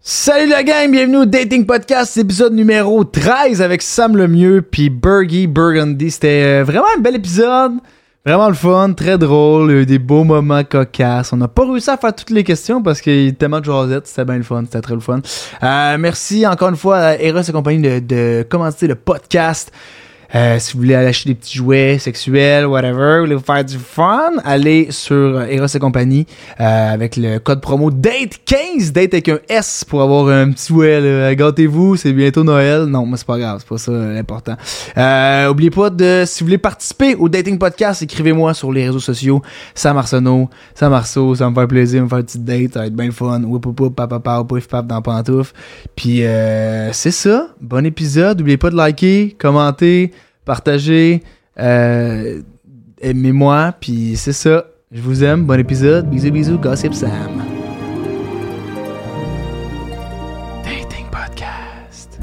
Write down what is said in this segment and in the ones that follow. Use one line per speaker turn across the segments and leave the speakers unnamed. Salut la gang, bienvenue au Dating Podcast, épisode numéro 13 avec Sam Lemieux puis Bergie Burgundy. C'était euh, vraiment un bel épisode, vraiment le fun, très drôle, il y a eu des beaux moments cocasses. On n'a pas réussi à faire toutes les questions parce qu'il y a eu tellement de jasettes, c'était bien le fun, c'était très le fun. Euh, merci encore une fois à Eros et compagnie de, de commenter le podcast. Euh, si vous voulez aller acheter des petits jouets sexuels, whatever, vous voulez vous faire du fun, allez sur euh, Eros et compagnie euh, avec le code promo DATE15, DATE avec un S pour avoir un petit jouet. là. Gâtez-vous, c'est bientôt Noël. Non, mais c'est pas grave, c'est pas ça euh, l'important. Euh, oubliez pas de, si vous voulez participer au Dating Podcast, écrivez-moi sur les réseaux sociaux, Sam Arsenault, Sam Arceau, ça va me faire plaisir, me faire une petite date, ça va être bien le fun. Whip, whip, whip, papa, papa, pouf, paf, dans pantouf. Puis euh, c'est ça, bon épisode, oubliez pas de liker, commenter, partager, euh, aimez-moi, puis c'est ça. Je vous aime, bon épisode, bisous bisous, gossip Sam. Dating Podcast.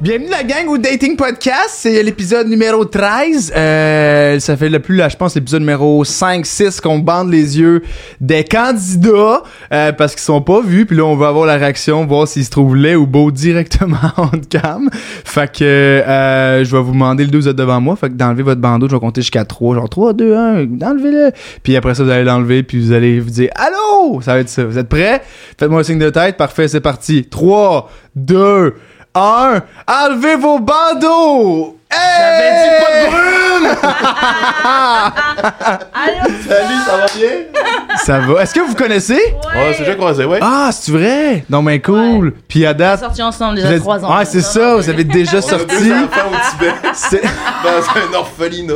Bienvenue la gang au Dating Podcast, c'est l'épisode numéro 13. Euh, ça fait le plus là, je pense, l'épisode numéro 5-6 qu'on bande les yeux des candidats euh, parce qu'ils sont pas vus. Puis là, on va avoir la réaction, voir s'ils se trouvent laids ou beaux directement en cam. Fait que euh, je vais vous demander le 12 devant moi. Fait que d'enlever votre bandeau, je vais compter jusqu'à 3. Genre 3, 2, 1, enlevez-le. Puis après ça, vous allez l'enlever, puis vous allez vous dire Allô! Ça va être ça. Vous êtes prêts? Faites-moi un signe de tête. Parfait, c'est parti. 3, 2, 1, enlevez vos bandeaux! Hey!
Allô?
Salut, Euh, ça va bien?
Ça va. Est-ce que vous connaissez?
Ouais, c'est déjà croisé, ouais.
Ah, c'est vrai? Non, mais cool. Puis à
On est
date.
sortis ensemble
vous
déjà
êtes-
trois ans. hein.
Ah, c'est ça, vous avez déjà
On a
sorti.
deux enfants au Tibet,
C'est-
dans un orphelinat.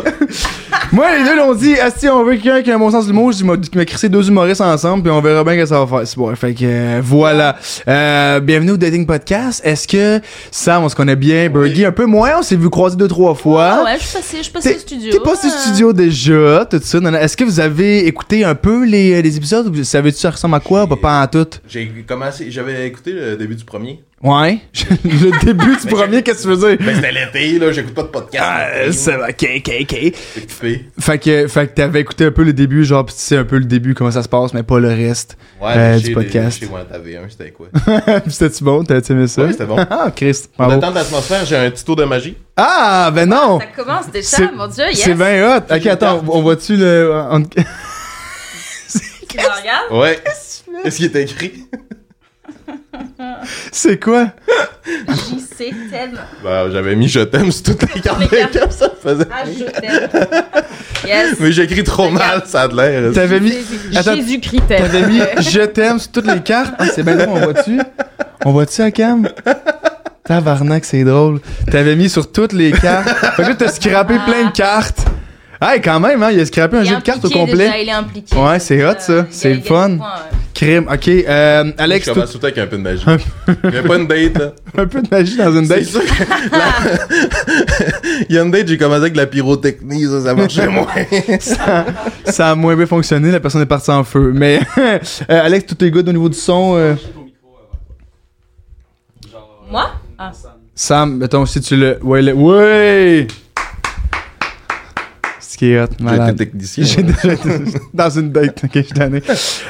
Moi, les deux l'ont dit, si on veut quelqu'un qui a un bon sens du mot, je m'a m'a crissé deux humoristes ensemble, puis on verra bien que ça va faire. C'est bon, fait que euh, voilà. Euh, bienvenue au Dating Podcast. Est-ce que Sam, on se connaît bien, Bergie, un peu moins, on s'est vu croiser deux, trois fois.
Ah ouais, je suis passée, je suis passée
T'es
au studio.
t'es passé au
euh,
studio déjà, tout ça. nanana. Est-ce que vous avez écouté un peu les, euh, les épisodes? Vous savez-tu ça ressemble à quoi? Bah, pas en tout.
J'ai commencé, j'avais écouté le début du premier.
Ouais. le début du
Mais j'ai-
premier, qu'est-ce que tu veux dire?
Ben, c'était l'été, là, j'écoute pas de podcast.
Ah,
l'été,
ça
moi,
va, ok, ok, ok.
j'étais occupé.
Fait que, fait que t'avais écouté un peu le début, genre, pis tu sais un peu le début, comment ça se passe, mais pas le reste
Ouais,
euh,
mais
du podcast.
Je sais, t'avais un, c'était quoi?
Pis C'était-tu bon? T'as aimé ça?
Oui, c'était bon.
Ah, Christ,
En
bravo.
attendant d'atmosphère, j'ai un petit tour de magie.
Ah, ben non!
Ça commence déjà,
C'est-
mon dieu, yes.
C'est bien hot! Ok,
J'ai une
attends,
tarte.
on voit-tu le... on-
Tu me regardes?
Ouais. Qu'est-ce qui est écrit?
C'est quoi?
J'y sais tellement.
Ben, j'avais mis je t'aime sur toutes les cartes
les cartes.
de ça faisait.
Ah, je t'aime. Yes.
Mais j'écris trop
Regarde.
mal, ça a de l'air.
T'avais mis... Attends.
Jésus-Christ t'aime.
T'avais mis Je t'aime sur toutes les cartes. Ah, c'est bien drôle, on voit-tu? On voit-tu à cam? Tabarnak, c'est drôle. T'avais mis sur toutes les cartes. Fait que là, t'as scrappé plein de cartes. Hey, quand même, hein, il a scrappé un
Ah. Il est
jeu de cartes au
impliqué
complet.
déjà, il est impliqué.
Ouais, c'est hot, ça.
Euh,
C'est
il a-
le
il a des
fun.
points, ouais.
Crime, ok. Euh, Alex,
Je
tout-
commence tout le temps avec un peu de magie. Il y a pas une date, là.
un peu de magie dans une
C'est
date.
sûr que la- Il y a une date, j'ai commencé avec de la pyrotechnie, ça, ça marchait moins.
Ça a moins bien fonctionné, la personne est partie en feu. Mais euh, Alex, tout est good au niveau du son. euh,
Moi? Ah.
Sam, mettons si tu le. Ouais, le... ouais! Ce qui est hot,
J'ai été
malade.
technicien.
J'ai déjà été dans une date, ok, je suis tanné.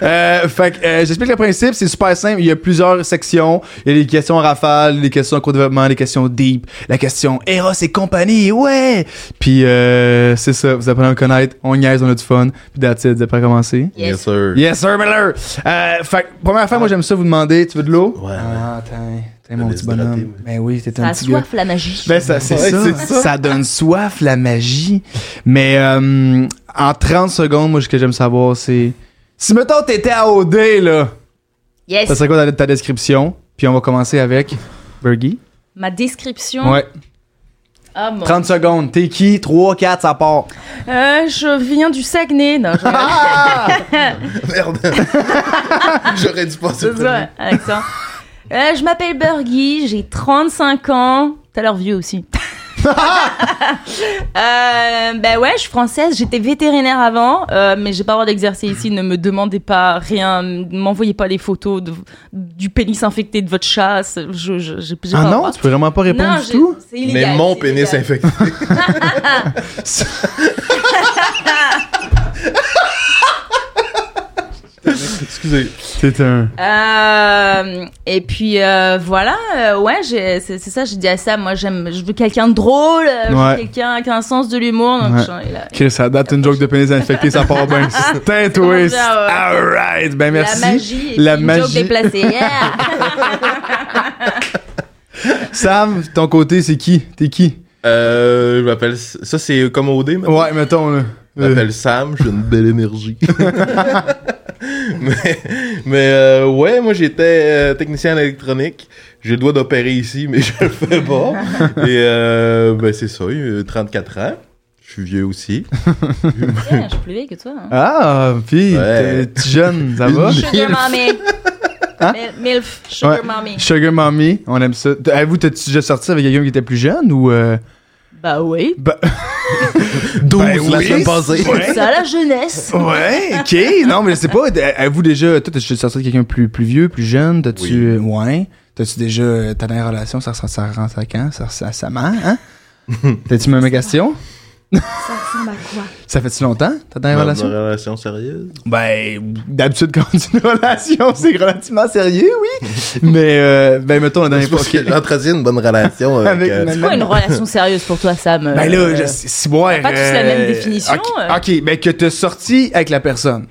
Euh, fait que euh, j'explique le principe, c'est super simple. Il y a plusieurs sections. Il y a les questions rafales, les questions cours développement, les questions deep, la question Eros et compagnie, ouais! Puis euh, c'est ça, vous apprenez à me connaître, on niaise, on a du fun. Puis that's it, vous êtes prêts à commencer?
Yes.
Bien sûr.
Yes, sir, Miller! Euh, fait que, première affaire, moi j'aime ça vous demander, tu veux de l'eau?
Ouais, ouais.
Ah, attends, t'es
Je
mon
vais
petit
déshydrater,
bonhomme.
moi.
Ben oui, t'es un
Ça
petit gars.
soif la magie.
Ben, ça, c'est
Ouais,
ça.
c'est
ça. donne soif, la magie. Mais euh, en 30 secondes, moi, ce que j'aime savoir, c'est. Si, mettons, t'étais à OD, là,
Yes.
ça serait quoi ta, ta description? Puis on va commencer avec. Bergie?
Ma description.
Ouais.
Ah, mon
30 secondes. T'es qui? 3, 4, ça part.
Euh, je viens du Saguenay. Non, je rigole. Ah!
Merde. J'aurais dû passer
C'est
le premier.
ça, Alexandre. Euh, je m'appelle Burgie, j'ai 35 ans. T'as l'air vieux aussi. euh, ben ouais, je suis française, j'étais vétérinaire avant, euh, mais j'ai pas le droit d'exercer ici. Ne me demandez pas rien, ne m'envoyez pas les photos de- du pénis infecté de votre chat. c'est- Je, je- j'ai- j'ai
Ah
pas le
non,
droit.
tu peux vraiment pas répondre
Non,
du
j'ai-
tout?
c'est illégal,
Mais mon
c'est
pénis
illégal.
infecté. Excusez.
C'est un.
Euh, et puis euh, voilà, euh, ouais, j'ai- c'est c'est ça, j'ai dit à ça, moi j'aime, je veux quelqu'un de drôle, euh, je veux
Ouais.
quelqu'un qui a un sens de l'humour. Donc
Ouais.
j'en ai la-
Chris, ça date une joke de pénis infecté, ça part bien. C'est un twist.
Comment ça, Ah, ouais.
Alright. Ben merci.
La magie, et
La
puis une
magie.
joke déplacée. Yeah.
Sam, ton côté, c'est qui T'es qui
Euh, je m'appelle. Ça, c'est comme OD, maintenant.
Ouais, mettons, là.
Je m'appelle Sam, j'ai une belle énergie. mais mais, euh, ouais, moi j'étais euh, technicien en électronique. J'ai le droit d'opérer ici, mais je le fais pas. Et euh, ben, c'est ça, euh, 34 ans. Je suis vieux aussi.
Tiens, je suis plus vieille que toi. hein.
Ah, puis,
Ouais.
t'es petit jeune, ça va
Sugar mommy.
Ah, Hein?
Mil- Milf,
Ouais.
sugar mommy.
Sugar Mommy, on aime ça. T- Avez-vous, t'as-tu déjà sorti avec quelqu'un qui était plus jeune ou. euh,
Bah oui.
ben-
12
Ben
la
oui.
semaine passée.
Ouais.
Ça la jeunesse.
Ouais, ok. Non, mais je sais pas. d- Avez-vous déjà. Toi, t'as-tu sorti avec quelqu'un plus, plus vieux, plus jeune T'as-tu. euh, Ouais. T'as-tu déjà. euh, Ta dernière relation, ça ressemble ça rentre à quand Ça ressemble à sa mère, hein T'as-tu même ma question
Ça ressemble à quoi?
Ça fait-tu longtemps, ta dernière
Ma- ma
relation
relation sérieuse.
Ben, d'habitude, quand c'est une relation, c'est relativement sérieux, oui. mais, euh, ben, mettons, la
Je
dernière fois.
pense que j'entretiens une bonne relation
Avec
avec. euh,
ma-
C'est quoi une relation sérieuse pour toi, Sam
Ben là,
Euh,
je sais- si moi.
pas tous
euh,
la même définition,
Ok,
euh.
ok, ben que t'as sorti avec la personne.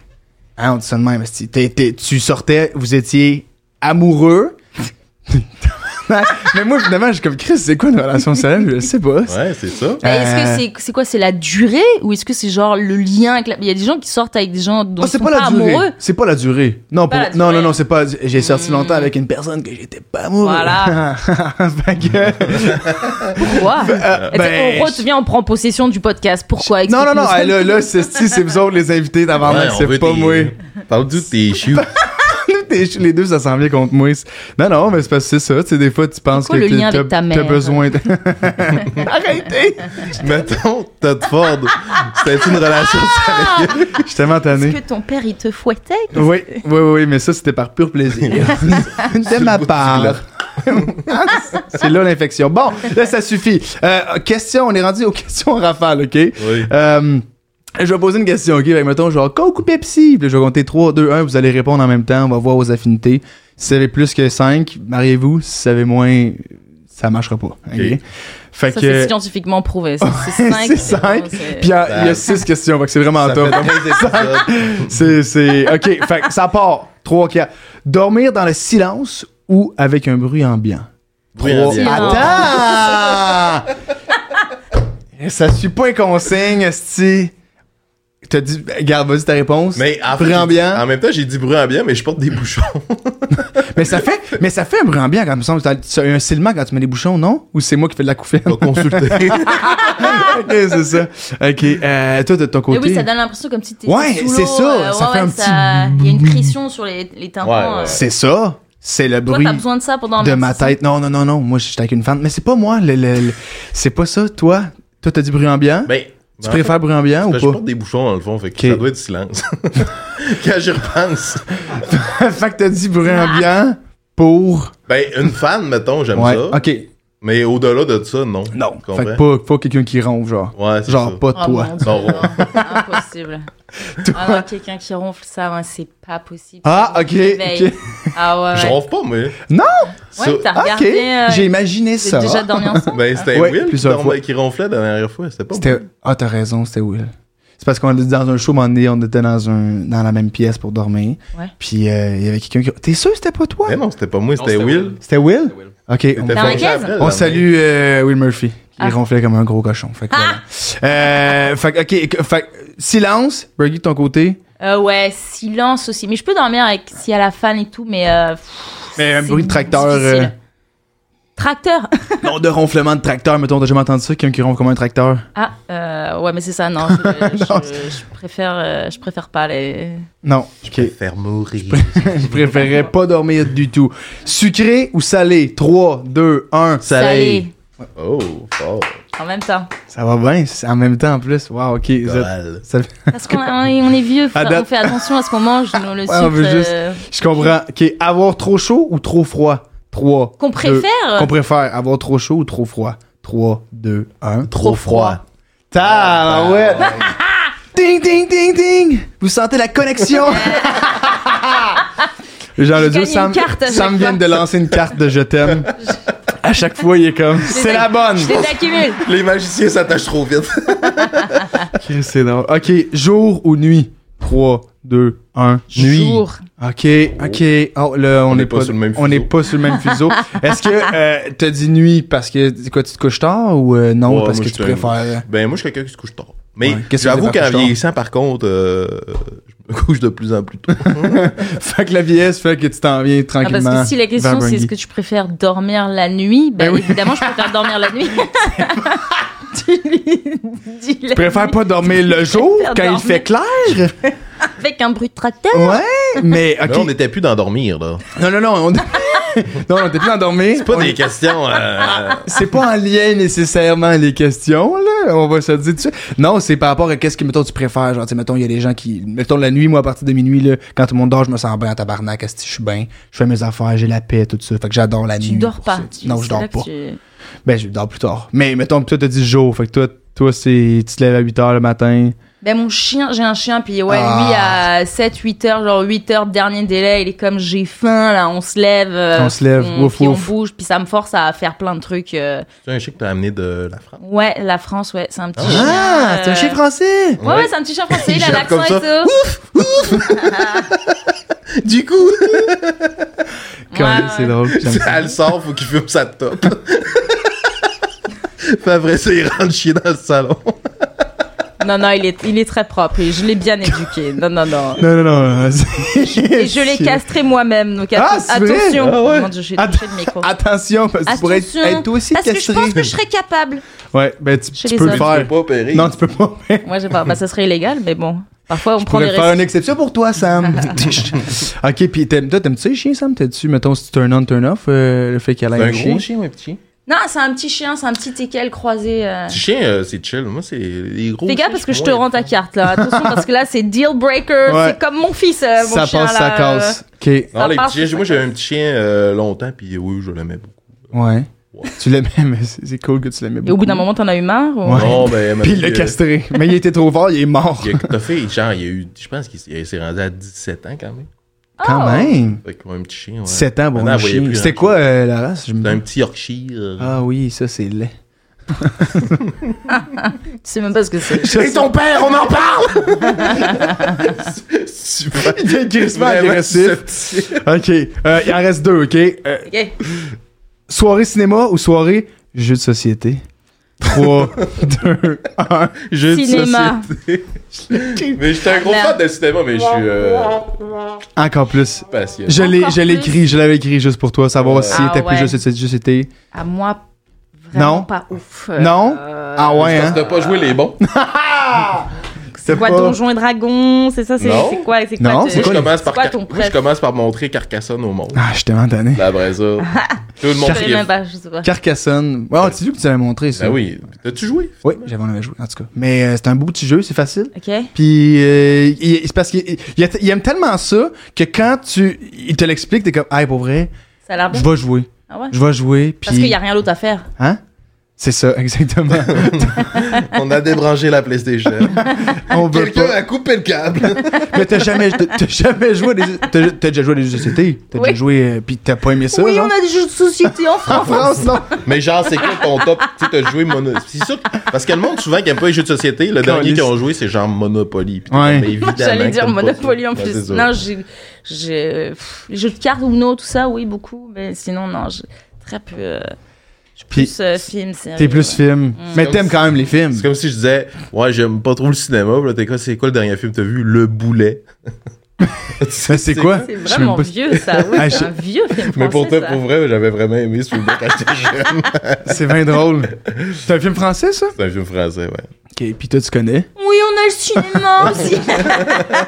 Hein, on dit ça de même, esti. T'es- t'es- tu sortais, vous étiez amoureux. mais moi, finalement, je suis comme Chris, c'est quoi une relation sérieuse? Je sais pas.
Ouais, c'est ça.
Ben, Est-ce
Euh,
que c'est c'est quoi c'est la durée ou est-ce que c'est genre le lien avec la... il y a des gens qui sortent avec des gens dont
Oh,
ils
c'est
sont
pas, la durée.
amoureux
C'est pas la durée. Non,
Pas
pour-
la
non,
durée.
non, non, c'est pas. J'ai sorti
Hmm.
longtemps avec une personne que j'étais pas amoureux.
Voilà.
Fait que, euh,
pourquoi Et tu sais,
ben,
on revient on prend possession du podcast pourquoi
non, non, euh, non,
Explique-nous.
hey, là, là, c'est c'est vous autres les invités d'avant,
Ouais, on veut
c'est pas
tes-
moi.
Parle-nous de tes choux.
Nous, t'es- les deux, ça s'en vient contre moi. Non, non, mais c'est parce que c'est ça. Tu sais, des fois, tu penses
quoi
que
le
t'es-
lien avec
t'as t'as
ta mère?
besoin de... Arrêtez!
Mettons, Todd Ford. C'était une relation
Ah!
Je suis tellement
Est-ce
tanné.
que ton père il te fouettait
Oui, oui, oui, mais ça, c'était par pur plaisir. de ma part. c'est là l'infection. Bon, là, ça suffit. Euh, question, on est rendu aux questions en rafale, OK?
Oui.
Euh, je vais poser une question, ok? Fait que mettons, genre, Coke ou Pepsi? Puis là, je vais compter 3, 2, 1, vous allez répondre en même temps, on va voir vos affinités. Si vous avez plus que 5, mariez-vous. Si vous avez moins, ça marchera pas. ok?
Ok.
Fait Ben, que.
ça c'est scientifiquement prouvé ça, c'est cinq
C'est 5. Puis il y a- il y a 6 questions, fait que c'est vraiment
Ben. Ça
top.
fait 13 épisodes.
C'est, c'est. Ok, fait que ça part. 3, 4. Dormir dans le silence ou avec un bruit ambiant?
Bruit
Trois-
ambiant.
Attends! ça suit pas un consigne, Esti. T'as dit, ben, garde, vas-y ta réponse.
Mais en, fait,
bruit
j'ai-
ambiant.
en même temps, j'ai dit bruit ambiant, mais je porte des bouchons.
Mais ça fait, mais ça fait un bruit ambiant quand il me semble. T'as- Tu as un silement quand tu mets des bouchons, non? Ou c'est moi qui fais de la couffaine?
On va consulter.
ok, c'est ça. Ok, euh, toi, de ton
Mais
côté.
oui ça donne l'impression comme si t'étais
Ouais,
sous
c'est
l'eau,
ça,
euh,
ça
ouais,
fait un
ouais,
petit
il y a une pression sur les les tympans
Ouais, ouais.
euh.
C'est ça. C'est le
toi
bruit.
t'as besoin de ça pour dormir
de ma
c'est ça?
tête. Non, non, non, non. Moi, j'étais avec une femme. Mais c'est pas moi. le- le- le- C'est pas ça, toi. Toi, t'as dit bruit ambiant.
ben,
tu préfères bruit ambiant ou
Je porte
pas?
des bouchons dans le fond, fait que
Ok.
ça doit être silence. Quand j'y repense.
fait que t'as dit bruit ambiant pour.
Ben, une fan, mettons, j'aime
Ouais.
ça.
Ok.
Mais au-delà de ça, non.
Non.
Tu comprends?
Fait que pas, pas quelqu'un qui ronfle, genre.
Ouais, c'est
Genre,
ça.
pas
Oh,
toi.
mon Dieu,
Non.
non, impossible. Ah non, quelqu'un qui ronfle, ça, ouais, c'est pas possible.
Ah, ok,
Veille.
ok.
Ah ouais.
Je
ouais.
ronfle pas, moi.
Non!
Ça-
Ouais, t'as
Ah, Ok,
regardé. euh,
j'ai imaginé
t'as
ça.
déjà dormi ensemble.
Ben, c'était
Ouais,
Will qui,
plusieurs
dormait-
fois.
qui ronflait la dernière fois. C'était pas
C'était. Ah, t'as raison, c'était Will. C'est parce qu'on était dans un show, à un moment donné, on était dans, un, dans la même pièce pour dormir.
Ouais.
Puis euh, il y avait quelqu'un qui. T'es sûr que c'était pas toi?
moi. Mais non, c'était pas moi, c'était
c'était
Will.
C'était Will?
C'était Will.
Ok, on-
C'était Ah,
Dans la
fâché
caisse?
après,
On
la
salue euh, Will Murphy. qui
Ah.
ronflait comme un gros cochon. Fait que, voilà. Euh, fait que, ok, que- fait que, silence. Bergie, de ton côté.
Euh, ouais, silence aussi. Mais je peux dormir avec s'il y a la fan et tout, mais. euh, pff,
Mais un
c'est
bruit de tracteur,
difficile.
euh.
Tracteur
Non, de ronflement de tracteur, mettons, t'as jamais entendu ça, quelqu'un qui ronfle comme un tracteur.
Ah, euh, ouais, mais c'est ça, non. Je, je-
Non.
je préfère, euh, je préfère pas les.
Non, ok.
Faire mourir.
Je préférais pas dormir du tout. Sucré ou salé? 3, 2, 1.
Salé.
Oh, fort.
En même temps.
Ça va bien, c'est en même temps en plus. Wow, ok. vous êtes-
Mal.
ça-
Parce qu'on on est, on est vieux, faut-
À date-
on fait attention à ce qu'on mange, nous, le
Ouais, on veut
sucre,
juste-
euh,
je comprends. Ok, avoir trop chaud ou trop froid? 3.
Qu'on préfère.
Qu'on préfère avoir trop chaud ou trop froid? 3, 2, 1.
Trop froid. Ah,
Tabarouette! ding, ding, ding, ding! Vous sentez la connexion? Jean
Je
Ledoux,
gagne
Sam,
une carte à chaque
Sam vient
fois.
de lancer une carte de je t'aime. à chaque fois, il est comme, c'est la bonne!
Je les accumule.
Les magiciens s'attachent trop vite.
Ok, c'est drôle. Ok, jour ou nuit? 3, 2, 1, nuit.
Jour.
Ok, ok. Oh, là, on
On
n'est
est pas sur le même
On
fuseau.
n'est pas sur le même fuseau. Est-ce que euh, t'as dit nuit parce que c'est quoi, tu te couches tard ou euh, non
Ouais,
parce
moi,
que
je
tu
t'aime.
préfères.
Ben, moi, je suis quelqu'un qui se couche tard. Mais
Ouais. Qu'est-ce que
j'avoue
t'as fait
qu'en
couche tard?
vieillissant, par contre, euh, je me couche de plus en plus tôt.
euh, Fait que la vieillesse fait que tu t'en viens
Ah,
tranquillement.
parce que si la question
vers
c'est
Bungie.
est-ce que tu préfères dormir la nuit, ben,
Ben oui.
évidemment je préfère dormir la nuit. tu lui dis la
Tu préfères
nuit
pas dormir le jour
préfère
quand il
dormir.
fait clair?
avec un bruit de tracteur.
Oh, Ouais, mais
Là, Ben, on
ok.
n'était plus d'endormir, là.
Non, non, non, on... non, on était plus endormi.
C'est pas des questions. euh,
C'est pas en lien nécessairement les questions, là. On va se le dire dessus. Non, c'est par rapport à qu'est-ce que, mettons, tu préfères. Genre, tu sais, mettons, il y a des gens qui. Mettons, la nuit, moi, à partir de minuit, là, quand tout le monde dort, je me sens bien en tabarnak. est-ce que Je suis bien. Je fais mes affaires, j'ai la paix, tout ça. Fait que j'adore la nuit.
Tu dors
pour
pas.
ça.
Tu-
non,
c'est
je dors
là que
pas.
tu-
Ben, je dors plus tard. Mais, mettons, pis toi, t'as dit jour. Fait que toi, toi c'est. Tu te lèves à 8 h le matin.
Ben mon chien, j'ai un chien puis ouais, lui
Ah.
à 7 8 heures, genre 8 heures dernier délai, il est comme j'ai faim là, on se lève euh,
On se lève,
on,
ouf,
puis on
ouf.
bouge puis ça me force à faire plein de trucs. euh.
C'est un chien que t'as amené de la France.
Ouais, la France, ouais, c'est un petit chien.
Ah, c'est un
euh,
chien français!
Ouais, ouais, c'est un petit chien français, il a
Genre
l'accent
comme
et
ça.
tout.
Du coup,
Ouais, ouais.
C'est drôle. j'aime ça.
elle sort, faut qu'il fume sa top. Puis après ça, il rentre chier dans le salon.
Non, non, il est, il est très propre et je l'ai bien éduqué. Non, non, non.
Non, non, non.
Et je l'ai castré moi-même, donc
Ah,
atten-
c'est vrai?
attention.
Ah ouais.
Mon Dieu, j'ai touché le micro.
Attention, parce que tu pourrais être,
Attention,
être toi aussi
Parce que je
castré.
pense que je serais capable.
Ouais, ben, tu,
Chez
tu
les
peux le
hommes.
faire.
pas opérer.
Non, tu peux pas.
Moi, j'ai pas. Bah, ça serait illégal, mais bon. Parfois, on
Je
prend des
pourrais faire une
risques.
exception pour toi, Sam. ok, puis t'aimes, toi, t'aimes-tu les chiens, Sam? T'as-tu, mettons, si tu turn on, turn off, euh, le fait qu'elle
C'est
ait
un
un chien?
gros chien, mon petit chien.
Non, c'est un petit chien, c'est un petit teckel croisé. euh.
Petit chien, euh, c'est chill. Moi, c'est les gros.
Fais
chiens,
gaffe parce que je te
moins-
rends ta carte là. Attention parce que là c'est deal breaker.
Ouais.
C'est comme mon fils. euh, mon
ça
chien,
passe,
là,
ça
euh.
casse. Ok.
Non,
Ça
les
part,
petits
c'est
chiens, moi, j'avais un petit chien euh, longtemps, puis oui, je l'aimais beaucoup.
Ouais.
Ouais.
Tu l'aimais, mais c'est c'est cool que tu l'aimais
Et au
beaucoup.
bout d'un moment t'en as eu marre. ou-
Ouais.
Non, ben,
Puis il l'a castré. Mais il était trop fort, il est mort.
Il a t'as fait, genre, il y a eu, je pense qu'il s'est- il s'est rendu à 17 ans quand même.
Quand
Oh.
même.
Avec un petit chien. Ouais.
7 ans pour
Maintenant,
un
elle voyait
chien.
plus
C'était
grand
quoi euh, la race? Je me-
C'était un petit Yorkshire. euh,
Ah oui, ça, c'est laid.
Tu sais même pas ce que c'est.
C'est ton père, on en parle!
Super.
Il est crissement
Vraiment
agressif.
susceptible.
Ok, euh, il en reste deux, ok? Euh,
Ok.
soirée cinéma ou soirée jeu de société? 3, 2, 1.
Jeu de
Cinéma.
société. mais j'étais un gros
Merde.
fan de cinéma, mais je suis euh,
Encore plus.
passionné.
Je l'ai,
Encore
je l'ai
plus.
écrit, je l'avais écrit juste pour toi, savoir
Ouais.
si
Ah
t'as plus
ouais.
juste cette société.
À moi vraiment
Non.
pas ouf.
Non?
Euh,
Ah ouais,
Parce
hein?
que t'as pas joué les bons.
C'est
C'est quoi
pas-
Donjons et Dragons C'est ça, c'est
Non.
c'est quoi C'est
Non,
quoi
c'est
tu-
Moi, je
les-
commence par,
quoi
Car-
ton
moi,
préf-
je commence par montrer Carcassonne au monde.
Ah, je t'ai entendu.
La braza. Je veux le
Je sais
montrer.
même pas, je sais pas.
Carcassonne. Ouais, tu vu que tu l'avais montré, ça.
Ah Euh, oui. T'as-tu joué?
Oui, j'avais on avait joué, en tout cas. Mais euh, c'est un beau petit jeu, c'est facile.
Ok.
Puis, euh, il- c'est parce qu'il il- il aime tellement ça que quand tu, il te l'explique, t'es comme, hey, pour vrai,
Ça a l'air bien.
je vais jouer.
Ah ouais.
Je vais jouer. Puis,
Parce qu'il y a rien d'autre à faire.
Hein? C'est ça, exactement.
On a débranché la PlayStation.
On veut
Quelqu'un
pas.
a coupé le câble.
Mais t'as jamais, t'as jamais joué à des. T'as t'as déjà joué à des jeux de société. T'as
Oui.
déjà joué, euh, puis t'as pas aimé ça,
oui,
genre?
on a des jeux de société en
En
France.
France, non.
Mais genre, c'est quoi ton top? Tu sais, t'as joué Monopoly. C'est sûr. que- Parce que le monde, souvent, qui aime pas les jeux de société, le dernier
Caliste.
qu'ils ont joué, c'est genre Monopoly. Puis t'es
Ouais.
comme, Ah, mais évidemment
J'allais
que
dire
t'aimes pas ça.
Monopoly en
Ouais, c'est
plus.
ça.
non, j'ai, j'ai pff, les jeux de cartes ou non, tout ça, oui, beaucoup. Mais sinon, non, j'ai très peu. euh, je suis
Puis,
plus euh, film, série.
T'es plus film. Mais t'aimes quand même les films.
C'est comme si je disais, ouais, j'aime pas trop le cinéma. Puis là, t'es quoi, c'est quoi le dernier film que t'as vu? Le Boulet.
Mais c'est quoi?
C'est
Je sais même
vraiment
pas-
vieux, ça. Oui,
Ah,
c'est
je-
un vieux film français.
Mais pour toi,
ça.
pour vrai, j'avais vraiment aimé ce film quand j'étais jeune.
C'est bien drôle. C'est un film français, ça?
C'est un film français, ouais.
Ok, puis toi, tu connais.
Oui, on a le cinéma aussi.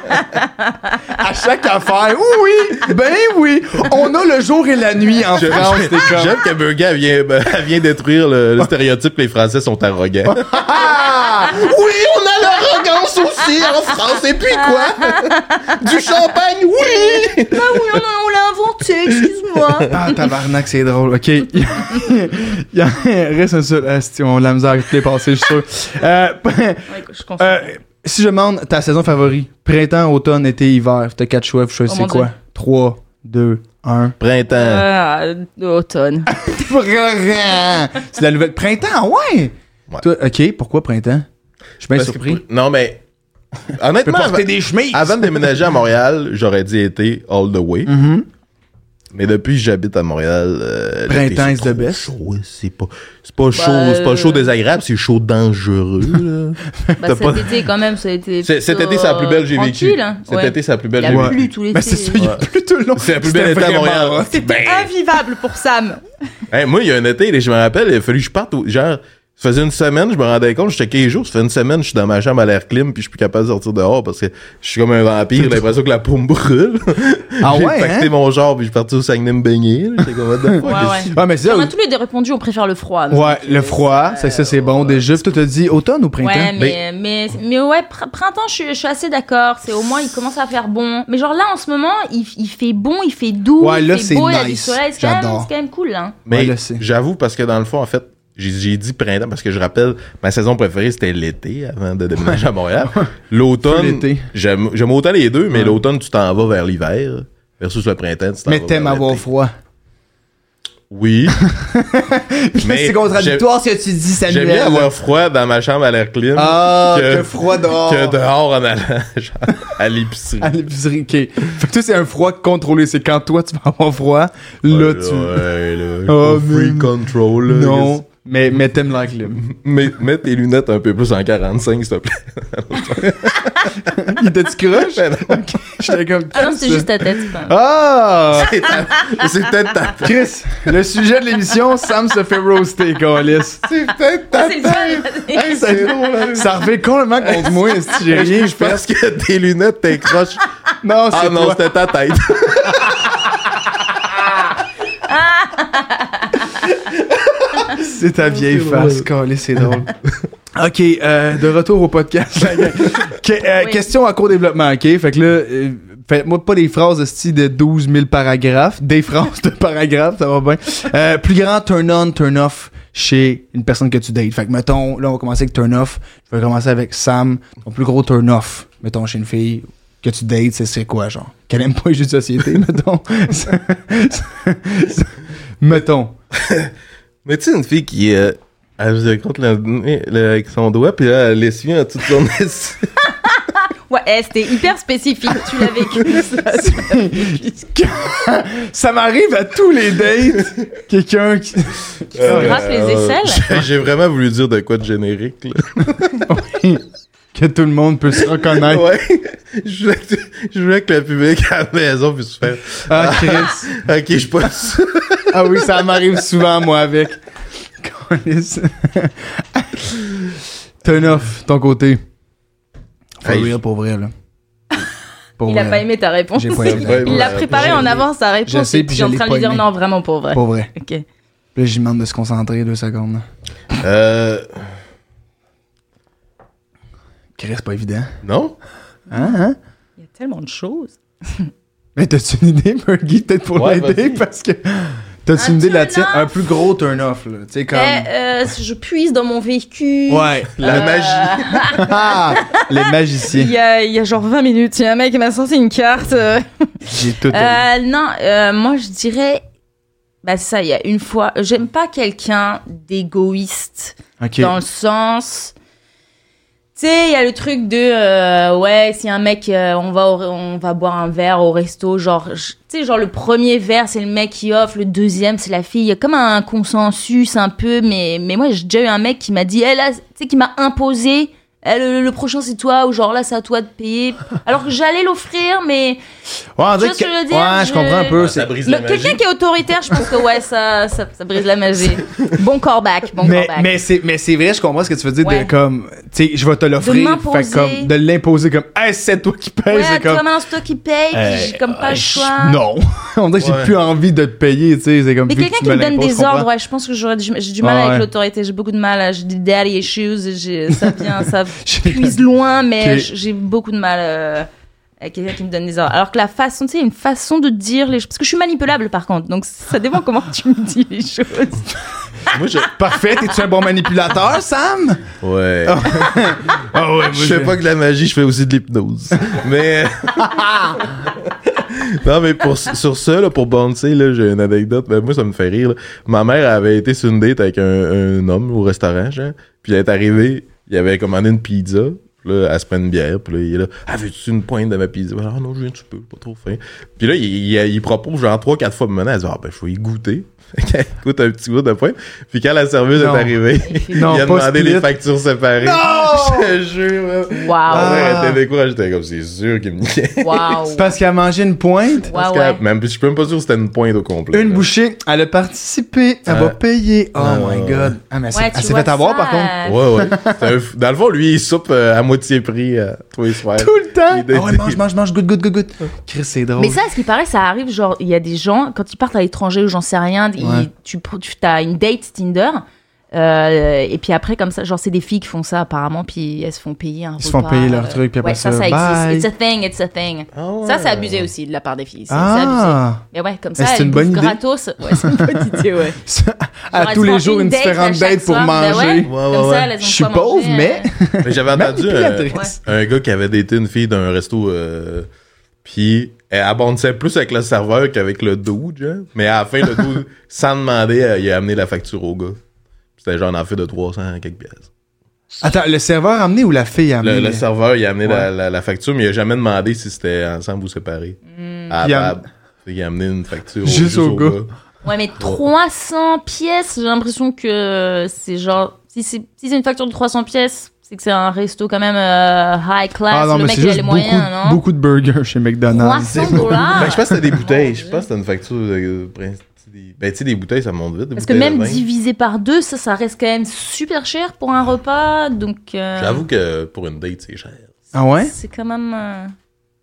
À chaque affaire, oui, ben oui, on a le jour et la nuit en
Je-
France,
je-
t'es comme.
J'aime que Burger elle vient, ben, elle vient détruire le, le stéréotype que les Français sont arrogants.
Ah!
oui, on a l'arrogance aussi en France. Et puis quoi? Du champagne, oui!
Ah oui, on, a- on l'a inventé, excuse-moi.
Ah, tabarnak, c'est drôle. OK. Il y en reste un seul. Ah, c'est- on a de la misère à les passer, je suis sûr. Euh,
Ouais, je comprends.
euh, si je demande ta saison favorite, printemps, automne, été, hiver, t'as quatre choix, je
Oh
sais
mon
quoi?
Dieu.
3, 2, 1.
Printemps.
Euh, automne.
Ah,
C'est la nouvelle. Printemps, ah ouais!
Ouais.
Toi, ok, pourquoi printemps? Je suis bien
Parce que-
surpris.
non, mais.
Tu peux
Honnêtement,
porter
avant,
des chemises!
avant de déménager à Montréal, j'aurais dit été all the way.
Mhm.
Mais depuis que j'habite à Montréal, euh, l'été,
Printemps
c'est
is the
trop
best.
chaud, C'est pas, c'est pas chaud,
Bah,
c'est pas chaud
euh,
désagréable, c'est chaud dangereux. là.
Bah,
T'as
cet
pas-
été, quand même, ça a été.
C'est- cet été, c'est la plus belle que j'ai vécu.
tranquille, hein.
Cet
Ouais.
été, c'est la plus
Il
belle
a
que j'ai vécu.
plu tout l'été.
Ben, c'est ça, il y a plus tout le long.
C'est la plus belle
C'était
été à
vraiment
Montréal. Ben,
rough.
C'était invivable pour Sam.
Hey, moi, il y a un été, là, je me rappelle, il a fallu que je parte. au- genre, ça faisait une semaine, je me rendais compte, je checkais les jours, ça fait une semaine, je suis dans ma chambre à l'air clim, puis je suis plus capable de sortir dehors parce que je suis comme un vampire, j'ai l'impression que la peau me brûle.
Ah
J'ai
ouais,
pacté
hein?
mon genre, puis je suis parti au Saguenay me baigner. là. J'étais comme, what the fuck,
Ouais,
qu'est-ce
ouais.
Ouais, Ah, mais c'est ça.
On a tous les deux répondu, on préfère le froid. mais-
Ouais, le froid, ça, ça c'est bon. Déjà, toi, t'as dit automne ou printemps?
Euh, Ouais, mais, mais, mais ouais, pr- printemps, je, suis- je suis assez d'accord. C'est au moins, il commence à faire bon. Mais genre là, en ce moment, il, il fait bon, il fait doux,
Ouais,
il
là, c'est
fait beau, il y a du
nice.
soleil. C'est quand, même-
J'adore.
c'est quand même cool, hein.
Ouais,
Mais
là, c'est-
j'avoue parce que dans le fond, en fait, j'ai- j'ai dit printemps parce que je rappelle, ma saison préférée c'était l'été avant de déménager à Montréal.
Full
L'automne,
été.
j'aime j'aime autant les deux, mais
Ouais.
l'automne tu t'en vas vers l'hiver versus le printemps tu t'en
Mais
vas
t'aimes
vers
avoir
l'été.
froid.
Oui. mais
C'est contradictoire ce que tu dis,
j'ai-
Samuel.
J'aime bien avoir froid dans ma chambre à l'air clim
Ah,
que-
que froid dehors.
que dehors en allant genre, à l'épicerie.
À l'épicerie, ok. Fait que toi, c'est un froid contrôlé. C'est quand toi, tu vas avoir froid, là,
Ouais,
tu...
ouais, là, je
Oh,
suis pas free
man.
control. là.
Non, mais, mais t'aimes la clim.
Mets, mets tes lunettes un peu plus en 45, s'il te plaît.
Il était-tu croche?
Mais non.
J'étais comme...
Ah non, c'est
ça.
juste ta tête. c'est pas-
Ah!
C'est ta- c'est peut-être ta
Chris, le sujet de l'émission, Sam se fait roaster, Calis.
C'est peut-être ta
C'est le seul.
Hey, c'est drôle, hein.
Ça revient complètement contre moi, est-ce que j'ai rien, je pense.
Parce que tes lunettes t'écrochent.
Non, c'est
Ah non,
toi.
c'était ta tête.
C'est ta vieille
c'est
face, Calis, c'est drôle. OK, euh, de retour au podcast. la gang. Que- euh,
Oui.
Question à court développement, OK? Fait que là, euh, faites-moi pas des phrases de style de 12 000 paragraphes, des phrases de paragraphes, ça va bien. Euh, plus grand turn-on, turn-off chez une personne que tu dates. Fait que, mettons, là, on va commencer avec turn-off. Je vais commencer avec Sam. Ton plus gros turn-off, mettons, chez une fille que tu dates, c'est- c'est quoi, genre? Qu'elle aime pas les jeux de société, mettons. Ça- ça- ça- mettons.
Mais tu sais, une fille qui. Euh, elle se compte le, le- avec son doigt, puis là, elle essuie en toute son
Ouais, eh, c'était hyper spécifique. Tu l'as vécu. ça.
ça m'arrive à tous les dates, quelqu'un qui...
gratte les aisselles?
Euh, J'ai vraiment voulu dire de quoi de générique, là.
que tout le monde peut se reconnaître.
Ouais. Je voulais, que, je voulais que le public à la maison puisse faire.
Ah, Chris.
Ok, je suis pas sûr.
ah oui, ça m'arrive souvent, moi, avec. Câlisse. Turn off, ton côté. Faut
Hey,
rire pour vrai, là. Pour
Il
vrai.
a pas aimé ta réponse.
J'ai pas aimé.
Il l'a
Ouais,
préparé
j'ai-
en avance sa réponse.
Je sais,
et
puis
je suis en
je l'ai
train de
pas
lui dire
aimé.
non, vraiment pour vrai.
Pour vrai.
Ok.
Là, j'y demande de se concentrer deux secondes.
Euh.
Chris, c'est pas évident.
Non?
Hein, hein?
Il y a tellement de choses.
Mais t'as-tu une idée, Murgy, peut-être pour
Ouais,
l'aider?
vas-y.
Parce que... T'as-tu une
Un
idée de la tienne?
turn-off?
Un plus gros turn-off, là. Tu sais, comme...
Eh, euh, je puise dans mon vécu.
Ouais.
La
Euh,
magie.
Ah, les
Il
magiciens.
y, a, il y a genre 20 minutes, il y a un mec qui m'a sorti une carte. euh.
J'ai tout. aimé.
Euh, non, euh, moi je dirais. Bah ça, il y a une fois. J'aime pas quelqu'un d'égoïste
ok.
dans le sens. Tu sais, il y a le truc de euh, ouais, si un mec, euh, on va au- on va boire un verre au resto, genre, je- tu sais, genre le premier verre c'est le mec qui offre, le deuxième c'est la fille. Il y a comme un consensus un peu, mais mais moi j'ai déjà eu un mec qui m'a dit, elle là, tu sais, qui m'a imposé, Eh, le, le prochain c'est toi ou genre là c'est à toi de payer, alors que j'allais l'offrir, mais
Ouais, on dirait
Juste
que-
le dire,
ouais, je
je-
comprends un peu. c'est-
brise
Euh, Le- Quelqu'un qui est autoritaire, je pense que ouais, ça, ça, ça brise la magie. Bon corback, bon
Mais,
corback.
mais c'est mais c'est vrai, je comprends ce que tu veux dire
Ouais.
de comme tu sais, je vais te
De
l'offrir,
m'imposer.
fait comme de l'imposer comme hey, c'est toi qui paye,
ouais,
c'est
toi,
comme
maintenant, c'est toi qui paye,
euh,
puis j'ai comme pas
euh,
le
je-
choix.
Non. on dirait que j'ai
Ouais.
plus envie de te payer, tu sais, c'est comme
Mais
vu que
quelqu'un
tu
qui me donne
l'imposes, je
des
comprends.
ordres, ouais, je pense que j'aurais du, j'ai du mal
Ah, ouais.
avec l'autorité, j'ai beaucoup de mal, euh, j'ai des daddy issues, j'ai- ça vient, ça
J'ai-
puise loin, mais
Ok.
j'ai beaucoup de mal euh, avec quelqu'un qui me donne des ordres. Alors que la façon, tu sais, il y a une façon de dire les choses, parce que je suis manipulable par contre, donc ça dépend comment tu me dis les choses.
Moi, je.
Parfait, es-tu un bon manipulateur, Sam
Ouais.
Ah ouais,
je fais pas que de la magie, je fais aussi de l'hypnose. Mais. Non, mais pour, sur ça, là, pour bouncer, là, j'ai une anecdote. Ben, moi, ça me fait rire. là. Ma mère avait été sur une date avec un, un homme au restaurant, genre. Puis elle est arrivée, il avait commandé une pizza. Puis là, elle se prend une bière. Puis là, il est là, ah, veux-tu une pointe de ma pizza? Ah non, je viens un petit peu, pas trop faim. Puis là, il, il- il propose genre trois, quatre fois. Puis maintenant, elle dit, ah ben, je vais y goûter. Elle goûte un petit goût de pointe. Puis quand la serveuse
Non.
est arrivée,
Non,
il a
pas
demandé
split.
les factures séparées.
Non!
je te jure, man. Ma
Waouh.
mère
Ah.
était découragée. J'étais comme, c'est sûr qu'il me niait.
C'est
Waouh.
parce qu'elle a mangé une pointe,
Ouais,
Parce
ouais.
que, même, je suis même pas sûr que c'était une pointe au complet.
une
là.
bouchée, elle a participé, elle
Ah.
va payer. Oh
Ah,
my
ouais.
god. Ah, mais elle s'est-
Ouais, tu
elle s'est
vois
fait avoir
ça,
par contre.
euh,
Ouais, ouais. C'est un f- Dans le fond, lui, il soupe euh, à moitié prix euh, tous les soirs.
Tout le temps.
Il est-
Ah ouais, mange, mange, mange, goûte, goûte, goûte, goûte. Chris, c'est drôle.
Mais ça, à ce qui paraît, ça arrive, genre, il y a des gens, quand ils partent à l'étranger ou j'en sais rien, ils-
Ouais.
tu, pr- tu as une date Tinder, euh, et puis après, comme ça, genre, c'est des filles qui font ça apparemment, puis elles se font payer un
Ils se font
repas,
payer leur
euh,
truc, puis après
ouais, ça,
ça,
ça
bye.
existe. It's a thing, it's a thing.
Ah ouais.
Ça, c'est abusé aussi de la part des filles. C'est c'est abusé.
ah,
Mais ouais, comme
Mais
ça,
c'est
elles
une bonne
bouffent
idée.
gratos. Ouais, c'est une bonne idée, ouais. Genre,
à
elles
tous
se font
les jours une
date à
différente
chaque
date pour
soir, ben ouais.
manger.
Ouais, ouais,
Comme
ouais.
ça, elles ont de
Je suis
quoi manger,
pauvre,
euh,
mais euh,
Mais j'avais entendu un,
manipulatrice.
un gars qui avait daté une fille d'un resto, euh, puis elle abondissait plus avec le serveur qu'avec le dude, genre. Mais à la fin, le dude, sans demander, euh, il a amené la facture au gars. C'était genre un fait de 300 quelques pièces.
Attends, le serveur a amené ou la fille a
Le,
amené
le serveur, il a amené la,
Ah, Ouais.
la- la facture, mais il a jamais demandé si c'était ensemble ou séparé.
Puis
À la
Hmm. il a-
table. Fait qu'il a amené une facture
Juste au gars.
Ouais, mais 300 pièces, j'ai l'impression que c'est genre. Si c'est si c'est une facture de 300 pièces, c'est que c'est un resto quand même euh, high class.
Ah non,
le
mais
mec,
c'est
il a
juste
les
beaucoup,
moyens, non
beaucoup de burgers chez McDonald's.
300
Ah!
dollars
Ben, je pense que c'était des bouteilles. Je pense que c'était une facture de. Ben, tu sais, des bouteilles, ça monte vite. des
Parce que
bouteilles de
même
vin.
divisé par deux, ça, ça reste quand même super cher pour un repas. Donc. euh,
J'avoue que pour une date, c'est cher.
Ah ouais?
C'est quand même. euh,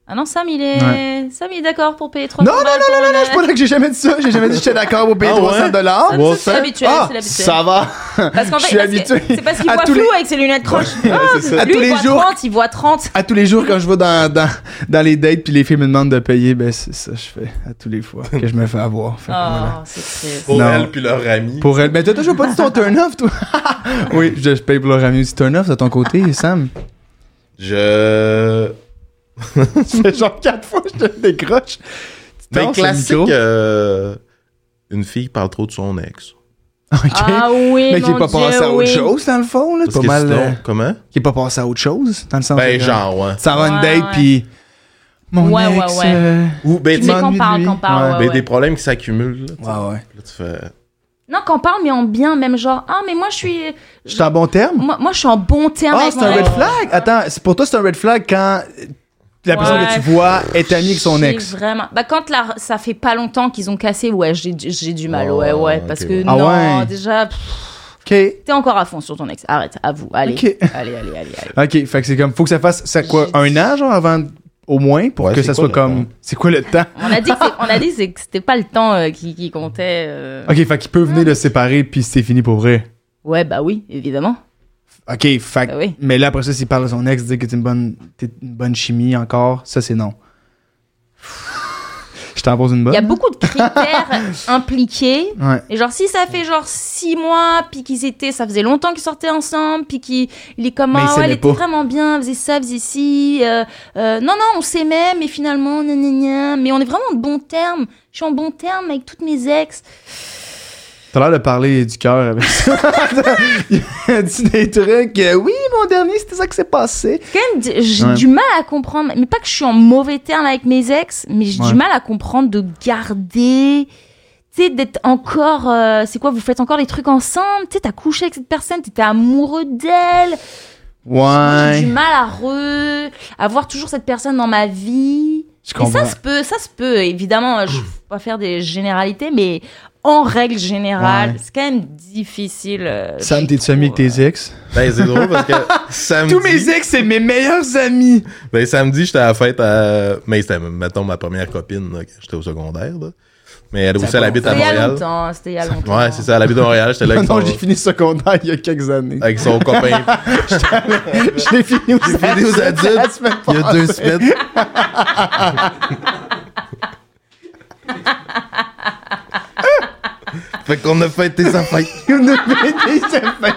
Ah non, Sam, il est. Sam, il est d'accord pour payer 300
Non, non, non, non, non, non, c'est pas là que j'ai jamais dit ça. J'ai jamais dit que j'étais d'accord pour payer
Ah ouais?
300 dollars.
Ah, ça, c'est l'habituel,
Ah,
c'est l'habituel.
ça va.
Parce qu'en
Je
fait,
suis
parce que-
habitué
c'est parce qu'il
à
voit
tous
flou
les-
avec ses lunettes croches. Ah,
c'est ça.
À
lui,
tous
il
les
voit
jours.
30, il voit 30.
À tous les jours, quand je vais dans, dans, dans les dates puis les filles me demandent de payer, ben c'est ça que je fais à tous les fois que je me fais avoir. Fait que voilà.
Oh, c'est triste.
Pour
Non.
elle puis leur ami.
Pour elle, ben t'as toujours pas dit ton turn-off, toi. oui, je, je paye pour leur ami aussi. Turn-off de ton côté, Sam.
Je.
C'est genre quatre fois que je te décroche. Tu
Ben,
torches le
classique.
micro.
euh, Une fille parle trop de son ex.
Ok.
Ah oui,
mais qui
mon
est pas
Dieu,
passé à autre
oui.
chose, dans le fond, là.
Parce
Pas
que
mal.
sinon,
euh,
comment?
qui est pas passé à autre chose, dans le sens.
Ben,
de-
genre, ouais.
Ça va une
Ouais,
date
ouais.
puis. Mon
Ouais, ouais,
ex.
ouais.
euh,
Ou, ben, tu
Mais
sais,
qu'on
m'ennuies de
parle,
lui.
qu'on parle.
Ouais.
ouais,
ben, des
ouais.
problèmes qui s'accumulent. Là, tu sais.
Ouais, ouais.
Là, tu fais.
Non, qu'on parle, mais en bien, même genre, ah, mais moi, je suis.
Je suis en bon terme?
Moi, moi, je suis en bon terme.
Ah,
avec
c'est
mon
un red
ex.
flag? Attends, c'est- pour toi, c'est un red flag quand la personne
Ouais.
que tu vois est amie avec son
J'ai
ex.
Vraiment. Bah, quand la- ça fait pas longtemps qu'ils ont cassé, ouais, j'ai du- j'ai du mal.
Oh,
ouais, ouais.
ok,
parce que
ouais.
Ah
non,
ouais.
déjà, pff,
OK.
t'es encore à fond sur ton ex. Arrête, avoue. Allez.
Ok.
Allez, allez, allez, allez.
OK, fait que c'est comme, faut que ça fasse, ça quoi,
J'ai
un an, genre, avant, au moins, pour
Ouais,
que
c'est
ça
quoi
soit
le
comme,
temps?
c'est quoi le temps?
On a dit que c'est- on a dit c'est que c'était pas le temps euh, qui, qui comptait. euh.
OK, fait qu'il peut venir le séparer, puis c'est fini pour vrai.
Ouais, bah oui, évidemment.
OK, fait que-
Ah oui.
mais là, après ça, s'il parle à son ex, dire que t'es une bonne, t'es une bonne chimie encore, ça, c'est non. Je t'en pose une
Il
bonne?
y a beaucoup de critères impliqués.
Ouais.
Et genre, si ça fait genre six mois, puis qu'ils étaient, ça faisait longtemps qu'ils sortaient ensemble, puis qu'il il est comme,
Mais ils
ah ouais, elle
s'aimaient
était
pas.
vraiment bien, elle faisait ça, elle faisait ci, euh, euh, non, non, on s'aimait, mais finalement, gna, gna, gna, mais on est vraiment en bon terme. Je suis en bon terme avec toutes mes ex.
T'as l'air de parler du cœur avec ça. tu des trucs, euh, oui, mon dernier, c'était ça que c'est passé.
Quand même, d- j'ai
Ouais.
du mal à comprendre, mais pas que je suis en mauvais terme avec mes ex, mais j'ai
Ouais.
du mal à comprendre de garder. Tu sais, d'être encore. euh, c'est quoi, vous faites encore des trucs ensemble? Tu sais, t'as couché avec cette personne, t'étais amoureux d'elle.
Ouais.
J'ai du mal à re... à voir toujours cette personne dans ma vie.
Je
Et
comprends.
ça se peut, ça se peut. Évidemment, je ne pas faire des généralités, mais en règle générale,
Ouais.
c'est quand même difficile. euh,
Sam,
je
t'es-tu ami avec
trouve, euh,
tes ex?
Ben, c'est drôle parce que samedi.
Tous mes ex, c'est mes meilleurs amis.
Ben, samedi, j'étais à la fête à. Mais c'était, mettons, ma première copine, là, quand j'étais au secondaire, là. Mais elle aussi, elle habite à
C'était il y a
Montréal.
longtemps, c'était il y a longtemps.
Ouais, c'est ça, elle habite à Montréal, j'étais là
Ah Non,
avec son,
j'ai fini secondaire il y a quelques années.
avec son copain.
Je l'ai fini aux
fini aux adultes.
la semaine
Il y a deux semaines. fait qu'on a fêté sa fête.
passée, on a fini, ça fait-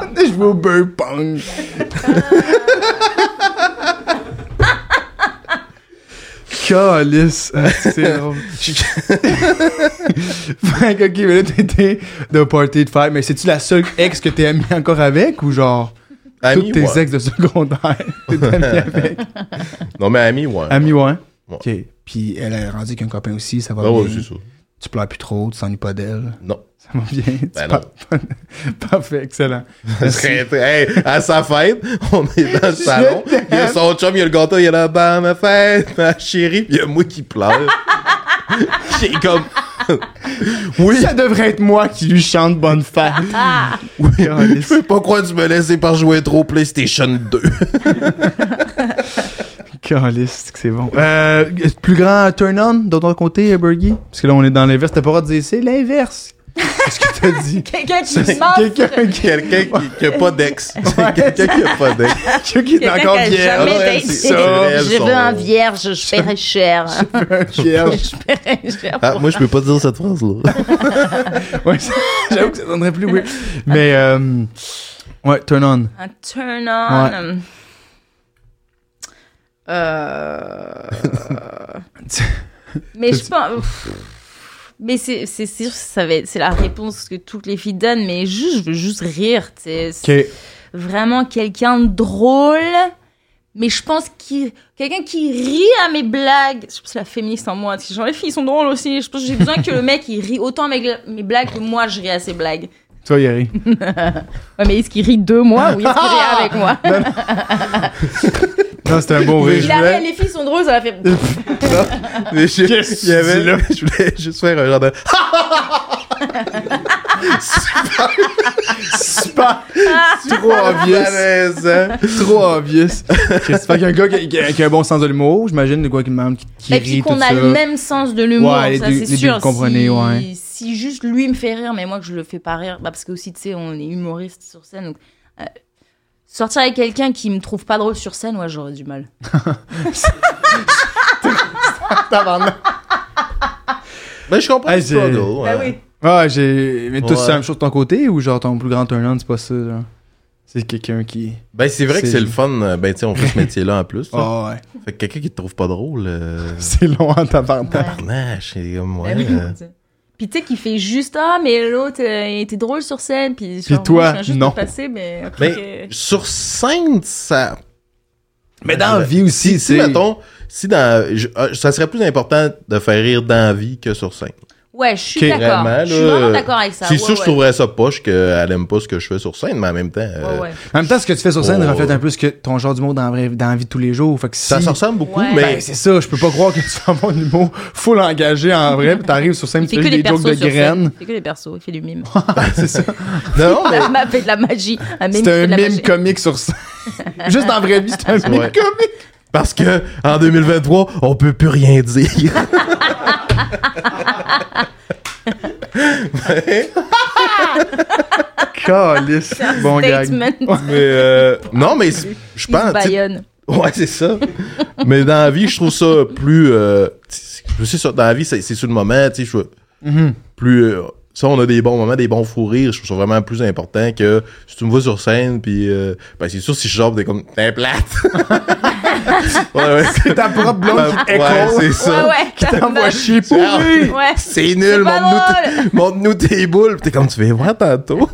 On a joué au beurre pong. Calice! Ah, C'est drôle. fait que, ok, mais là, t'étais de party de fête, mais c'est-tu la seule ex que t'es ami encore avec ou genre
Ami,
toutes tes
ouais.
ex de secondaire t'es ami avec?
Non, mais ami, ouais.
Ami, ouais.
Ouais.
Ok. Puis elle a rendu qu'un copain aussi, ça va
Ah
bien.
ouais, c'est ça.
tu pleures plus trop, tu s'ennuies pas d'elle.
Non.
Ça va bien. Tu
Ben
par- Parfait, excellent.
Ça serait- hey, à sa fête, on est dans le salon.
t'aime.
Il y a son chum, il y a le gâteau, il y a la bande ma fête, ma chérie, puis il y a moi qui pleure. J'ai comme. oui,
Ça devrait être moi qui lui chante bonne fête.
oui.
Calice.
Je sais pas quoi tu me laisses par jouer trop PlayStation 2.
Caliste, que c'est bon. Euh, plus grand turn-on de ton côté, euh, Bergie? Parce que là, on est dans l'inverse. T'as pas le droit de dire c'est l'inverse. Qu'est-ce que t'as dit?
Quelqu'un qui
C'est
m'offre.
Quelqu'un qui,
Quelqu'un qui, qui a pas d'ex. C'est Quelqu'un qui a pas d'ex.
quelqu'un qui est
Quelqu'un
encore
qui a
vierge.
jamais
Ouais,
daté.
c'est ça. Elles
Je
sont-
veux un vierge, je paierai cher.
Vierge.
Je paierai cher.
Ah,
pour-
moi, je peux pas dire cette phrase-là.
Ouais, ça- J'avoue que ça donnerait plus weird. Mais, euh, ouais, turn-on.
Un turn on. Euh... mais je pense. Mais c'est c'est sûr que ça va être- c'est la réponse que toutes les filles donnent, mais juste, je veux juste rire. tu sais. C'est
Ok.
Vraiment quelqu'un de drôle, mais je pense qu'il. Quelqu'un qui rit à mes blagues. Je pense que la féministe en moi, parce que genre les filles sont drôles aussi. Je pense que j'ai besoin que le mec il rit autant à mes, gla- mes blagues que moi je ris à ses blagues.
Tu vas y aller.
Ouais, mais est-ce qu'il rit de moi ou est-ce qu'il rit avec moi
Non, c'était un bon
Mais
rire.
Il
je
a
voulais-
fait, les filles sont drôles, ça a fait.
Mais je,
Qu'est-ce
il y avait-
que tu dis là?
je voulais juste faire un genre de.
Super. Trop obvious.
malaisant.
Trop obvious. Qu'est-ce que- Fait qu'un gars qui, qui a- qui a un bon sens de l'humour, j'imagine, de quoi qu'une maman qui, qui
Mais
rit
puis
tout
qu'on a
ça.
le même sens de l'humour,
Ouais, les
ça
deux- les
c'est
deux,
sûr.
vous comprenez,
si,
ouais.
si juste lui me fait rire, mais moi que je le fais pas rire, bah parce que aussi tu sais on est humoriste sur scène, donc euh, sortir avec quelqu'un qui me trouve pas drôle sur scène, ouais j'aurais du mal.
Tabarnak.
Mais Ben, je comprends hein.
Ah,
le
j'ai-
struggle. ouais.
Ouais, Ah, j'ai. Mais toi,
Ouais.
c'est la même chose de ton côté ou genre ton plus grand turn-on, c'est pas ça, genre? C'est quelqu'un qui.
Ben, c'est vrai que
C'est-
c'est le fun. euh, Ben, tu sais, on fait ce métier-là en plus. là.
Ah ouais.
Fait que quelqu'un qui te trouve pas drôle. Euh...
C'est long en
Ouais.
tabarnak.
Carnage, c'est comme ouais,
Bah oui,
euh,
tu sais. Puis tu sais qu'il fait juste ah mais l'autre euh, il était drôle sur scène, puis,
Puis
genre,
toi,
moi, je viens juste
non.
de passer, mais, ok.
Mais sur scène, ça.
Mais dans la vie
Si,
aussi, tu
si,
sais.
mettons, si dans. je- euh, ça serait plus important de faire rire dans la vie que sur scène.
ouais je suis
Ok,
d'accord,
Vraiment,
je suis
là,
vraiment d'accord avec ça.
C'est
ouais,
sûr, je
ouais.
trouverais ça poche qu'elle aime pas ce que je fais sur scène, mais en même temps. euh,
Ouais, ouais.
En même temps, ce que tu fais sur scène
Oh.
reflète un peu ce que ton genre d'humour dans, la vraie- dans la vie de tous les jours. Fait que si.
Ça se ressemble beaucoup,
Ouais.
mais.
Ben, c'est ça, je peux pas croire que tu fais mon humour full engagé en vrai, puis t'arrives sur scène,
Il fait
tu
que
fais
les
des
persos
jokes de
sur scène.
graines.
Il fait que les persos, il fait du mime.
c'est ça.
non, mais-
Il fait de la magie. Un mime
C'est
qui fait
un
de la
mime
magie.
comique sur scène. Juste en vraie vie, c'est un mime
Ouais.
comique.
Parce que en 2023, on peut plus rien dire. mais
Calice. Bon gag.
Statement.
mais, euh, non, mais c'est- je
Il se
pense. tu-
baïonne.
Ouais, c'est ça. mais dans la vie, je trouve ça plus. Euh, t- je sais ça, dans la vie, c'est c'est sur le moment, tu sais, je
Mhm.
plus. euh, ça, on a des bons moments, des bons fous rires. Je trouve ça vraiment plus important que si tu me vois sur scène, puis. euh, ben, c'est sûr, si je sors, t'es comme. T'es plate! ouais, ouais. c'est-
Ta propre blonde qui
Bah, Ouais,
écho.
c'est ça.
Ouais, ouais.
Qui t'envoie
Ouais.
chier pour
Ah,
lui.
Ouais.
C'est
C'est
nul,
pas
montre-nous tes- montre-nous tes boules. Puis T'es comme tu vas y voir tantôt.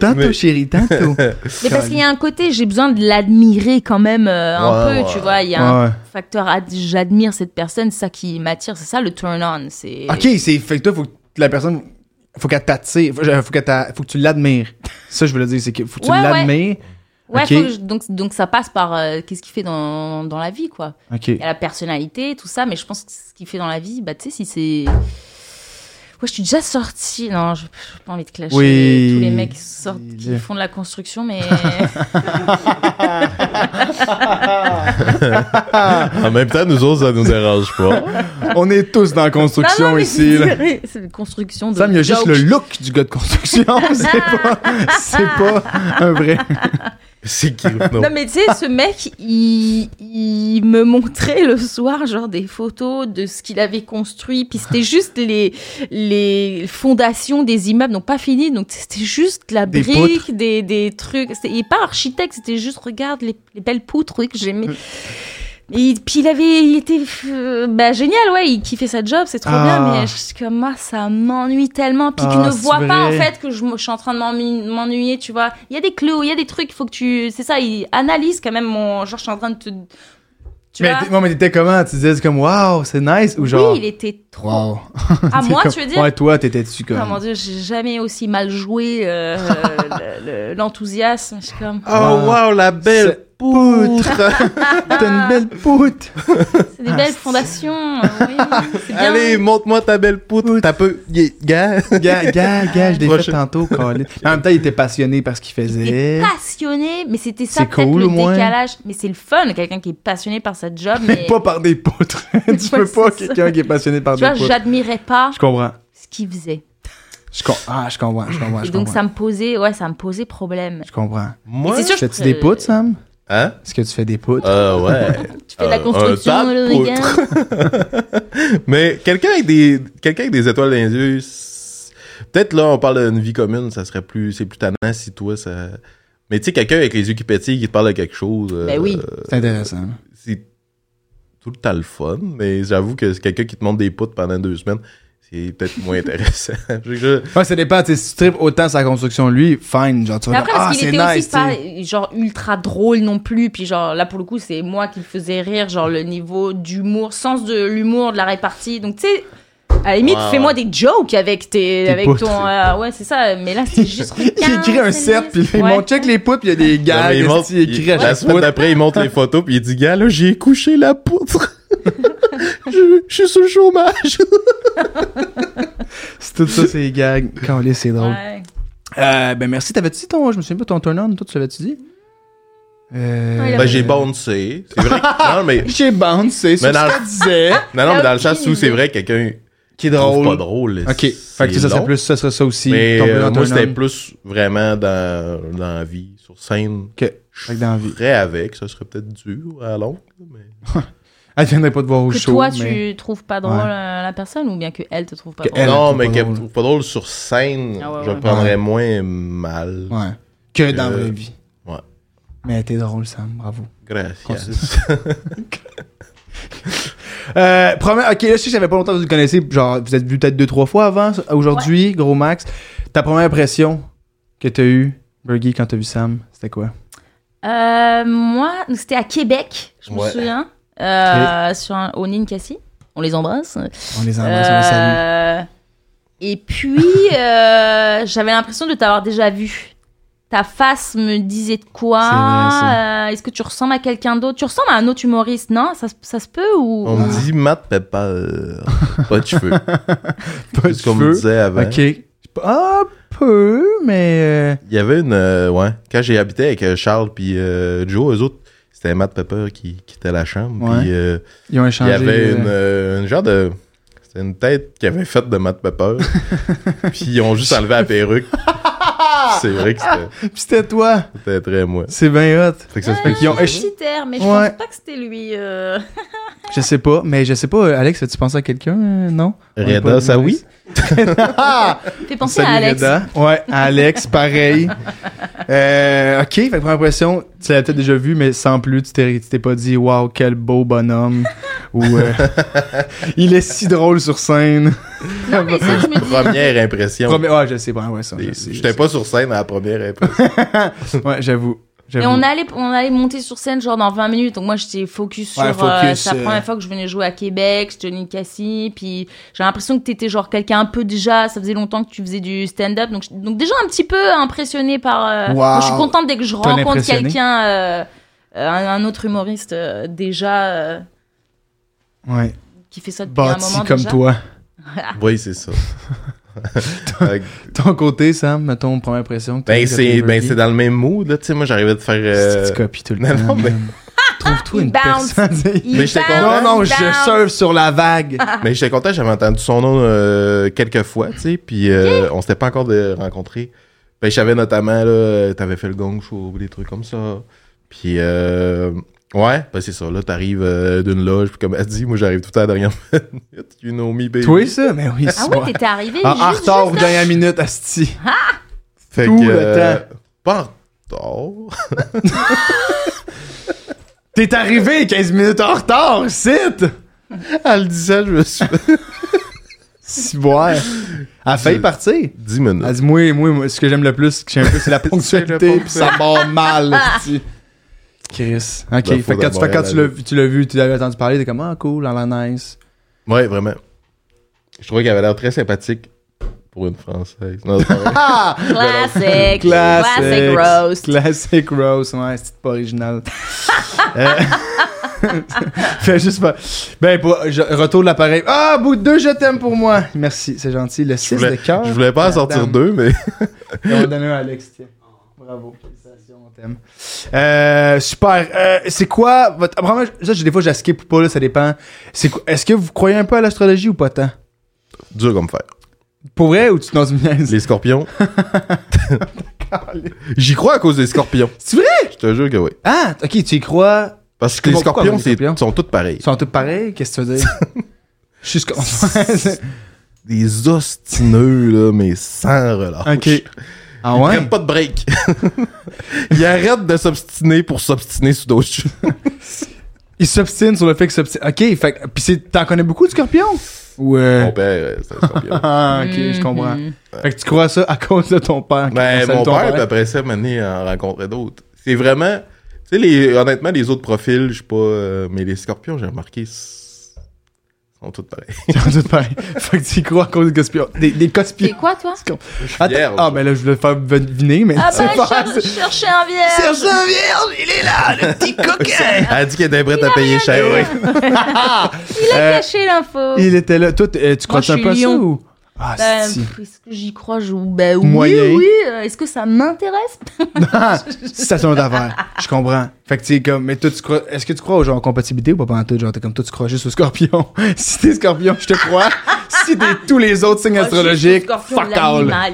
Tantôt,
Mais-
chérie, tantôt.
Mais parce qu'il y a un côté, j'ai besoin de l'admirer quand même euh, un
Ouais,
peu,
ouais.
tu vois. Il y a un
Ouais.
facteur, ad- j'admire cette personne, c'est ça qui m'attire, c'est ça le turn on. C'est.
Ok, c'est fait que toi, faut que la personne, faut qu'elle t'attire, faut, faut qu'elle t'a- faut que tu l'admires. Ça, je voulais dire, c'est que faut que tu
Ouais, ouais.
l'admires.
Ouais,
ok.
faut que je- donc, donc ça passe par euh, qu'est-ce qu'il fait dans, dans la vie, quoi.
Ok.
Il y a la personnalité, tout ça, mais je pense que ce qu'il fait dans la vie, bah tu sais, si c'est. Ouais, je suis déjà sortie. Non, je j'ai pas envie de clasher
Oui.
tous les mecs qui, sortent, qui font de la construction, mais.
en même temps, nous autres, ça nous dérange pas.
On est tous dans la construction
Non, non, mais
ici. là.
c'est- C'est une construction de.
Sam, il y a juste
jokes.
le look du gars de construction. c'est pas, c'est pas un vrai.
C'est qui? Non.
Non, mais tu sais, ce mec, il, il me montrait le soir, genre, des photos de ce qu'il avait construit. Puis c'était juste les, les fondations des immeubles, donc pas finies. Donc c'était juste de la
Des poutres.
brique,
Euh.
des, des trucs. C'était- Il est pas architecte, c'était juste, regarde les, les belles poutres oui, que j'aimais. Et, puis il avait, il était euh, bah, génial, ouais, il kiffait sa job, c'est trop
Ah.
bien, mais je suis comme moi, ça m'ennuie tellement. Puis tu
Ah,
ne
c'est
vois pas en
vrai.
fait que je, m- je suis en train de m'ennuyer- m'ennuyer, tu vois. Il y a des clous, il y a des trucs, il faut que tu. C'est ça, il analyse quand même mon. Genre, je suis en train de te. Tu
mais
vois.
t'es- non, mais t'étais comment? Tu disais c'est comme wow, c'est nice ou genre.
Oui, il était trop.
Wow.
Ah,
C'est
moi,
comme-
tu veux dire
Ouais, toi, t'étais-tu comme.
Ah, mon dieu, j'ai jamais aussi mal joué euh, le- le- l'enthousiasme. Je suis comme.
Oh, wow, la belle
Cette
poutre!
T'as Ah, une belle poutre!
C'est
Ah,
des belles fondations. euh, oui, c'est bien.
Allez, montre-moi ta belle poutre.
Poutre.
T'as peu. Yeah, gars.
Gars, gars, gars, je l'ai fait
Prochain.
tantôt, Colin. En même temps, il était passionné par ce qu'il
T'es
faisait.
passionné, mais c'était ça
C'est
peut-être
cool,
le
au moins.
décalage. Mais c'est le fun, quelqu'un qui est passionné par sa job. Mais,
Mais pas par des poutres. tu
Ouais,
peux pas
c'est ça.
quelqu'un qui est passionné par
tu
des
vois,
poutres.
j'admirais pas
Je comprends.
ce qu'il faisait.
Je com- Ah, je comprends, je comprends,
Et
je
donc
comprends.
ça me posait, ouais, ça me posait problème.
Je comprends.
Moi?
Et c'est sûr-
Fais-tu des poutres, Sam?
Hein?
Est-ce que tu fais des poutres?
Euh, ouais.
Tu fais de la
Euh,
construction,
un tas de
le
poutres.
week-end.
Mais quelqu'un avec des quelqu'un avec des étoiles dans les yeux, c'est- peut-être là on parle d'une vie commune, ça serait plus c'est plus tannant si toi ça. Mais tu sais quelqu'un avec les yeux qui pétillent qui te parle de quelque chose. euh,
Ben oui.
C'est intéressant.
C'est tout le temps le fun, mais j'avoue que c'est quelqu'un qui te montre des poutres pendant deux semaines, c'est peut-être moins intéressant. Je- je-
Ouais, ça dépend. tu sais, Si tu tripes autant sa construction, lui, fine. Genre, tu
Mais
vas
après,
dire, ah,
parce qu'il
c'est
était
nice.
aussi
tu sais.
pas, genre, ultra drôle non plus. Puis genre, là, pour le coup, c'est moi qui le faisais rire, genre, le niveau d'humour, sens de l'humour, de la répartie. Donc, tu sais, à la limite,
Ouais,
fais-moi des jokes avec tes,
Tes
avec
poutres.
ton, euh, ouais, c'est ça. Mais là, c'est juste
Il écrit un set, puis là, il monte check les poutres, puis il y a des
Non,
gars
mais il montre-
qui écrit à
il- la
chaque
semaine
poutre.
d'après, il montre les photos puis il dit gars là j'ai couché la poutre. je, je suis sous le chômage.
C'est tout ça, c'est gag. Calé, c'est drôle. Euh, ben merci. T'avais-tu dit ton. Je me souviens pas, ton turn-on, toi, tu l'avais-tu dit? Euh,
Ouais, Ah, il a-
ben j'ai bouncé. C'est vrai. que- Non mais
J'ai bouncé, c'est
Mais
ce
dans-
qu'elle disait.
Non, non, mais dans le
Aucune
sens où c'est
idée.
vrai que quelqu'un
Qui est
trouve pas
drôle.
drôle.
Ok.
c'est-
Fait que ça,
c'est
ça,
long.
plus, ça serait ça aussi.
Mais
ton plus
euh,
grand
moi,
turn-on.
c'était plus vraiment dans, dans la vie, sur scène.
Ok. Fait que dans la vie.
Vrai avec, ça serait peut-être dur à long. Mais...
Elle viendrait pas te voir au
Que
show.
toi,
mais-
tu trouves pas drôle
Ouais.
euh, la personne ou bien que elle te trouve pas
Que
drôle.
elle-
non,
trouve
mais
pas
qu'elle
drôle.
trouve pas drôle sur scène,
Ah ouais,
je
ouais.
le prendrais
Ouais.
moins mal.
Ouais. Que dans la
Euh,
vraie vie.
ouais.
Mais t'es drôle, Sam. Bravo.
Gracias.
Euh, premier- ok, là, je sais que j'avais pas longtemps que vous le connaissez. Genre, vous êtes vu peut-être deux, trois fois avant. Aujourd'hui, gros max. Ta première impression que t'as eue, Bergie, quand t'as vu Sam, c'était quoi?
Euh, moi, donc, c'était à Québec, je me
Ouais.
souviens, euh, sur un, au Ninkasi. On les embrasse.
On les embrasse, on les salue.
Euh, Et puis, euh, j'avais l'impression de t'avoir déjà vu. Ta face me disait de quoi
C'est vrai,
euh, Est-ce que tu ressembles à quelqu'un d'autre Tu ressembles à un autre humoriste, non ça, se- ça se peut ou
Oh,
On me dit Matt Pepper, pas de cheveux.
Pas de
C'est ce qu'on me
cheveux.
disait avant.
Ok. Un peu, mais.
Il y avait une. euh, ouais. Quand j'ai habité avec euh, Charles puis euh, Joe, eux autres, c'était Matt Pepper qui quittait la chambre.
Ouais.
Puis. euh,
euh, Ils ont
Il
échangé.
y avait
euh,
une, euh, une genre de. C'était une tête qui avait faite de Matt Pepper. puis ils ont juste enlevé la perruque. c'est vrai que c'était-
Puis c'était toi.
c'était très moi.
C'est bien hot.
Fait que ça se
Fait
fait que-
qu'ils ont
Un
échangé.
petit air, mais je
Ouais.
pense pas que c'était lui. euh.
Je sais pas, mais je sais pas, euh, Alex, as-tu pensé à quelqu'un, euh, non? On est
Reda
pas-
Saoui?
Ah!
Fais penser
Salut
à Alex.
Reda. Ouais, Alex, pareil. Euh, ok, fait que première impression, tu l'avais peut-être déjà vu, mais sans plus, tu t'es, tu t'es pas dit, waouh, quel beau bonhomme. Ou, euh, il est si drôle sur scène.
Non, mais ça, je me dis.
Première impression.
Promets- ouais, je sais, première impression. je sais, je
J'étais pas sur scène à la première impression.
sais. Ouais, j'avoue.
Et
j'avoue.
on allait, on allait monter sur scène genre dans 20 minutes. Donc moi j'étais focus sur.
Ouais,
euh,
focus,
c'est la
euh.
première fois que je venais jouer à Québec, j'étais Johnny Cassie. Puis j'ai l'impression que t'étais genre quelqu'un un peu déjà. Ça faisait longtemps que tu faisais du stand-up. Donc, je- donc déjà un petit peu impressionné par. euh,
Wow.
moi, je suis contente dès que je
T'as
rencontre
l'impressionné?
quelqu'un, euh, euh, un, un autre humoriste euh, déjà euh,
Ouais,
qui fait ça depuis un
bâti
moment
comme
déjà.
toi.
oui, c'est ça. Fait que-
Ton côté, Sam, mettons, première impression. que t'as
ben,
eu de
c'est
Tom
ben,
Brady.
c'est dans le même mood. Là. Tu sais, Moi, j'arrivais de faire. euh,
Si tu copies tout le
non,
temps.
non, mais-
man. Trouve-toi
Il
une
bounce.
personne.
Il
Mais j'étais
bounce,
content.
Non, non,
il
je
bounce. Ah.
surfe sur la vague.
Mais ben, j'étais content, j'avais entendu son nom euh, quelques fois, tu sais, puis euh, on s'était pas encore de rencontrés. Ben, je savais notamment, là, euh, t'avais fait le gong show, ou des trucs comme ça. Puis, euh, ouais, ben c'est ça, là, t'arrives euh, d'une loge, puis comme elle dit, moi j'arrive tout à la dernière minute, you know me, baby.
Toi, ça? Mais oui,
Ah
c'est moi.
ouais, t'étais arrivé
En, en
juste,
retard
juste
ou dernière minute, Asti.
Fait
tout
que,
le
euh,
temps.
Pas en retard.
T'es arrivé 15 minutes en retard, c'est!
En le disant, je me suis fait
Si, ouais. Elle a failli
Je-
partir.
10 minutes.
Elle dit, moi, moi, moi, ce que j'aime le plus, que j'aime plus, c'est la
C'est
ponctualité,
la
pis ça mord mal, hostie. Chris. Ok, fait
Ben, faut
que quand, tu,
d'abord
fait que quand
aller
tu
à la
l'as vu- tu l'as vu, tu l'avais entendu parler, t'es comme, ah, cool, la nice.
Ouais, vraiment. Je trouvais qu'elle avait l'air très sympathique pour une Française. Non, c'est pas vrai.
Ah!
Classic.
Classic.
Classic roast.
Classic roast, ouais, c'est pas original. Euh, Fais juste pas. Ben, pour, je, retour de l'appareil. Ah, bout de deux, je t'aime pour moi. Merci, c'est gentil. Le 6
je,
de
voulais,
cœur.
je voulais pas en
la
sortir
dame.
deux, mais
Et on va donner un à Alex, tiens. Bravo. Félicitations, on t'aime. Euh, super. Euh, c'est quoi votre. Vraiment, ça, j'ai- des fois, j'ascape ou pas, là, ça dépend. C'est quoi- Est-ce que vous croyez un peu à l'astrologie ou pas tant
dur comme faire.
Pour vrai ou tu t'en souviens
Les scorpions. J'y crois à cause des scorpions.
C'est vrai
Je te jure que oui.
Ah, ok, tu y crois.
Parce que les
Pourquoi
scorpions,
les
c'est-
scorpions?
sont tous pareils.
Ils sont tous pareils, qu'est-ce que tu veux dire Je suis ce
Des ostineux, là, mais sans relâche.
Ok. Ah
Ils
ouais
prennent pas de break. Ils arrêtent de s'obstiner pour s'obstiner sur d'autres choses.
Ils s'obstinent sur le fait qu'ils s'obstinent. Ok, fait que- Puis c'est- t'en connais beaucoup de scorpions
Mon
Ouais.
père, euh, c'est un scorpion.
Ah, ok, je comprends.
Mm-hmm.
Fait que tu crois ça à cause de ton père.
Ben,
Salut
mon
ton
père, puis après ça, Mané en rencontrait d'autres. C'est vraiment. Tu sais, les, honnêtement, les autres profils, je sais pas. euh, mais les scorpions, j'ai remarqué, c'est- sont tous pareils.
Ils sont tous pareils. Fait que tu y crois à cause des cospions. Des, des
T'es
cospions.
quoi, toi?
Attends,
vierge.
ah, ben là, je voulais faire deviner, mais
Ah
c'est
ben,
pas-
cher-
c'est-
cherchez un vierge.
Serge un vierge, il est là, le petit coquin!
Elle a dit qu'elle était prête à payer cher. oui.
Il a
Euh,
caché l'info.
il était là. Toi, t'es- euh, tu crois
je
un
suis
peu à ça
lion.
ou? Ah,
Ben,
si.
pff, est-ce que j'y crois? Je... Ben oui,
Moyen.
oui. euh, Est-ce que ça m'intéresse?
Ah, c'est ton affaire. Je comprends. Fait que tu es comme, mais toi, tu crois, est-ce que tu crois aux gens en compatibilité ou pas pendant tout? Genre, t'es comme, toi, tu crois juste aux scorpions. si t'es scorpion, je te crois. si t'es tous les autres signes
Moi, Ah, Oh, je suis
astrologiques,
scorpion,
fuck all.
l'animal,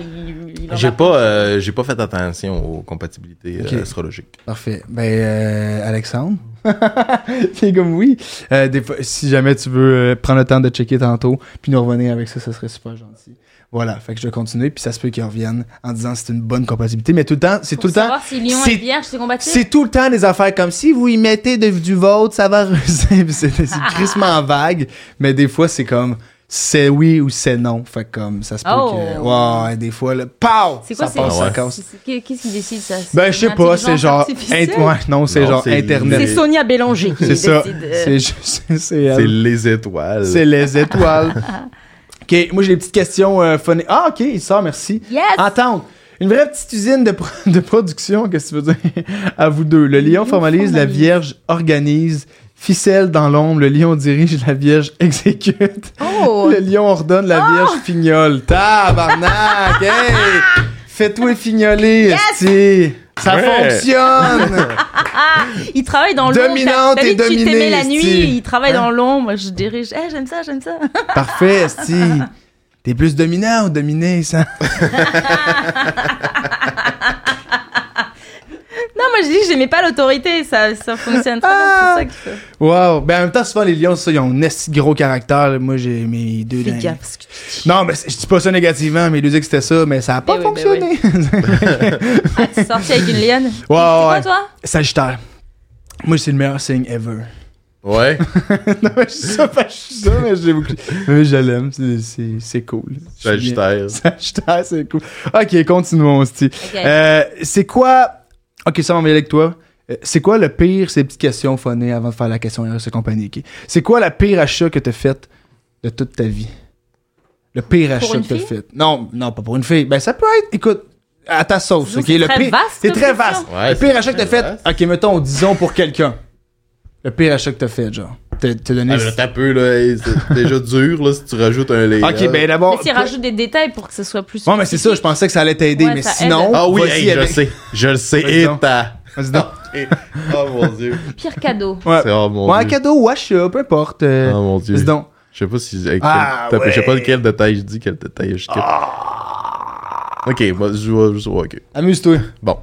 il- il en
J'ai
a-
pas, euh, j'ai pas fait attention aux compatibilités euh,
Ok.
astrologiques.
Parfait. Ben, euh, Alexandre. T'es comme oui. Euh, des fois, si jamais tu veux euh, prendre le temps de checker tantôt, puis nous revenir avec ça, ça serait super gentil. Voilà, fait que je vais continuer, puis ça se peut qu'ils reviennent en disant que c'est une bonne compatibilité, mais tout le temps, c'est
Pour
tout le temps,
savoir si lion
c'est-
et vierge, c'est combattu.
c'est tout le temps des affaires comme si vous y mettez de- du vôtre, ça va ruser. Puis c'est c'est crissement vague, mais des fois c'est comme c'est oui ou c'est non. Fait que comme ça se peut
Oh.
que ouais, ouais, des fois le pow,
C'est quoi,
ça
c'est-
passe, ça
Ouais.
casse.
C'est- c'est- Qu'est-ce qui décide ça? C'est
Ben je sais pas, c'est
l'intelligence
genre
artificielle?
int- ouais, non, c'est
Non,
genre
c'est-
internet.
C'est Sonia Bélanger qui
C'est ça.
décide. euh,
C'est juste c'est
C'est
elle.
les étoiles.
C'est les étoiles. OK, moi j'ai des petites questions euh, funny. Ah OK, il sort, merci.
Yes!
Attends, une vraie petite usine de, pro- de production, qu'est-ce que tu veux dire? À vous deux. Le lion formalise, la
formalise.
vierge organise, ficelle dans l'ombre, le lion dirige, la vierge exécute.
Oh!
Le lion ordonne, la vierge fignole. Tabarnak! hey! Fais-toi fignoler, esti. Ça
Ouais.
fonctionne!
Ah, Il travaille dans l'ombre.
Dominante
T'as- t'as
et
vu que
dominée,
Tu t'aimais la
esti.
nuit, il travaille
Hein?
dans l'ombre. Je dirige. Eh, j'aime ça, j'aime ça.
Parfait, esti. T'es plus dominant ou dominé, ça?
Non, moi je dis que j'aimais pas l'autorité, ça, ça fonctionne très
Ah.
bien, c'est ça qu'il
Wow! Ben, en même temps, souvent, les lions, ça, ils ont un esti de gros caractère. Moi, j'ai mes deux
faut. Fais
dingues.
gaffe, parce que tu
Non, mais c'est- je dis pas ça négativement, mais il disait que c'était ça, mais ça a pas
Ben oui, ben
fonctionné.
Ah, t'es sorti avec une lionne.
ouais, ouais.
Ouais, quoi, toi
Sagittaire. Moi, c'est le meilleur signe ever.
Ouais.
non, mais je suis ça, pas- je suis ça, mais j'ai beaucoup. Mais je l'aime, c'est- c'est c'est cool. Je suis bien.
Sagittaire.
Sagittaire, c'est cool. Ok, continuons, Sti.
Ok.
Euh, c'est quoi. Ok, ça, on va y aller avec toi. Euh, C'est quoi le pire, ces petites questions phonées avant de faire la question RS et compagnie? ok? C'est quoi la pire achat que t'as faite de toute ta vie? Le pire achat
une
que t'as
fille?
fait. Non, non, pas pour une fille. Ben, ça peut être, écoute, à ta sauce.
Disons,
ok?
c'est
Le
très
pire-
vaste,
C'est
comme
très
question.
vaste.
Ouais,
le
c'est
pire achat que t'as
très
fait,
vaste.
ok, mettons, disons pour quelqu'un. Le pire achat que t'as fait, genre. T'as t'as donné.
Ah, mais là, t'as peu, là. hey, C'est déjà dur, là, si tu rajoutes un layer.
ok, ben
Mais
d'abord.
tu rajoutes des détails pour que ce soit plus.
Ouais, mais c'est ça, je pensais que ça allait t'aider,
Ouais,
mais
ça
sinon.
aide.
Ah oui,
vas-y
hey,
avec-
je sais. Je le sais.
Vas-y
Et
donc.
t'as.
Vas-y donc.
Et- Oh mon dieu.
Pire cadeau.
Ouais.
C'est oh mon
Ouais, un
dieu.
cadeau ou achat, peu importe. euh,
Oh mon dieu.
Dis donc.
Je sais pas si. avec
Ah,
quel- Je sais pas
ouais. Ah.
de quel détail je dis, quel détail je skip. Ok, moi, je vois. Je vois, ok.
Amuse-toi.
Bon.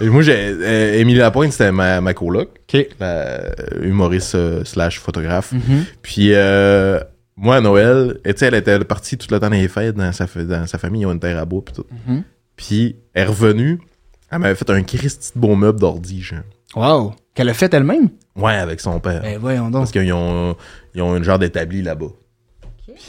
Et moi, j'ai. euh, Émilie Lapointe, c'était ma, ma coloc.
OK. Mm-hmm.
la humoriste euh, slash photographe. Puis euh, moi, à Noël, et tu sais, elle était partie tout le temps dans les fêtes, dans sa, fa- dans sa famille, ils ont une terre à bois, puis tout.
Mhm.
Puis elle est revenue, elle m'avait fait un Christy de beau meuble d'ordi, genre.
Wow. Qu'elle a fait elle-même.
Ouais, avec son père.
Ben voyons donc.
Parce qu'ils ont, ils ont une genre d'établi là-bas.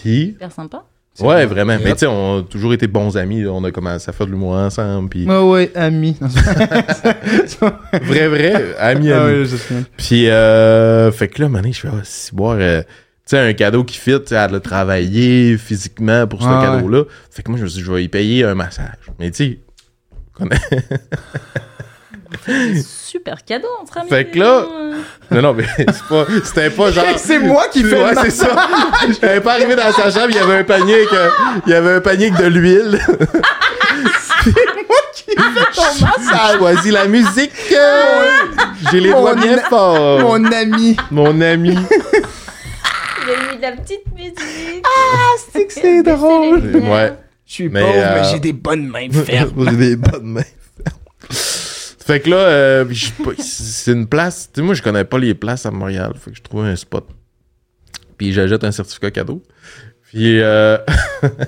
Puis,
Super sympa.
C'est
ouais,
bon.
vraiment. Mais
Yep.
tu sais, on a toujours été bons amis. là. On a commencé à faire de l'humour ensemble. Puis,
Ouais, ouais, ami.
vrai, vrai, amis,
Ah
amis.
ouais, je sais.
Puis, euh, fait que là, mané, je fais, ah, si boire, euh, tu sais, un cadeau qui fit, tu sais, elle a travaillé physiquement pour ce
Ah ouais.
cadeau-là. Fait que moi, je me suis dit, je vais y payer un massage. Mais tu sais,
Super cadeau entre amis. Mmh.
Fait que là- non, non, mais c'est pas, c'était pas genre.
C'est moi qui fais
Ouais,
le
c'est ça. J'étais pas arrivé dans sa chambre, il y avait un panier avec, euh, il y avait un panier avec de l'huile. Ça choisit la musique. J'ai les
Ah! Mon
doigts bien
na-
forts. Mon,
Mon ami.
ami.
Il a mis de la petite musique.
Ah, C'est que c'est drôle.
ouais.
Je suis
Mais,
pauvre,
euh,
mais j'ai des bonnes mains fermes.
J'ai des bonnes mains. Fait que là, euh, je- c'est une place. Tu sais, moi, je connais pas les places à Montréal. Fait que je trouve un spot. Puis j'ajoute un certificat cadeau. Puis euh,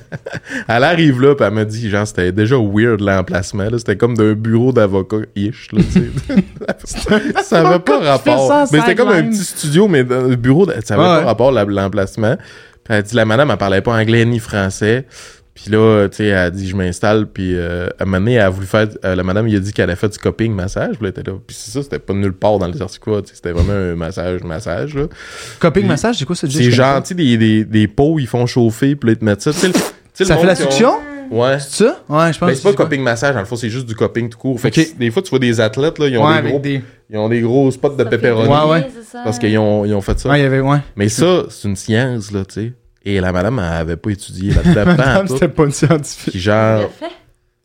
elle arrive là, puis elle m'a dit, genre, c'était déjà weird l'emplacement. là. C'était comme d'un bureau d'avocat-ish. là, tu sais. ça avait pas
Avocat qui fait ça en
rapport. Mais c'était comme un
sideline.
petit studio, mais dans le bureau, de- ça avait
Ouais,
pas
ouais.
rapport la- l'emplacement. Puis elle dit, la madame, elle parlait pas anglais ni français. Puis là, tu sais, elle a dit, je m'installe. Puis euh, à un moment donné, elle a voulu faire. euh, la madame, il a dit qu'elle a fait du coping massage. Puis là, elle était là. Puis c'est ça, c'était pas nulle part dans les articles. C'était vraiment un massage, massage. Là.
Coping massage, c'est quoi ce
C'est genre, tu sais, des, des, des pots, ils font chauffer, puis là, ils te mettent ça. Tu sais, le- tu sais, le
Ça fait
monde
la
qui ont-
suction?
Ouais.
C'est ça? Ouais, je pense
Ben, c'est pas
quoi.
coping massage, dans le fond, c'est juste du coping tout court. Fait que
Ok.
c'est- des fois, tu vois des athlètes, là, ils ont,
Ouais,
des,
avec
gros,
des.
ils ont des gros spots de pepperoni.
Ouais, ouais.
Parce qu'ils ont, ils ont fait ça.
Ouais, il y avait, ouais.
Mais ça, c'est une science, là, tu sais. Et la madame, elle avait pas étudié là-dedans. pas en
Madame,
tout.
c'était pas une scientifique.
Puis
Il a
genre,
fait.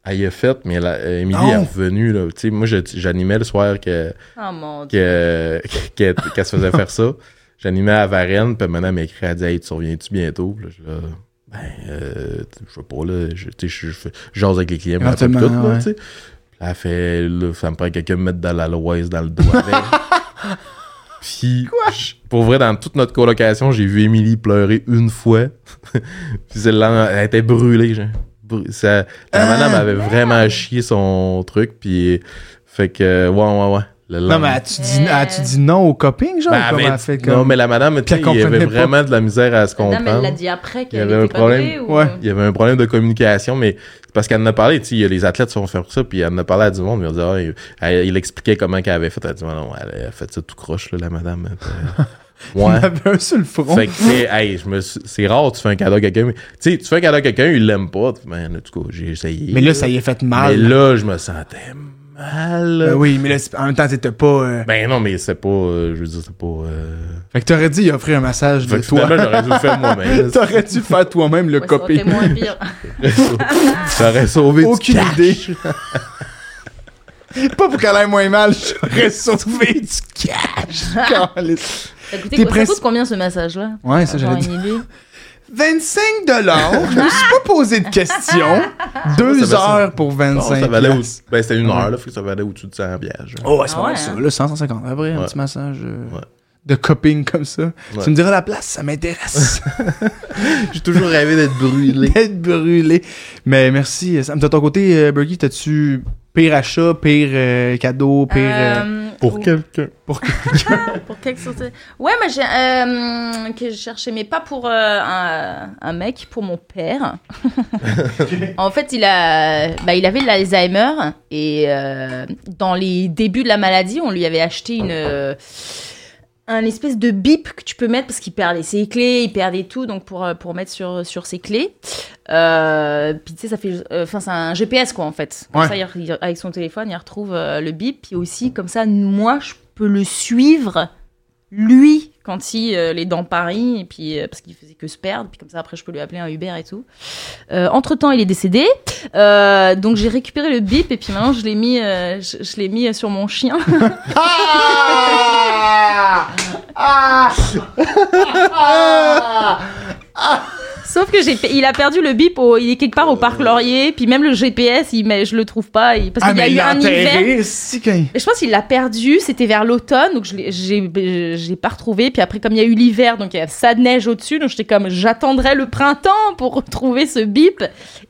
elle y a fait, mais la, euh, Émilie
Non.
elle est revenue, là. Tu sais, moi, je- j'animais le soir que
Oh mon dieu.
que- qu'elle qu'elle se faisait faire ça. J'animais à Varennes, puis maintenant, elle m'a écrit, elle dit Hey, tu reviens-tu bientôt Puis là, je suis là, ben, euh, je sais pas, là, je, tu sais, je, je fais- je jase avec les clients, mais après tout,
Éventuellement,
là,
ouais.
tu sais. Puis là, elle fait là, Ça me prend quelqu'un me mettre de l'aloise dans le dos avec. Puis, je- pour vrai, dans toute notre colocation, j'ai vu Émilie pleurer une fois. puis c'est là, elle était brûlée, genre. Brû- ça- la
Ah!
madame avait vraiment chié son truc, puis fait que, ouais, ouais, ouais. Le
Non, mais
lendemain-
as-tu dit, as-tu dit non au coping, genre?
ben,
ou comment
elle
elle fait
avait- Non,
comme.
mais la madame, tu
elle
sais, il y avait
comprenait pas.
vraiment de la misère à se
Madame, elle
comprendre.
l'a dit après
Il
qu'elle
y avait
était
un
pas
problème.
douée ou...
Ouais.
Il y avait un problème de communication, mais c'est parce qu'elle en a parlé, tu sais, il y a les athlètes qui sont faire ça, puis elle en a parlé à du monde, mais on dit, ah, il, elle- il expliquait comment qu'elle avait fait. Elle a dit, Ah non, elle a fait ça tout croche, là, la madame. Euh,
Il y
ouais.
en avait un sur le front.
Fait que, tu sais, hey, je me suis- c'est rare, tu fais un cadeau à quelqu'un, mais, tu sais, tu fais un cadeau à quelqu'un, il l'aime pas. Ben, en tout cas, j'ai essayé.
Mais là, ça y est fait mal.
Mais là, je me sentais mal.
Ben
Ben,
oui, mais là, c'est- en même temps, t'étais pas. euh,
non, mais c'est pas, euh, je veux dire, c'est pas, euh,
Fait que t'aurais dit, il a offert un massage
Fait
de
que finalement,
toi.
j'aurais dû le faire moi-même.
T'aurais dû faire toi-même le
Ouais, ça aurait été
coping.
moins pire.
J'aurais sauvé
Aucune
du cash.
idée. Pas pour qu'elle aille moins mal, j'aurais sauvé du cash. Câlisse.
Ça coûtait
T'es
quoi- ça
princi-
coûte combien ce massage-là
ouais, ça, j'aurais
Genre
dit.
une idée.
25 dollars. Je me suis pas posé de questions. Deux
Ça va, ça-
heures pour
Bon,
25.
ça valait au...
piastres.
Ben, c'était une
Ouais.
heure, là. Fait que ça valait au-dessus de 100 piastres, genre.
Oh, ouais, c'est
Ah
pas mal
ouais,
ça.
hein?
Là, 150. Après, un
Ouais.
petit massage euh,
Ouais.
de coping comme ça.
Ouais.
Tu me diras la place, ça m'intéresse.
J'ai toujours rêvé d'être brûlé.
D'être brûlé. Mais merci. Sam. De ton côté, euh, Bergy, t'as-tu pire achat, pire euh, cadeau, pire. euh,
Euh, ou-
quelqu'un.
pour quelque chose. de- Ouais, moi j'ai euh, que je cherchais, mais pas pour euh, un, un mec, pour mon père. en fait, il a, bah, il avait de l'Alzheimer et euh, dans les débuts de la maladie, on lui avait acheté une euh, un espèce de bip que tu peux mettre parce qu'il perdait ses clés, il perdait tout, donc pour euh, pour mettre sur sur ses clés. Euh, puis tu sais, ça fait, euh, enfin c'est un GPS quoi en fait. Comme
Ouais.
ça, il re- il- avec son téléphone, il retrouve euh, le bip. Puis aussi comme ça, moi je peux le suivre lui quand il euh, il est dans Paris et puis euh, parce qu'il faisait que se perdre. Puis comme ça après je peux lui appeler un Uber et tout. entre temps il est décédé, Euh, donc j'ai récupéré le bip et puis maintenant je l'ai mis euh, je, je l'ai mis sur mon chien.
Ah
Sauf que j'ai, il a perdu le bip, au- il est quelque part au parc Laurier, puis même le GPS, il, mais je le trouve pas, il- parce
Ah,
qu'il y a
mais il
eu
l'a
un hiver.
enterré, si, quand il-
Mais je pense qu'il l'a perdu, c'était vers l'automne, donc je l'ai j'ai- euh, je l'ai pas retrouvé. Puis après, comme il y a eu l'hiver, donc il y a ça de neige au-dessus, donc j'étais comme j'attendrai le printemps pour retrouver ce bip.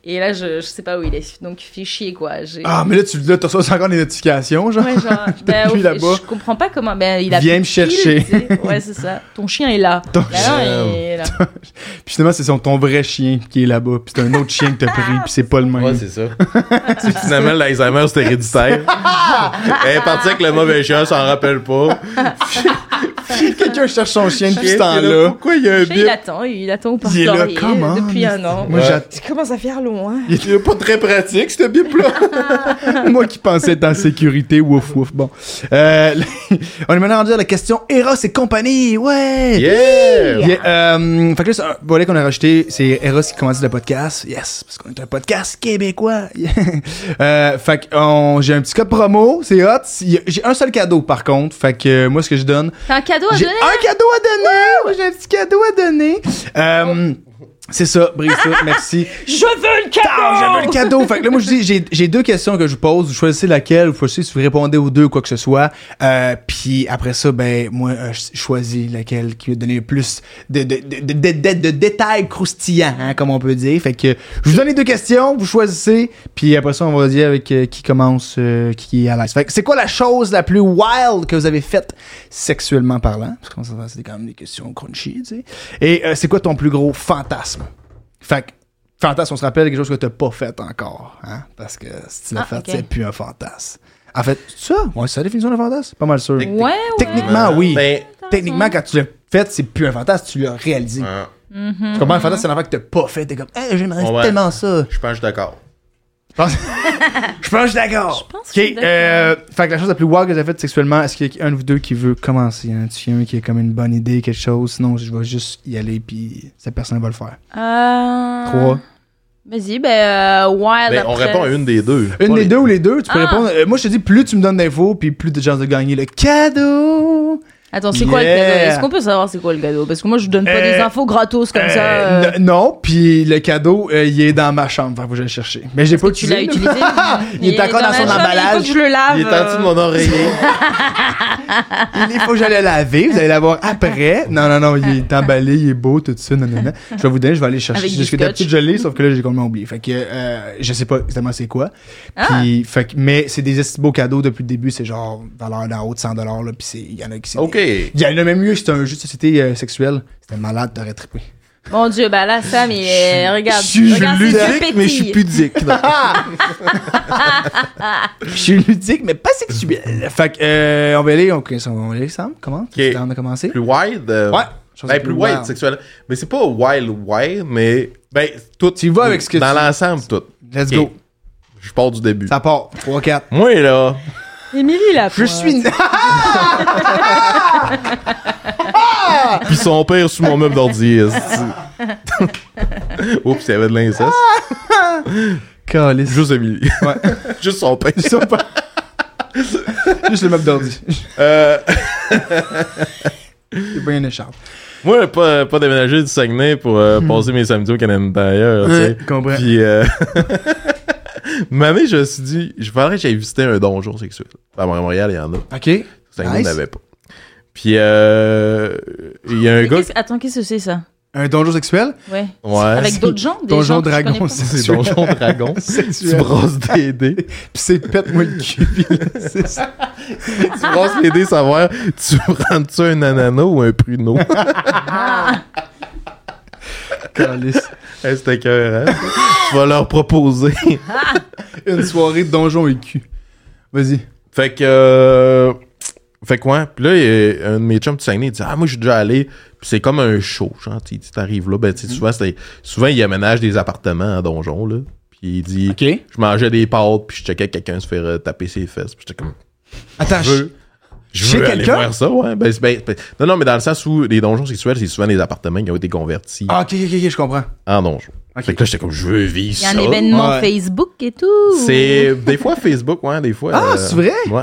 Et là, je, je sais pas où il est, donc fais chier quoi. J'ai-
Ah, mais là, tu là, t'as reçois encore des notifications, genre.
Ouais, genre, ben,
Depuis
au-
là-bas.
je comprends pas comment. Ben, il a
Viens
plus
me
de fil,
chercher.
tu sais. Ouais, c'est ça. Ton chien est là.
Ton
Ben
chien.
non, il est là.
Puis finalement, c'est son- ton vrai chien qui est là-bas. Puis c'est un autre chien que t'as
Ah.
pris. Puis c'est pas le même.
Ouais, c'est ça. C'est que finalement, l'Alzheimer, c'est héréditaire. Elle est partie avec le mauvais chien, elle s'en rappelle pas.
Quelqu'un cherche son chien depuis
Qu'est-ce
ce
qu'il y a là?
temps-là.
Pourquoi il y a un
Le chien, il
bip?
attend, il attend au parc
Il est là,
Laurier,
comment,
euh, depuis un
mais-
an.
Moi,
Ouais.
j'att-
Ça commence à faire long, hein.
Il est pas très pratique, ce bip-là.
Moi qui pensais être en sécurité, wouf wouf. Bon. Euh, on est maintenant rendu à la question Eros et compagnie. Ouais!
Yeah!
Yeah, euh, fait que là, c'est un volet qu'on a rajouté, c'est Eros qui commence le podcast. Yes, parce qu'on est un podcast québécois. euh, fait que on- j'ai un petit code promo, c'est hot. Il y a- J'ai un seul cadeau par contre. Fait que euh, moi, ce que je donne,
T'as un cadeau à
j'ai
donner
un cadeau à donner. Moi, J'ai un petit cadeau à donner. Euh, c'est ça, brise ça, merci.
Je veux
Ah,
le cadeau
j'avais le cadeau. Fait que là, moi, je dis, j'ai- j'ai deux questions que je vous pose. Vous choisissez laquelle, vous choisissez si vous répondez aux deux, quoi que ce soit. Euh, puis après ça, ben, moi, euh, je choisis laquelle qui va donner le plus de, de, de, de, de- de détails croustillants, hein, comme on peut dire. Fait que je vous donne les deux questions, vous choisissez. Puis après ça, on va dire avec euh, qui commence, euh, qui est à l'aise. Fait que c'est quoi la chose la plus wild que vous avez faite sexuellement parlant? Parce que ça, c'est quand même des questions crunchy, tu sais. Et euh, c'est quoi ton plus gros fantasme? Fait que, fantasme, on se rappelle quelque chose que t'as pas fait encore, hein? Parce que si tu l'as
Ah,
fait,
ok.
c'est plus un fantasme. En fait, c'est ça, ouais, c'est la définition d'un fantasme, pas mal sûr.
Techniquement,
Ouais, ouais.
Techniquement, oui.
Ben,
Techniquement, quand tu l'as fait, c'est plus un fantasme, tu l'as réalisé.
hein,
Tu comprends? Un fantasme, c'est un affaire que t'as pas fait. T'es comme, hey, j'aimerais
Ouais.
tellement ça.
je pense que je suis d'accord.
Je pense, je pense que je suis d'accord.
Je pense
Ok,
que je suis d'accord.
euh, fait que la chose la plus wild que j'ai faite sexuellement, est-ce qu'il y a un de vous deux qui veut commencer? Y en a-tu un qui a comme une bonne idée, quelque chose? Sinon, je vais juste y aller, puis cette personne va le faire.
Euh...
Trois.
Vas-y, ben, euh, Wild
Ben, on
après.
répond à une des deux.
Une
Pas
des
les-
deux ou les deux, tu peux
Ah.
répondre. Euh, moi, je te dis, plus tu me donnes d'infos, puis plus de chances de gagner le cadeau.
Attends, c'est quoi le
Yeah.
cadeau Est-ce qu'on peut savoir c'est quoi le cadeau Parce que moi, je donne pas
Euh,
des infos gratos comme ça.
Euh,
euh,
n- Non, puis le cadeau, euh, il est dans ma chambre. Enfin, faut que je le chercher. Mais j'ai pas
que tu l'as
utilisé,
utilisé.
là. il est encore dans,
ma
son
chambre, Il faut
emballage.
que je le lave.
Il est en dessous de mon oreiller.
Il faut que je le laver. Vous allez l'avoir après. Non, non, non, il est emballé, il est beau, tout ça. Non, non, non. Je vais vous donner, je vais aller chercher.
Avec du
Parce que d'habitude,
scotch.
je l'ai, sauf que là, j'ai complètement oublié. Fait que euh, je sais pas exactement c'est quoi.
Ah.
Puis, fait que, mais c'est des esti beaux cadeaux depuis le début. C'est genre valeur d'en haut de 100 là, Puis c'est- il y en a qui c'est
OK.
Il y en a même mieux, c'était un jeu de société euh, sexuel. C'était malade, t'aurais trippé.
Mon dieu, bah là, Sam, il est- regarde.
je suis
regarde, ses yeux
Ludique, mais je suis
pétillent.
pudique. Non.
Je suis ludique, mais pas sexuel. Fait que, euh, on va aller, on, on va aller ensemble. Comment? Tu en as commencé?
Plus wide. euh,
Ouais.
Ben, plus wild, sexuel. Mais c'est pas wild, wild, mais. Ben, tout.
Tu y vas avec ce que
Dans
tu-
l'ensemble, tout.
Let's
Ok.
go.
Je pars du début.
Ça part. 3, 4.
Moi, là.
Émilie, là. euh,
Je suis.
Puis son père sous mon meuble d'ordi. esti. Oups, il y avait de l'inceste.
Calice.
Juste Emily.
Ah! Ouais.
Juste son père.
Ils sont pas- Juste le meuble d'ordi.
Euh,
J'ai bien une écharpe.
moi, pas, pas déménager du Saguenay pour euh, passer mes samedis au Canada d'ailleurs. tu
Hmm.
sais.
Ouais, comprends.
Puis, euh, Mamie, je me suis dit, je faudrait que j'aille visiter un donjon sexuel. À Montréal, il y en a.
OK.
Saguenay
Nice.
n'avait pas. Puis, euh, il y a un
Mais
gars.
qu'est-ce- Attends, qu'est-ce que c'est ça
Un donjon sexuel?
Ouais.
Ouais.
Avec d'autres gens des gens
Donjon
que je connais
dragon
pas.
sexuel.
C'est donjon dragon. tu
Sexuel.
brosses des dés.
Pis c'est pète-moi le cul. puis là, c'est ça.
tu brosses les dés, savoir, tu prends-tu un ananas ou un pruneau?
Calice.
Hey, C'était cœur, hein? tu vas leur proposer.
Une soirée de donjon et cul. Vas-y.
Fait que. euh, Fait que, ouais. Puis là, il y a un de mes chums du Saguenay, il dit Ah, moi, je suis déjà allé. Puis c'est comme un show, genre. Tu tu t'arrives là. Ben, tu sais, souvent, c'était- souvent, il aménage des appartements à donjon, là. Puis il dit Je mangeais des pâtes, puis je checkais quelqu'un se faire euh, taper ses fesses. Puis j'étais comme
Attends,
Je veux. Je
Chez
veux aller
quelqu'un?
voir ça, ouais. Ben, c'est- ben, ben- non, non, mais dans le sens où les donjons sexuels, c'est souvent des appartements qui ont été convertis
Ah, ok, ok, ok, je comprends.
en donjon.
Ok.
Fait que là, j'étais comme, je veux vivre
Il y a
ça.
un événement
Ouais.
Facebook et tout.
C'est des fois Facebook, ouais, des fois.
Ah, c'est vrai?
Ouais.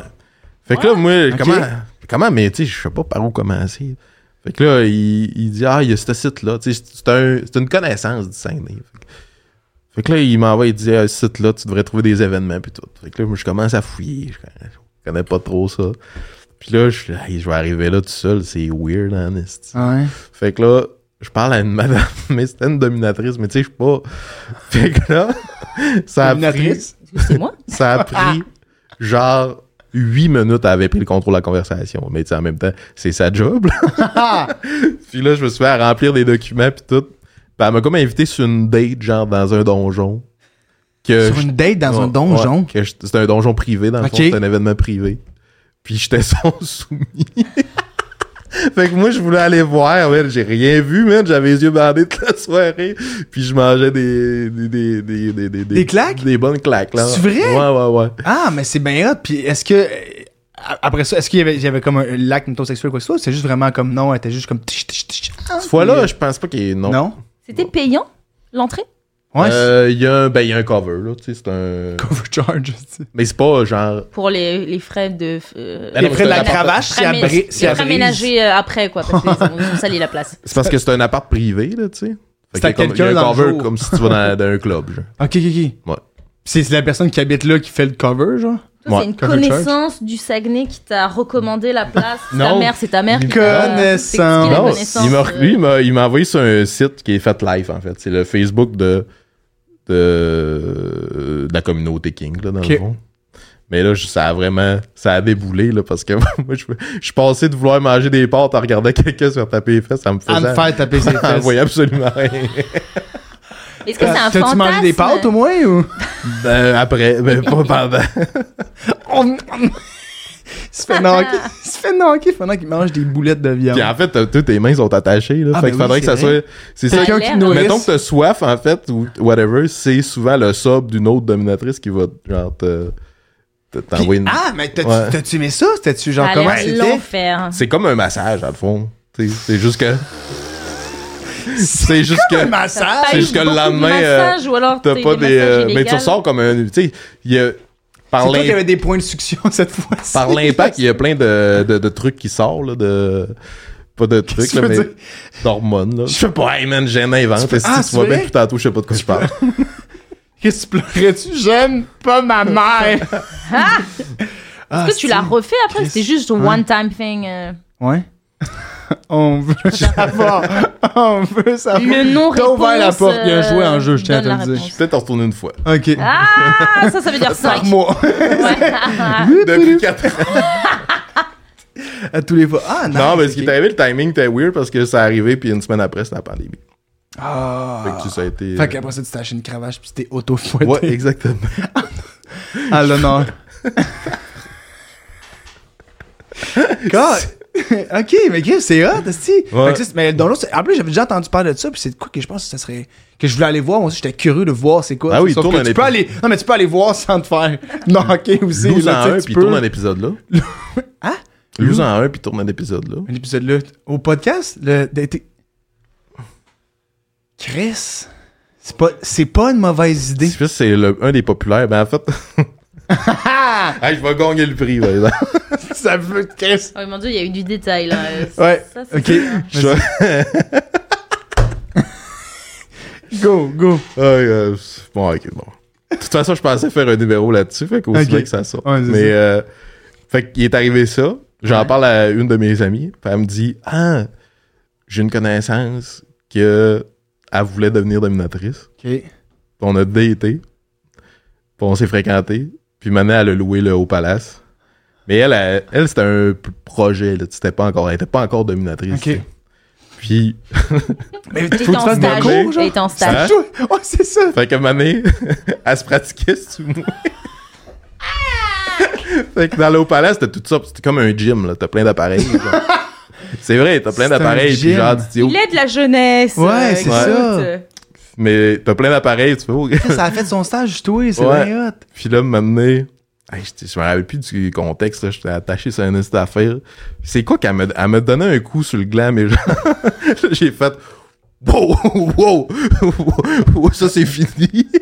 Fait que là, moi,
Ok.
comment, comment, mais tu sais, je sais pas par où commencer. Fait que là, il, il dit Ah, il y a ce site-là. Tu sais, C'est un- c'est une connaissance du Saguenay. Fait que, fait que là, il m'envoie, il dit Ah, ce site-là, tu devrais trouver des événements. Puis tout. Fait que là, moi, je commence à fouiller. Je, je connais pas trop ça. Puis là, je suis là, Hey, je vais arriver là tout seul. C'est weird, en esti.
Ouais.
Fait que là, je parle à une madame, mais c'était une dominatrice, mais tu sais, je suis pas. Fait que là, ça a pris,
Dominatrice?
C'est moi?
ça a pris genre huit minutes, elle avait pris le contrôle de la conversation. Mais tu sais, en même temps, c'est sa job.
Ah,
là. puis là, je me suis fait à remplir des documents, puis tout. Puis elle m'a comme invité sur une date, genre dans un donjon. Que
Sur
euh, je-
une date dans un
Ouais,
donjon.
ouais, que je- C'était un donjon privé, dans le
Ok.
fond, c'était un événement privé. Puis j'étais son soumis. fait que moi, je voulais aller voir, man. J'ai rien vu, man. J'avais les yeux bandés toute la soirée. Puis je mangeais des... Des, des, des, des, des,
Des claques?
Des bonnes claques, là.
C'est vrai?
Ouais, ouais, ouais.
Ah, mais c'est bien hot. Puis est-ce que. euh, Après ça, est-ce qu'il y avait, il y avait comme un lac sexuel ou quoi que ce soit? ou C'est juste vraiment comme non, elle était juste comme. tch, tch, tch, tch.
Cette fois-là, je pense pas qu'il y ait... euh, Non.
Non?
C'était payant, l'entrée?
Ouais. c'est-
Euh, Il y, a un- ben, il y a un cover, là. Tu sais, c'est un...
Cover charge. tu sais.
Mais c'est pas genre...
Pour les, les frais de. euh,
Ben
Les frais
non, mais
de
c'est
la
un appart-
cravache, si elle
Ramé-
bri- si elle
les frais
brise.
ménagers, euh, après, quoi, parce qu'ils ont, ils ont sali la place.
C'est parce que c'est un appart privé, là, tu sais. Fait
C'est à
qu'il y a comme- il y a
quelqu'un
un
dans le
cover
jour.
comme si tu vas dans, dans un club, genre.
Ok, ok, ok.
Ouais.
C'est c'est la personne qui habite là qui fait le cover, genre?
Toi,
Ouais.
c'est une
Cover
connaissance du Saguenay qui t'a recommandé la place. C'est ta
Non.
mère, c'est ta mère. qui t'a-
Connaissance.
c'est- c'est qui la
Non,
connaissance,
il m'a,
euh,
lui, il m'a, il m'a envoyé sur un site qui est fait live, en fait. C'est le Facebook de, de, de la communauté King, là, dans
Ok.
le fond. Mais là, je- ça a vraiment, ça a déboulé, là, parce que moi, je, je suis passé de vouloir manger des pâtes en regardant quelqu'un se faire taper les fesses, ça me faisait...
À me faire taper ses
ça me
fesses.
voyait absolument rien.
Est-ce que c'est un fantasme
T'as-tu mangé des pâtes au moins ou?
Ben, après, ben, pas pendant.
il se fait knocker. Il se fait knocker pendant qu'il mange des boulettes de viande.
Puis en fait, t'as- toutes tes mains sont attachées, là.
Ah, ben
fait qu'il
oui,
faudrait que
c'est
ça
vrai.
soit... C'est ça
Quelqu'un
a
qui
l'air.
nourrit.
Mettons que t'as soif, en fait, ou whatever, c'est souvent le sub d'une autre dominatrice qui va, genre, te, te- t'envoyer une...
Ah, mais t'as-tu
Ouais.
t'as-tu aimé ça? T'as-tu genre
Ça a
comment
l'air
c'était?
l'enfer.
C'est comme un massage, dans le fond. T'sais, C'est juste que... C'est juste
Un
que...
massage?
T'as
c'est
eu
juste que le
beaucoup de
lendemain, euh,
massages ou alors
T'as
t'es
pas des... euh,
massages
mais tu
illégaux.
ressors comme un... Tu sais, il y a... Par
C'est toi
l'im-
qui avait des points de succion cette fois-ci.
par l'impact, il y a plein de, de, de trucs qui sortent, là, de... Pas de trucs,
que tu
là,
veux
mais
dire?
d'hormones, là. Je sais pas, hey man, j'en
Tu
invente.
peux-
Si
Ah,
tu vois
c'est vrai?
bien plus tantôt, je sais pas de quoi je parle.
Qu'est-ce que tu pleurais-tu? J'aime pas ma mère. ah,
Est-ce que tu l'as refait après? C'était juste un
Ouais.
one-time thing. euh,
Ouais. On veut savoir. On veut savoir.
Le non-réponse.
T'as ouvert la porte,
euh,
bien joué en jeu, je tiens à te
donne
le
la
dire.
réponse.
Peut-être en retourner une fois.
Ok.
Ah, ça, ça veut dire 5.
Par mois.
Depuis quatre
à tous les fois. Ah, nice,
Non, mais ce qui
ok.
t'est arrivé, le timing était weird parce que ça arrivait, puis une semaine après, c'était la pandémie. Fait
Ah.
que ça a été. euh,
Fait qu'après ça, tu t'es acheté une cravache puis tu t'es auto-fouetté.
Ouais, exactement.
À l'honneur. God. ok, mais Griff, c'est hot, esti.
Ouais.
Fait que ça, Mais dans l'autre, en plus, j'avais déjà entendu parler de ça, puis c'est de quoi que je pense que ça serait. Que je voulais aller voir, moi aussi, j'étais curieux de voir c'est quoi.
Ah oui,
Sauf
tourne
que
un
tu peux
épi-
aller. Non, mais tu peux aller voir sans te faire knocker aussi.
Loose en
là, tu sais,
un,
tu
puis
peux.
tourne un épisode là.
Hein?
Loose en un, puis tourne un épisode là.
Un épisode là, au podcast, le. d'été. Chris, c'est pas, c'est pas une mauvaise idée.
C'est juste, c'est le- un des populaires. Ben en fait. hey, je vais gagner le prix, par exemple.
ça veut, Chris.
Oh mon dieu, il y a eu du détail là. Euh,
Ouais,
ça, c'est
ok.
bien.
Je vais-
Go, go.
Ah, euh, bon, ok, bon. De toute façon, je pensais faire un numéro là-dessus, fait qu'aussi
Ok.
bien que ça sorte.
Ouais, c'est
Mais,
ça.
euh, fait qu'il est arrivé ça. J'en parle à une de mes amies. puis elle me dit Ah, j'ai une connaissance que elle voulait devenir dominatrice.
Ok.
Puis on a daté. Puis on s'est fréquenté. Puis maintenant, elle a loué le Haut Palace. Mais elle, elle, elle, c'était un p- projet. Là, c'était pas encore, elle était pas encore dominatrice.
Ok.
tu sais. Puis,
Mais
T'es
faut que tu
en
fasses des
stage.
cours, genre.
T'es en
Ça-
stage.
Ouais, c'est ça.
fait que Mané, elle se pratiquait, si tu veux.
Ah!
fait que dans le Haut Palace, t'as tout ça. puis C'était comme un gym. Là, t'as plein d'appareils. genre. C'est vrai, t'as plein
C'est un
d'appareils. Puis
gym.
genre, tu dis, oh,
Il est de la jeunesse.
Ouais,
euh,
c'est
écoute,
ça.
euh,
mais t'as plein d'appareils. Tu fais, oh,
Ça a fait son stage, toi, c'est
Ouais.
bien hot.
Puis là, m'amener. Hey, j'étais- je me rappelle plus du contexte, là, j'étais attaché sur un instant d'affaires. C'est quoi qu'elle me, elle me donnait un coup sur le gland, mais genre, j'ai fait wow, wow, wow, ça c'est fini.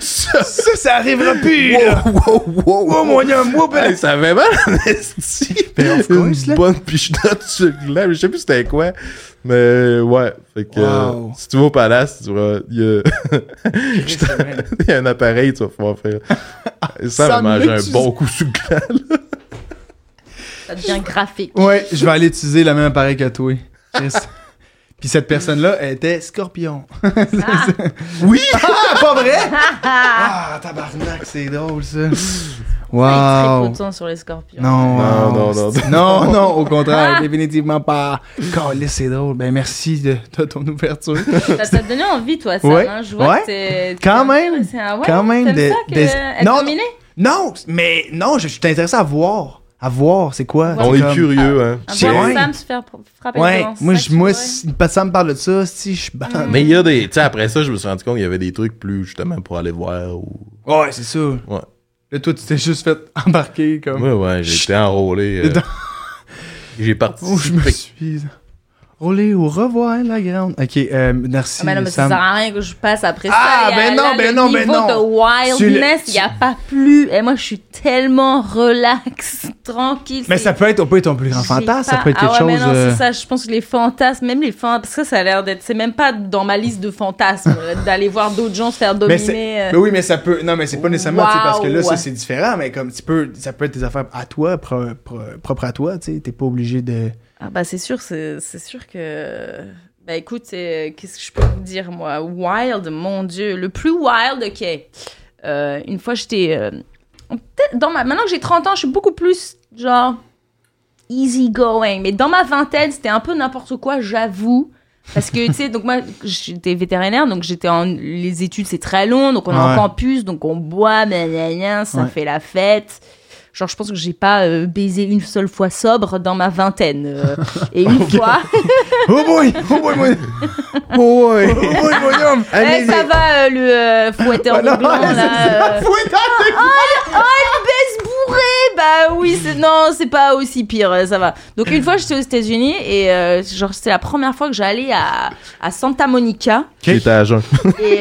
Ça,
Ça, ça arrivera plus, là.
wow, wow, wow,
Oh, mon homme, oh, ben.
Hey, ça fait mal en esti.
Ben, of
Une
course, là.
bonne pichenote sur le gland. Je sais plus c'était quoi. Mais ouais. Fait que
Wow.
euh, si tu vas au palace, tu verras. Il y, a... il y a un appareil, tu vas pouvoir faire. ça
Ça
va manger
m'est-
un bon coup sur le gland. là.
Ça devient graphique.
Ouais, je vais aller utiliser le même appareil que toi. Chris. Puis cette personne-là, elle était scorpion.
Oui!
Ah, pas vrai? Ah, tabarnak, c'est drôle, ça.
Wow.
Wow.
très coton sur les scorpions.
Non,
Non, non, non,
c'est- non, non, au contraire, définitivement pas. Calais, c'est drôle. Ben, merci de, de ton ouverture.
Ça ça te donnait envie, toi, ça.
Ouais.
hein? Je vois
Ouais.
que t'es-
Quand
t'es-
même.
c'est un- ouais,
Quand même
t'aimes
des-
ça que-
des-
être
Non,
dominé?
Non, mais non, je, je suis intéressé à voir. À voir, c'est quoi?
Voir.
On
C'est
est
comme-
curieux, hein.
Un
C'est
bon
vrai.
Sam se faire pr- frapper
Ouais,
dedans, c'est
moi,
ça
je,
que
moi
tu vois?
si Sam me parle de ça, si je suis ban.
Mais il y a des. Tu sais, après ça, je me suis rendu compte qu'il y avait des trucs plus justement pour aller voir ou.
Ouais, c'est ça.
Ouais.
Là, toi, tu t'es juste fait embarquer comme.
Ouais, ouais, j'ai été enrôlé. euh,
Dedans.
J'ai parti.
Oh, je me suis. Roulé au revoir, la grande. Ok, euh, merci.
Ah, mais non, mais ça
Sam.
sert à rien que je passe après ça.
Ah,
Il y a-
ben non,
là,
ben
le
non, ben
niveau
non.
de
Sur le-
wildness, il n'y a pas plus. Et moi, je suis tellement relax, tranquille.
Mais
c'est-
ça peut être, on peut être ton plus grand
j'ai
fantasme, ça
pas-
peut être quelque
ah ouais,
chose.
Mais non,
euh,
c'est ça, je pense que les fantasmes, même les fantasmes, parce que ça a l'air d'être. C'est même pas dans ma liste de fantasmes, euh, d'aller voir d'autres gens se faire
Mais, c'est-
dominer. euh.
mais oui, mais ça peut. Non, mais c'est pas nécessairement, tu sais, parce que là, ça,
Wow.
c'est différent, mais comme tu peux. Ça peut être des affaires à toi, pro- pro- propres à toi, tu sais. T'es pas obligé de.
Ah, bah, c'est sûr, c'est c'est sûr que. Bah, écoute, euh, qu'est-ce que je peux vous dire, moi Wild, mon Dieu. Le plus wild, ok. Euh, une fois, j'étais. euh, peut-être dans ma... Maintenant que j'ai 30 ans, je suis beaucoup plus, genre, easy going. Mais dans ma vingtaine, c'était un peu n'importe quoi, j'avoue. Parce que, tu sais, donc moi, j'étais vétérinaire, donc j'étais en. Les études, c'est très long, donc on est
Ouais.
en campus, donc on boit, mais gna gna, ça
Ouais.
fait la fête. Genre, je pense que j'ai pas euh, baisé une seule fois sobre dans ma vingtaine. euh, et une fois.
Oh boy! Oh boy, mon. Oh boy! Oh boy, mon homme!
Eh, ça va, euh, le euh, fouetteur
Ouais, non,
de blanc,
ouais, c'est
là. euh,
Fouille ta-
baisse bourrée Bah oui, c'est... non, c'est pas aussi pire, euh, ça va. Donc une fois, j'étais aux États-Unis et euh, genre c'était la première fois que j'allais à, à Santa Monica.
J'étais à jeun.
Et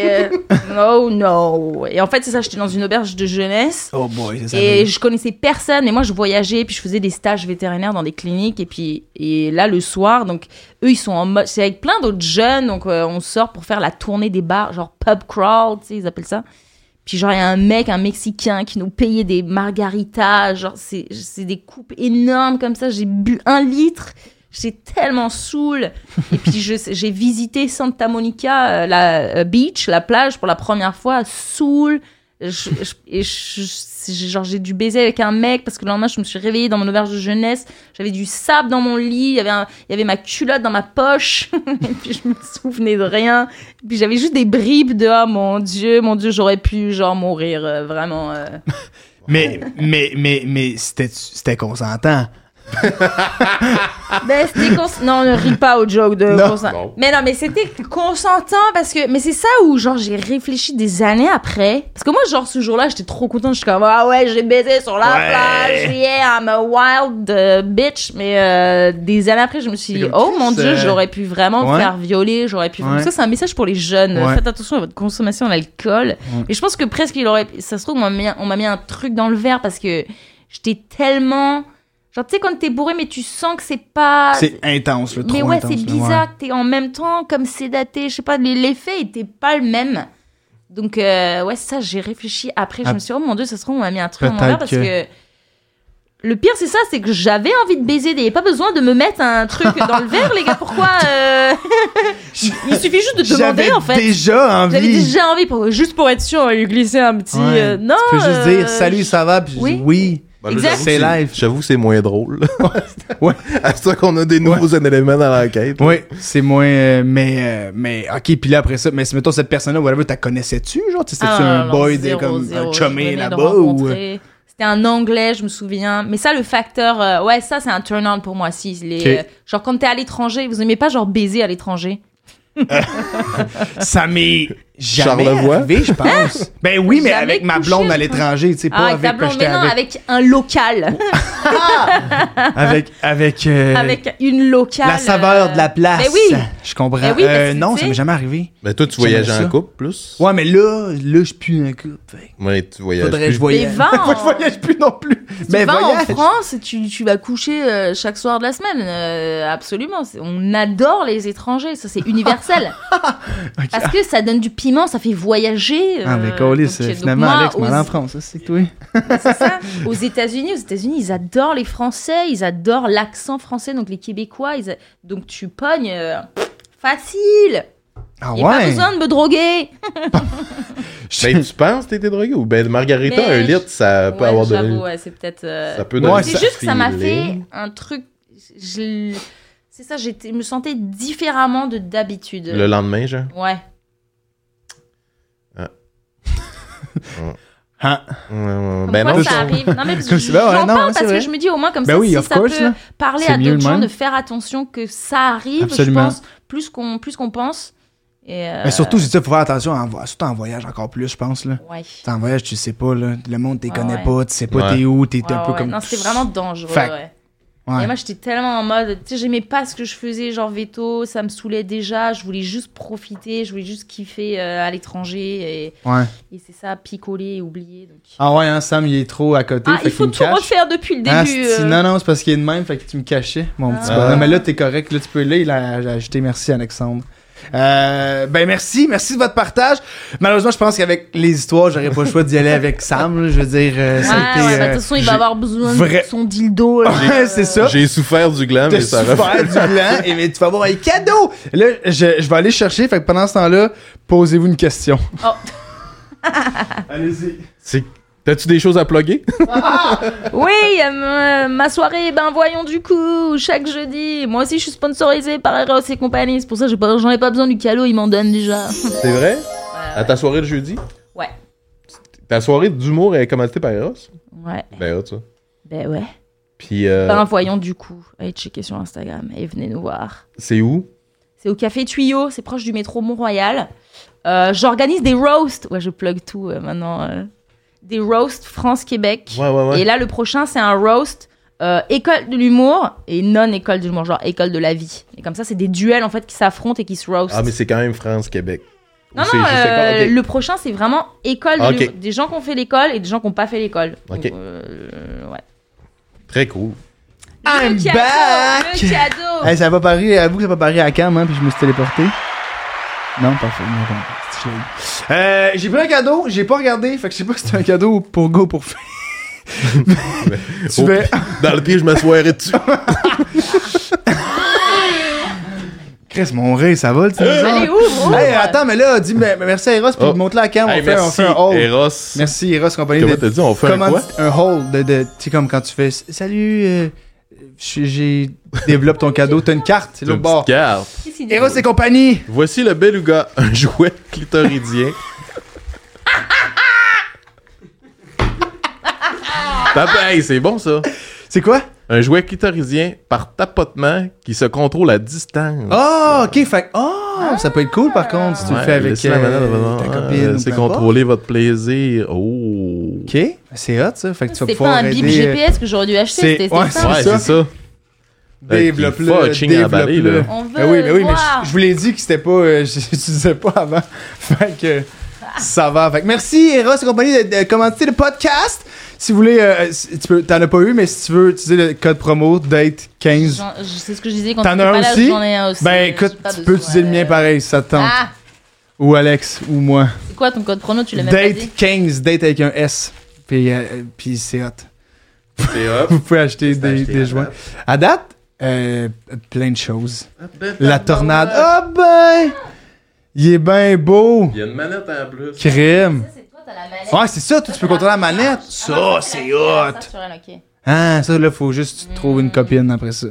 euh, oh no. Et en fait, c'est ça, j'étais dans une auberge de jeunesse.
Oh boy, c'est ça.
Et je connaissais personne, et moi je voyageais, puis je faisais des stages vétérinaires dans des cliniques, et puis et là le soir, donc eux ils sont en mode, c'est avec plein d'autres jeunes, donc euh, on sort pour faire la tournée des bars, genre pub crawl, tu sais, ils appellent ça. Puis genre il y a un mec, un mexicain qui nous payait des margaritas, genre c'est c'est des coupes énormes comme ça, j'ai bu un litre. J'étais tellement saoule. Et puis, je sais- j'ai visité Santa Monica, euh, la euh, beach, la plage, pour la première fois, saoule je, je- et je- je- j'ai- genre j'ai dû baiser avec un mec parce que le lendemain je me suis réveillée dans mon auberge de jeunesse j'avais du sable dans mon lit il y avait un- il y avait ma culotte dans ma poche et puis je me souvenais de rien Et puis j'avais juste des bribes de ah mon dieu mon dieu j'aurais pu genre mourir euh, vraiment euh.
Mais, mais, mais, mais, c'était, c'était consentant.
Ben, c'était cons- Non, ne ris pas au joke de
Non.
consen-
Non.
Mais non, mais c'était consentant parce que. Mais c'est ça où, genre, j'ai réfléchi des années après. Parce que moi, genre, ce jour-là, j'étais trop contente. J'étais comme, ah ouais, j'ai baisé sur la
Ouais.
plage. Yeah, I'm a wild euh, bitch. Mais euh, des années après, je me suis
C'est
dit,
comme
oh
Chris,
mon dieu,
euh,
j'aurais pu vraiment
ouais.
me faire violer. J'aurais pu.
Ouais.
Ça, c'est un message pour les jeunes.
Ouais.
Faites attention à votre consommation d'alcool. Et je pense que presque, il aurait. Ça se trouve, on m'a mis, on m'a mis un truc dans le verre parce que j'étais tellement. Genre, tu sais, quand t'es bourré, mais tu sens que Ah, c'est pas.
c'est intense, le trop
Mais ouais,
intense,
c'est
là,
bizarre que t'es en même temps, comme c'est daté, je sais pas, les- l'effet était pas le même. Donc, euh, ouais, ça, j'ai réfléchi après.
Ah.
Je me suis dit, oh mon dieu, ça se trouve, on m'a mis un truc dans mon
Peut-être
verre parce
que-
que. Le pire, c'est ça, c'est que j'avais envie de baiser. Il n'y avait pas besoin de me mettre un truc dans le verre, les gars. Pourquoi euh, Il suffit juste de
J'avais
demander, en fait.
déjà envie.
J'avais déjà envie, pour... juste pour être sûr, lui glisser un petit.
Ouais.
euh, non
Tu peux juste dire
euh,
salut, ça va, puis je
oui.
dis oui.
Ben là,
Exact.
j'avoue
C'est
que
live.
J'avoue que c'est moins drôle.
Ouais.
à ce qu'on a des nouveaux éléments dans l'enquête.
Oui, c'est moins. euh, mais, euh, mais, ok, puis là après ça, mais mettons cette personne-là, whatever, t'as connaissais-tu? Genre, tu- c'était-tu
Ah,
un
non,
boy
zéro,
de comme
zéro.
un
Je
chumé
venais de
là-bas ou. euh,
rencontrer. C'était un anglais, je me souviens. Mais ça, le facteur, euh, ouais, ça, c'est un turn-on pour moi. Si, les,
Ok.
euh, genre, quand t'es à l'étranger, vous aimez pas, genre, baiser à l'étranger
Ça m'est jamais
Charlevoix?
arrivé, je pense. ben oui, mais
Jamais
avec ma
couché,
blonde à
je
l'étranger, tu sais,
Ah,
pas
avec ta
avec que
blonde,
j'étais
mais non,
avec.
avec un local.
Avec, avec, euh,
avec une locale.
la saveur de la place.
Mais oui.
Je comprends.
Ben oui, parce
Euh,
que
non,
tu
ça
sais-
m'est jamais arrivé.
Mais Ben, toi, tu
J'aimerais
voyages
ça.
en couple plus?
Ouais, mais là, là, je pue un couple. Fait
Ouais, tu
que
voyages
Faudrait que
plus.
je
Mais
voyage.
va
Faut que je
en, tu
voyage plus non plus. Mais
vas en
voyage.
France, tu, tu vas coucher euh, chaque soir de la semaine. euh, absolument. C'est- On adore les étrangers. Ça, c'est universel.
Ok.
Parce que ça donne du piment, ça fait voyager.
Ah, mais
euh,
Colis,
donc, donc
finalement,
moi,
Alex,
aux-
moi, en France, ça, c'est que toi.
C'est ça. Aux États-Unis, aux États-Unis, ils adorent les Français, ils adorent l'accent français, donc les Québécois. ils a- Donc tu pognes euh, facile.
Ah
Il n'y a pas
ouais.
besoin de me droguer.
Ben, tu penses que t'étais drogué ou ben, Margarita,
Mais
un
je-
litre, ça peut
Ouais,
avoir
j'avoue,
de.
ouais, c'est peut-être. euh,
Ça peut
Ouais,
donner
C'est
ça-
juste que ça m'a fait
feeling.
un truc. je- C'est ça, j'étais- je me sentais différemment de d'habitude.
Le lendemain, genre.
Ouais.
Hein.
Ouais, ouais, ouais.
Comme
Ben
quoi,
non,
ça
je-
arrive. Non, mais parce que
Comme
j'en
ça, ouais, non,
parle
ouais, c'est
parce que
vrai.
je me dis au moins comme
Ben
ça,
oui,
si
of
ça
course,
peut
là.
parler
C'est
à
mieux
d'autres
de
gens,
même.
de faire attention que ça arrive,
Absolument.
je pense, plus qu'on plus qu'on pense. Et euh,
Mais surtout, je dis, faut faire attention, en, vo- surtout en voyage encore plus, je pense, là.
ouais.
T'es en voyage, tu sais pas, là. Le monde, t'es
Ouais,
connaît
ouais.
pas, tu sais pas
Ouais.
t'es où, t'es
Ouais,
un peu
ouais.
comme.
Non, c'était vraiment dangereux.
Fait-
ouais.
Ouais.
Et moi, j'étais tellement en mode, tu sais, j'aimais pas ce que je faisais, genre veto, ça me saoulait déjà. Je voulais juste profiter, je voulais juste kiffer euh, à l'étranger. Et,
Ouais.
et c'est ça, picoler et oublier. donc.
Ah ouais, hein, Sam, il est trop à côté.
Ah,
fait qu'il
il faut
me
tout
cache.
refaire depuis le
Ah,
début.
c'est-
euh.
Non, non, c'est parce qu'il est de même, fait que tu me cachais, mon petit
Ah.
bonhomme. Mais là, t'es correct. Là, tu peux. Là, il a a ajouté merci, Alexandre. Euh, ben merci, merci de votre partage. Malheureusement, je pense qu'avec les histoires, j'aurais pas le choix d'y aller avec Sam. là. Je veux dire, euh,
Ouais,
ça a été,
ouais, bah, de
euh,
toute façon, il
j'ai-
va avoir besoin
vrai-
de son dildo. euh, là.
Ouais, c'est ça.
J'ai souffert du gland,
T'as
mais ça refait.
souffert du blanc et mais tu vas avoir un cadeau. Là, je, je vais aller chercher. Fait que pendant ce temps-là, posez-vous une question.
Oh.
Allez-y.
C'est- T'as-tu des choses à plugger?
Oui, euh, ma soirée, ben voyons du coup, chaque jeudi. Moi aussi, je suis sponsorisée par Eros et compagnie. C'est pour ça que j'ai pas- j'en ai pas besoin du calot, ils m'en donnent déjà.
C'est vrai? À ta soirée de jeudi?
Ouais.
Ta soirée d'humour est commanditée par Eros?
Ouais,
Ben, hot, ça.
ben ouais.
Puis, euh,
Ben voyons du coup. Allez checker sur Instagram et venez nous voir.
c'est où?
C'est au Café Tuyau, c'est proche du métro Mont-Royal. Euh, J'organise des roasts. Ouais, je plug tout euh, maintenant. euh. Des roasts France-Québec.
Ouais, ouais, ouais.
Et là, le prochain, c'est un roast euh, école de l'humour et non école de l'humour, genre école de la vie. Et comme ça, c'est des duels en fait qui s'affrontent et qui se roast.
Ah, mais c'est quand même France-Québec.
non,
Ou c'est
non,
juste
euh,
école? Ok.
le prochain, c'est vraiment école de
Ah, ok.
l'humour. Des gens qui ont fait l'école et des gens qui n'ont pas fait l'école.
Ok.
Donc, euh, ouais.
Très cool.
I'm
le cadeau,
back!
Le cadeau
Hey, ça va pas paru, avoue que ça va pas paru à Cam, hein, puis je me suis téléporté. Non, parfait. Non, bon, c'est chill. Euh, j'ai pris un cadeau, j'ai pas regardé, fait que je sais pas si c'est un cadeau pour go ou pour fait. Tu Ah,
Au
veux-
pire- Oh, Dans le pire, je m'assoirais dessus.
Chris, mon rire, ça va, le petit
Elle est
bizarre?
où, gros?
Hey, attends, mais là, dis mais- mais merci à Eros, puis
Oh.
montre-la à Cam, on,
Hey,
fait, on
merci,
fait un haul.
Eros.
Merci Eros, compagnie
Comment
de-
t'as dit? On fait un
Comment
quoi?
tu- un hold de, de- tu sais comme quand tu fais salut euh, je- j'ai développe ton cadeau t'as une carte c'est
Une
le bord
petite carte.
Qu'est-ce qu'il dit
Eros et compagnie
Voici le beluga, un jouet clitoridien. Papa, hey, c'est bon ça.
c'est quoi
Un jouet clitoridien par tapotement qui se contrôle à distance.
oh ok fait que- oh ça peut être cool par contre si tu le
Ouais,
fais avec
laissez la
euh,
madame devant-
ta
Ah,
copine ou
C'est
peu importe.
contrôler votre plaisir. Oh.
ok c'est hot ça fait que tu vas
C'est
pouvoir
pas un bip
aider, euh,
GPS que j'aurais dû acheter,
c'est-
c'était
ouais,
c'était ça.
Ouais,
ça.
c'est ça.
développe-le
Fait qu'il est fucking emballé,
développe-le.
là.
On veut
Ben oui, ben oui, mais
voir.
je- je vous l'ai dit que c'était pas. euh, je je disais pas avant. fait que ça va. Fait que merci, Eros et compagnie, de, de commenter le podcast. Si vous voulez, euh, si- tu peux, t'en as pas eu, mais si tu veux utiliser le code promo date15.
J'en- je- C'est ce que je disais quand
T'en
t'étais
as un
pas là,
aussi?
j'en ai un aussi.
Ben
J'ai
écoute,
pas
tu
de
peux
sous,
utiliser le
ouais.
mien pareil si ça te tente.
Ah,
Ou Alex, ou moi.
c'est quoi ton code prono Tu l'as même pas dit
Date15, date avec un S. Puis, euh, puis c'est hot.
C'est hop.
Vous pouvez acheter des,
acheté
des
à
joints.
date.
À date, euh, plein de choses. La tornade. Ah ben! Il est bien beau!
Il y a une manette en plus.
Crème.
c'est toi, t'as la Ah, manette.
Ouais, c'est ça, toi, tu peux contrôler la manette. Ça, c'est hot. Ah, ça, là, faut juste que tu te trouves une copine après ça.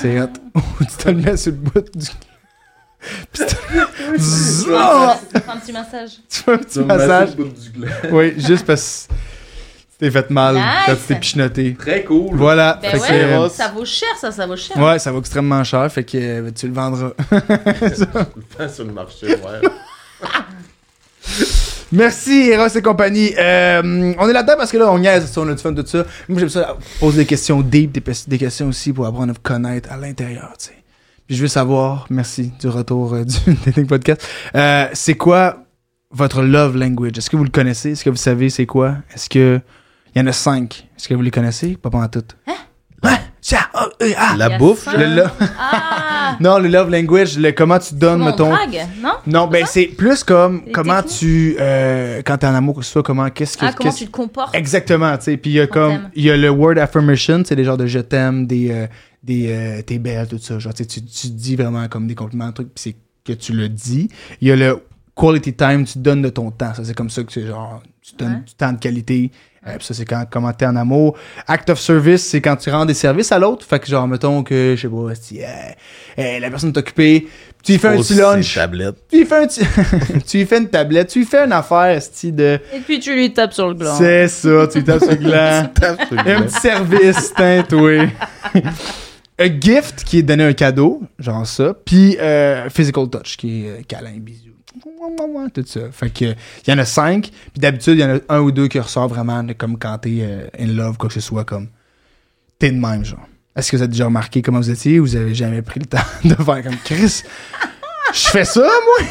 C'est hot. Ou tu te le mets sur le bout du. Puis tu- Zzz, oh!
Un petit massage.
Tu fais un petit massage. Oui, juste parce que t'es fait mal,
Nice.
t'as- tu t'es pichenoté.
Très cool.
Voilà.
Ben
Fait que,
ouais,
euh,
ça vaut cher, ça, ça vaut cher.
ouais, ça vaut extrêmement cher, fait que euh, tu le vendras.
sur le marché, ouais.
Merci, Eros et compagnie. Euh, on est là-dedans parce que là, on niaise, ça, on a du fun, tout ça. Moi, j'aime ça, poser des questions deep, des, pes- des questions aussi pour apprendre à vous connaître à l'intérieur, tu sais. Puis je veux savoir, merci du retour euh, du Dating Podcast, euh, c'est quoi votre love language? Est-ce que vous le connaissez? Est-ce que vous savez c'est quoi? Est-ce que... Il y en a cinq. Est-ce que vous les connaissez? Pas pendant toutes. Hein? Ouais, tiens, oh, euh, ah.
La
Il y a
bouffe,
ça.
Le lo-
Ah!
Non, le love language, le comment tu te donnes,
Mon
mettons...
drague, non?
Non, ben c'est plus comme
Les
comment
techniques?
tu euh, quand t'es en amour que ce soit comment qu'est-ce que
Ah, comment
qu'est-ce-
tu te comportes?
exactement, tu sais. Puis il y a
t'aime.
comme il y a le word affirmation, c'est des genres de je t'aime, des euh, des euh, t'es belle, tout ça. Genre tu sais, tu tu dis vraiment comme des compliments, trucs, puis c'est que tu le dis. Il y a le quality time, tu te donnes de ton temps. Ça c'est comme ça que c'est genre tu te donnes
Ouais.
du temps de qualité. Euh, puis ça c'est quand comment t'es en amour. Act of service, c'est quand tu rends des services à l'autre. Fait que genre mettons que je sais pas si euh, euh, la personne est occupée, tu lui fais un
grosse
petit lunch.
tablette.
Tu lui fais, un petit- tu lui fais une tablette, tu lui fais une affaire, style de.
Et puis tu lui tapes sur le gland.
C'est ça, tu lui tapes sur le gland. un petit service, teintoué. un gift qui est donné un cadeau, genre ça. Puis euh, physical touch qui est euh, câlin, bisous. Ouah, ouah, ouah, Tout ça. Fait que, il y en a cinq. Puis d'habitude, il y en a un ou deux qui ressort vraiment de- comme quand t'es euh, in love, quoi que ce soit, comme. T'es de même, genre. Est-ce que vous avez déjà remarqué comment vous étiez ou vous avez jamais pris le temps de faire comme Chris? Je fais ça, moi!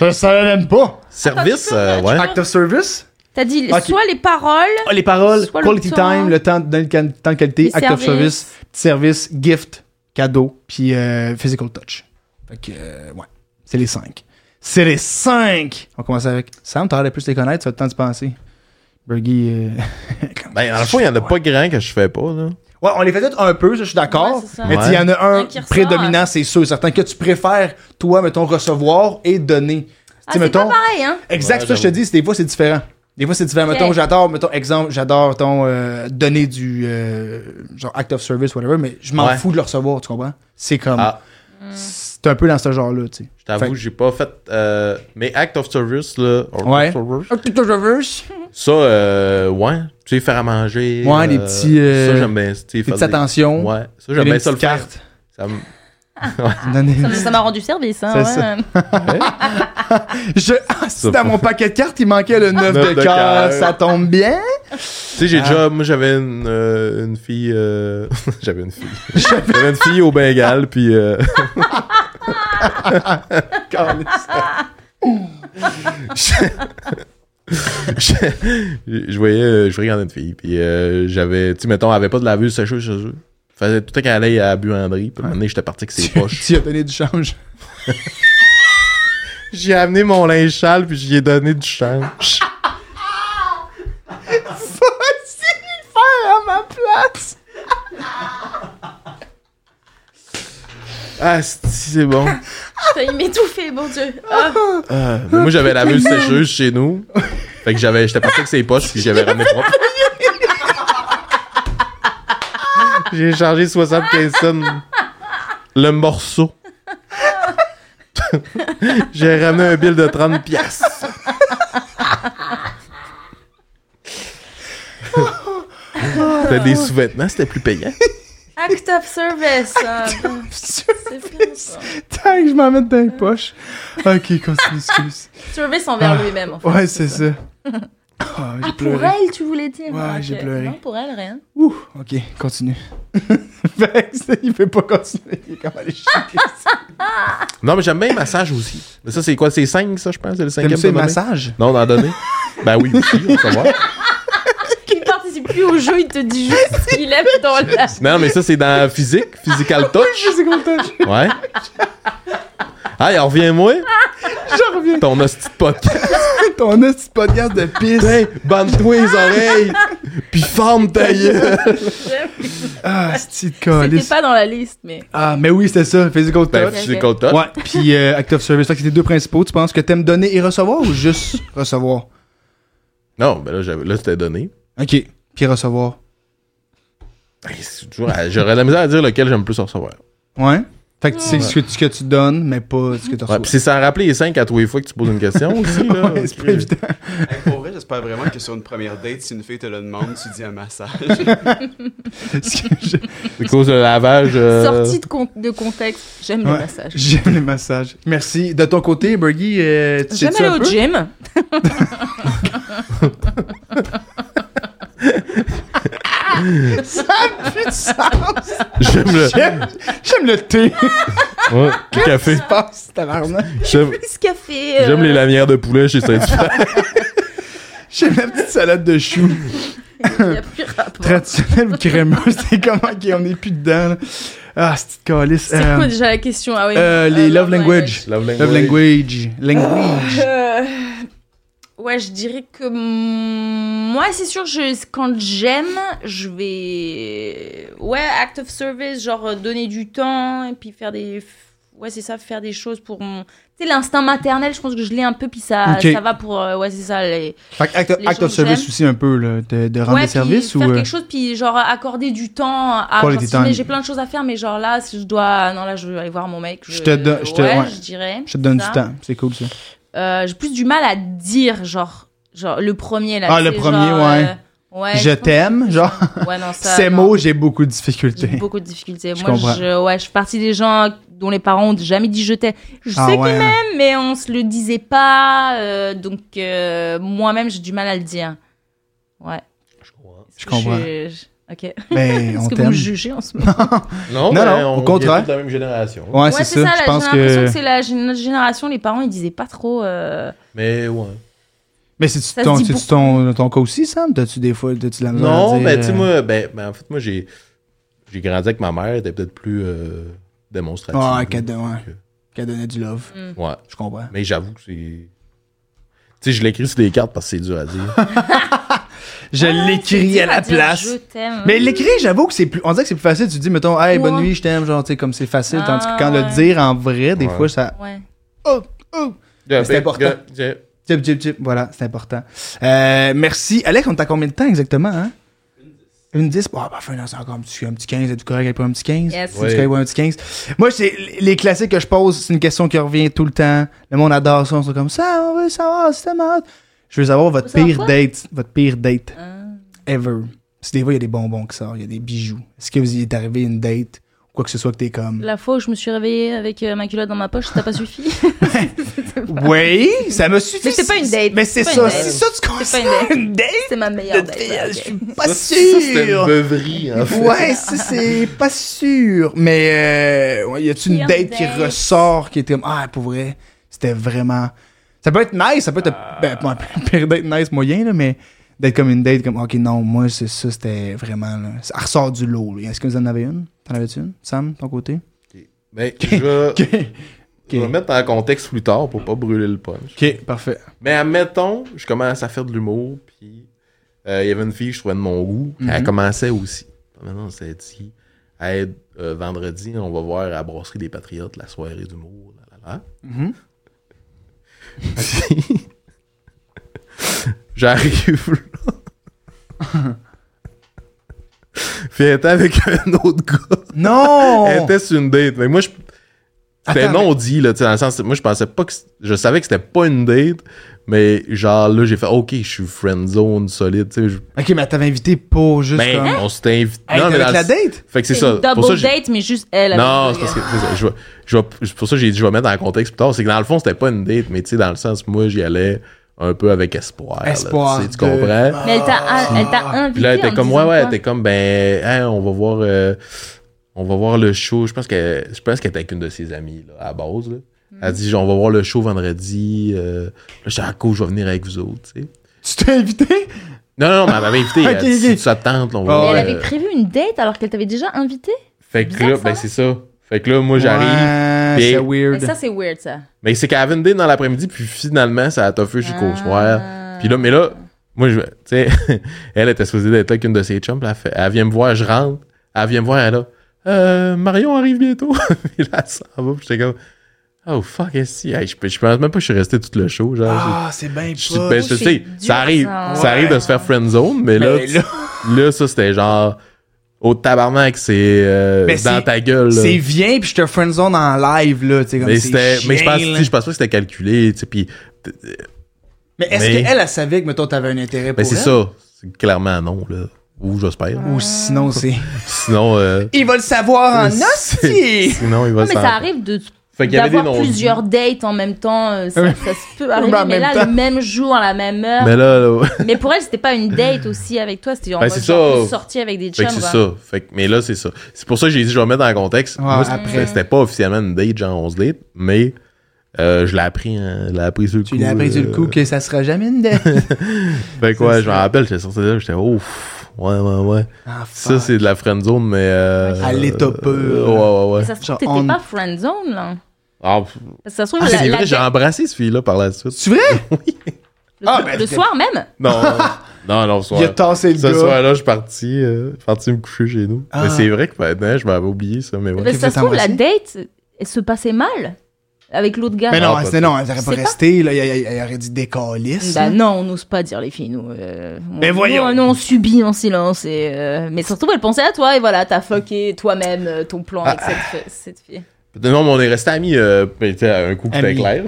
Je ça l'aime pas!
Service,
Attends,
euh,
tu peux-
ouais.
Act of service?
T'as dit
Ok.
soit les paroles,
Ah, les paroles,
Soit le
quality
temps.
time, le temps, de- le temps de qualité,
Les
act of
services.
service, petit service, gift, cadeau, puis euh, physical touch. Fait que, euh, ouais, c'est les cinq. C'est les cinq! On commence avec Sam, t'aurais plus les connaître, ça le temps de penser. Bergie. euh,
Ben, dans le fond, il y en a pas grand que je fais pas, là.
Ouais, on les fait tous un peu, ça, je suis d'accord.
Ouais, c'est ça.
mais tu sais, il y en a un
Un qui ressort.
prédominant, c'est sûr, certain, que tu préfères, toi, mettons, recevoir et donner.
ah,
Tu sais,
c'est
mettons,
pas pareil, hein?
Exact,
Ouais,
ça je te
j'avoue.
dis, c'est- des fois c'est différent. Des fois c'est différent.
Ok.
Mettons, j'adore, mettons, exemple, j'adore, mettons, euh, donner du euh, genre act of service, whatever, mais je m'en
Ouais.
fous de le recevoir, tu comprends? C'est comme.
Ah.
C'est un peu dans ce genre-là, tu sais.
Je t'avoue, j'ai pas fait. euh, mais Act of Service, là. or-
Ouais.
of Service,
Act of service.
Ça, euh, ouais. Tu sais, faire à manger.
Ouais, les petits, euh,
ça, j'aime bien. tu sais,
Faites
faire
des... attention.
Ouais. Ça, j'aime bien ça le faire. Ça me-
Donnez-
Ça- Ça m'a rendu service, hein?
C'est
Ouais.
ça. Je... Ah, si dans mon paquet de cartes, il manquait le 9
Neuf
de
de
cœur.
cœur.
Ça tombe bien.
Tu sais, j'ai déjà. Moi, j'avais une, euh, une fille. euh, j'avais une fille. j'avais une fille au Bengale, puis. euh, je, je voyais, euh, je regardais une fille, puis euh, j'avais, tu sais, mettons, elle avait pas de laveuse sécheuse chez eux. Faisait tout le temps qu'elle allait à Buanderie, puis un moment donné, j'étais parti avec ses poches.
tu as donné du change.
J'ai amené mon linge sale, puis j'y ai donné du change.
Vas-y, le Ah, faire à ma place.
Ah, c'est- c'est bon.
Il m'étouffait, mon Dieu. Ah,
Ah, mais moi, j'avais la laveuse sécheuse chez nous. Fait que j'avais, j'étais parti avec ses poches, puis j'avais ramené propre. J'ai chargé 75 cents le morceau. J'ai ramené un bill de 30 piastres. T'as des sous-vêtements, c'était plus payant.
Ah, Act of service. Ah, c'est fou, ça.
Tac, je m'en mets dans les poches. Ok, continue, excuse.
Service envers lui-même, en fait.
Ouais, c'est ça. Ah, j'ai
Pour
pleuré.
elle, tu voulais dire.
Ouais, j'ai
Ok.
pleuré.
Ah, Non, pour elle, rien.
Ouh, ok, continue. fait que ça, il peut pas continuer. Il est comme allé chier.
Non, mais j'aime bien les massages aussi. Mais ça, c'est quoi? C'est 5, ça, je pense? C'est
T'aimes
le
ça
cinquième de
les
donner?
massages?
Non, d'en donner? Ben oui, aussi, on va savoir.
Il participe plus au jeu, il te dit juste ce qu'il aime dans la.
Non, mais ça, c'est dans physique, physical touch.
C'est comme ça, je-
Ouais. Hey, reviens-moi,
je reviens.
ton hostie de podcast.
Ton petit podcast de pisse.
Bande-toi les oreilles, puis ferme ta gueule.
Ah, c'est de
C'était
calice.
pas dans la liste, mais.
Ah, mais oui, c'était ça, physical
Ben,
touch.
physical touch.
Ouais, puis euh, act of service. Fait que c'est les deux principaux. Tu penses que t'aimes donner et recevoir ou juste recevoir?
Non, ben là, j'avais- là c'était donné.
Ok, puis recevoir.
euh, Hey, c'est toujours à- J'aurais de la misère à dire lequel j'aime plus recevoir.
Ouais? Fait que tu sais ce, que, ce que tu donnes, mais pas ce que tu
Ouais,
reçois.
pis c'est sans rappeler les 5 à tous les fois que tu poses une question aussi, là.
Ouais, c'est pas évident.
Hey, pour vrai, j'espère vraiment que sur une première date, si une fille te le demande, tu dis un massage.
Parce que je-
C'est cause de lavage. euh,
Sortie de, con- de contexte, j'aime
Ouais.
le massage.
J'aime les massages. Merci. De ton côté, Bergie, euh, tu sais
J'aime aller
un
au
peu?
gym.
J'aime le.
J'aime j'aime le thé.
Ouais, le café.
Passe, tabarnak.
J'aime
Plus café. euh,
j'aime les lanières de poulet chez Saint-Hubert.
J'aime la petite salade de choux.
y a plus rapport.
Traditionnelle ou crémeuse. C'est comment qu'on est plus dedans, là. Ah, c'est petite calice.
C'est
Euh,
quoi déjà la question Ah oui.
euh, les love language.
Love language.
Love language. Language.
Euh, ouais, je dirais que mm, moi, c'est sûr, je, quand j'aime, je vais. Ouais, act of service, genre euh, donner du temps et puis faire des. Ouais, c'est ça, faire des choses pour mon. Tu sais, l'instinct maternel, je pense que je l'ai un peu, puis ça,
Ok.
ça va pour. euh, ouais, c'est ça. Les...
Fait que act,
Les
act
choses
of service
j'aime.
aussi un peu, là, de, de rendre
ouais,
des services
puis
ou...
faire
euh,
quelque chose, puis genre accorder du temps à.
Quality
genre, si jamais
time.
J'ai plein de choses à faire, mais genre là, si je dois. Non, là, je veux aller voir mon mec.
Je te donne- je te-
ouais,
ouais.
je dirais.
Je te donne
Ça.
du temps. C'est cool, ça.
Euh, j'ai plus du mal à dire genre genre le premier là
Ah,
tu
le
sais,
premier,
genre,
ouais.
euh, ouais
Je
pense-
t'aime, genre.
ouais non ça
Ces
non,
mots, j'ai beaucoup de
j'ai
difficultés.
beaucoup de difficultés
Je
moi
comprends.
je ouais je suis partie des gens dont les parents ont jamais dit je t'aime je
Ah
sais
ouais.
qu'ils m'aiment mais on se le disait pas euh, donc euh, moi-même j'ai du mal à le dire ouais
Je comprends.
Je- ok
Ben, on
est-ce que vous me
t'aime.
jugez en ce moment
non,
Non, mais
au
on est
contraire.
tous de la même génération.
Ouais, c'est ça.
là,
je pense
j'ai l'impression
que...
que, c'est la gén- notre génération les parents ils disaient pas trop euh,
Mais ouais.
Mais c'est-tu
Ça
ton,
se dit
c'est-tu
beaucoup.
ton, ton cas aussi, Sam? T'as-tu des fois, t'as-tu de la misère à
Non,
dire,
ben, tu sais,
euh,
moi, ben, ben, en fait, moi, j'ai j'ai grandi avec ma mère, elle était peut-être plus euh, démonstrative.
Ouais, Ah, qu'elle don- ouais. Qu'elle donnait du love.
Ouais.
Je comprends.
Mais j'avoue que c'est. Tu sais, je l'écris sur des cartes parce que c'est dur à dire.
Je l'écris
dire
à la
dire
place.
Ah, je t'aime
Mais l'écrit, j'avoue que c'est plus. On dirait que c'est plus facile. Tu dis, mettons, hey, bonne
Ouais.
nuit, je t'aime, genre, tu sais, comme c'est facile.
Ah,
Tandis que quand le
ouais.
dire en vrai, des
Ouais.
fois, ça.
ouais
Oh, oh.
Yeah,
c'est
ben,
important.
yeah, yeah.
Chip, chip, chip. Voilà, c'est important. Euh, merci. Alex, on t'a combien de temps exactement, hein? Une 10. Bon, parfait, non, c'est encore un petit, un petit 15. Êtes-vous correct avec un petit 15?
Yes.
C'est du
Ouais.
Sky One, petit 15. Moi, c'est les classiques que je pose, c'est une question qui revient tout le temps. Le monde adore ça, on sont comme ça, on veut savoir, c'est tellement hot. Je veux savoir votre
Vous savez
pire
quoi?
date, votre pire date
Ah.
ever. Si des fois il y a des bonbons qui sortent, il y a des bijoux. Est-ce que vous y est arrivé une date ou quoi que ce soit que t'es comme
La fois où je me suis réveillée avec euh, ma culotte dans ma poche, ça n'a pas suffi.
Oui, ça me suffit.
Mais c'est pas une date.
Mais c'est
C'est pas
ça,
une
c'est
date.
ça tu
C'est pas
considères une date
C'est ma
de
meilleure date.
fille,
ouais,
Je suis
ok.
pas
Ça, ça, c'était une
sûr.
beuverie, hein. en fait.
Ouais, ça c'est pas sûr. Mais euh, ouais, y a-tu une
Pire
date qui
date.
ressort qui était comme ah pour vrai, c'était vraiment. Ça peut être nice, ça peut être
Ah.
ben, bon, pire date nice moyen là, mais d'être comme une date comme ok non moi c'est ça c'était vraiment là, ça ressort du lot. là. Est-ce que vous en avez une? T'en avais-tu une? Sam, ton côté?
Ben, je vais,
Ok,
je vais mettre en contexte plus tard pour pas brûler le punch.
ok, parfait.
Mais admettons, je commence à faire de l'humour, puis euh, il y avait une fille que je trouvais de mon goût, puis elle commençait aussi. Maintenant, on s'est dit, Hey, euh, vendredi, on va voir à la brasserie des Patriotes la soirée d'humour. là, là, là.
Mhm.
Puis, J'arrive là. Puis elle était avec un autre gars.
Non!
Elle était sur une date. Mais moi, je. C'était
Oh. Attends,
non dit, là, tu sais, dans le sens, moi, je pensais pas que. c- Je savais que c'était pas une date, mais genre, là, j'ai fait, OK, je suis friend zone solide, tu sais. je-
Ok, mais elle t'avait invité pour juste
Ben,
comme.
on s'était invité.
hein? Hey, t'es
mais
avec
dans
la
le-
date?
Fait que c'est
C'est
ça.
une double
Pour ça, j'ai-
date, mais euh, juste elle. avec
Non,
le
c'est parce
gars.
que. c'est ça, je vais- je vais- c'est pour ça, que j'ai dit, je vais mettre en contexte plus tard. C'est que dans le fond, c'était pas une date, mais tu sais, dans le sens, moi, j'y allais un peu avec espoir. là,
Espoir
tu sais, tu
de-
comprends?
Mais elle t'a, elle t'a invité.
Puis là, elle
en
était
me
comme, ouais,
disant
ouais, elle
quoi.
était comme, ben, hein, on va voir, euh, on va voir le show. Je pense que je pense qu'elle était avec une de ses amies, là, à la base, là.
Hmm.
Elle dit, genre, on va voir le show vendredi. Euh, là, je suis à cause, je vais venir avec vous autres, tu sais.
Tu t'es invité?
Non, non, non, mais elle m'avait invité. elle
Ok,
dit,
ok.
si tu t'attends, on va
Ah
Mais
voir,
elle
ouais.
avait
euh,
prévu une date alors qu'elle t'avait déjà invité.
Fait que
bizarre,
là,
ça,
ben,
hein?
c'est ça. Fait que là, moi, j'arrive.
Ouais,
puis-
c'est
Mais
weird.
ça, c'est weird, ça.
Mais c'est qu'elle avait une date dans l'après-midi, puis finalement, ça a toffé jusqu'au
Ah.
soir. Puis là, mais là, moi, je, tu sais, elle était supposée d'être là avec une de ses chums, puis elle, fait- elle vient me voir, je rentre, elle vient me voir, elle a, euh, Marion arrive bientôt. puis là, elle s'en va, puis j'étais comme, oh fuck, est je, peux- je pense même pas que je suis resté tout le show, genre.
Ah, c'est bien
je- je-
pas.
ben, je-
c'est
tu sais,
dur,
ça arrive,
ça.
Ben
ça arrive de se faire friend zone, mais, là,
Mais hein. là-
tu- là, ça, c'était genre, au tabarnak, c'est euh,
Mais
dans
Ben, c'est-
ta gueule. là.
C'est viens puis je te friendzone en live là, tu sais comme
Mais
c'est
c'était, mais je
chien,
pense,
là.
tu sais, je pense pas que c'était calculé, tu sais, puis
Mais est-ce
mais-
qu'elle elle savait que mettons t'avais un intérêt
ben
pour
c'est
elle?
ça, c'est clairement non là, ou j'espère.
Ou sinon c'est
Sinon, euh,
il va le savoir en
c'est-
hostie.
sinon il va
Non, mais
s'en-
ça arrive de
Fait qu'il y avait des Bah,
d'avoir
non
plusieurs dates en même temps. euh, Ça, ça se peut arriver,
en
mais
même
là,
temps.
le même jour, à la même heure.
Mais là, là,
Mais pour elle, c'était pas une date aussi avec toi. C'était en
Ben,
mode
c'est
genre,
ça.
plus sortie avec des
fait
chums. hein.
que
quoi.
c'est ça. Fait que, mais là c'est ça. C'est pour ça que j'ai dit je vais mettre dans le contexte.
Ouais,
Moi, c'est-
après.
c'était pas officiellement une date, genre on se date, mais euh, je l'ai appris, hein, je l'ai appris sur le coup.
Tu l'as appris du
euh,
coup que ça sera jamais une date.
Fait quoi,
C'est
je
ça.
me rappelle, j'étais sorti de là, j'étais ouf. Ouais, ouais, ouais.
Ah,
Ça,
fuck.
c'est de la friend zone, mais. Euh,
À l'état pur.
euh, Ouais, ouais, ouais.
Ça se
Genre,
trouve, t'étais
on-
pas friendzone, là.
Ah, pff.
Ça se trouve,
Ah,
la-
c'est
la
vrai, j'ai
date-
embrassé ce fille-là par la suite.
C'est vrai?
le,
Ah, ben,
le
c'est-
soir même.
Non, non, non, ce soir.
Il a tassé le
Ce
gars.
soir-là, je suis parti, euh, parti me coucher chez nous.
Ah.
Mais c'est vrai que maintenant, je m'avais oublié ça, mais ouais.
Parce que ça
vous
se trouve, la
embrassez?
date, elle se passait mal avec l'autre gars.
Mais non,
Ah,
elle-
pas
non, elle aurait
C'est
pas
pas-
resté là, elle, elle- elle aurait dit décalisse.
Bah non, on n'ose pas dire les filles, nous. euh,
Mais
on,
voyons.
nous, nous, on subit en silence. Et, euh, mais surtout, elle pensait à toi et voilà, t'as fucké toi-même euh, ton plan
Ah.
avec cette, fi- cette fille.
Non, mais on est resté amis, euh, ben, tu sais, à un coup que c'était
Amis.
clair.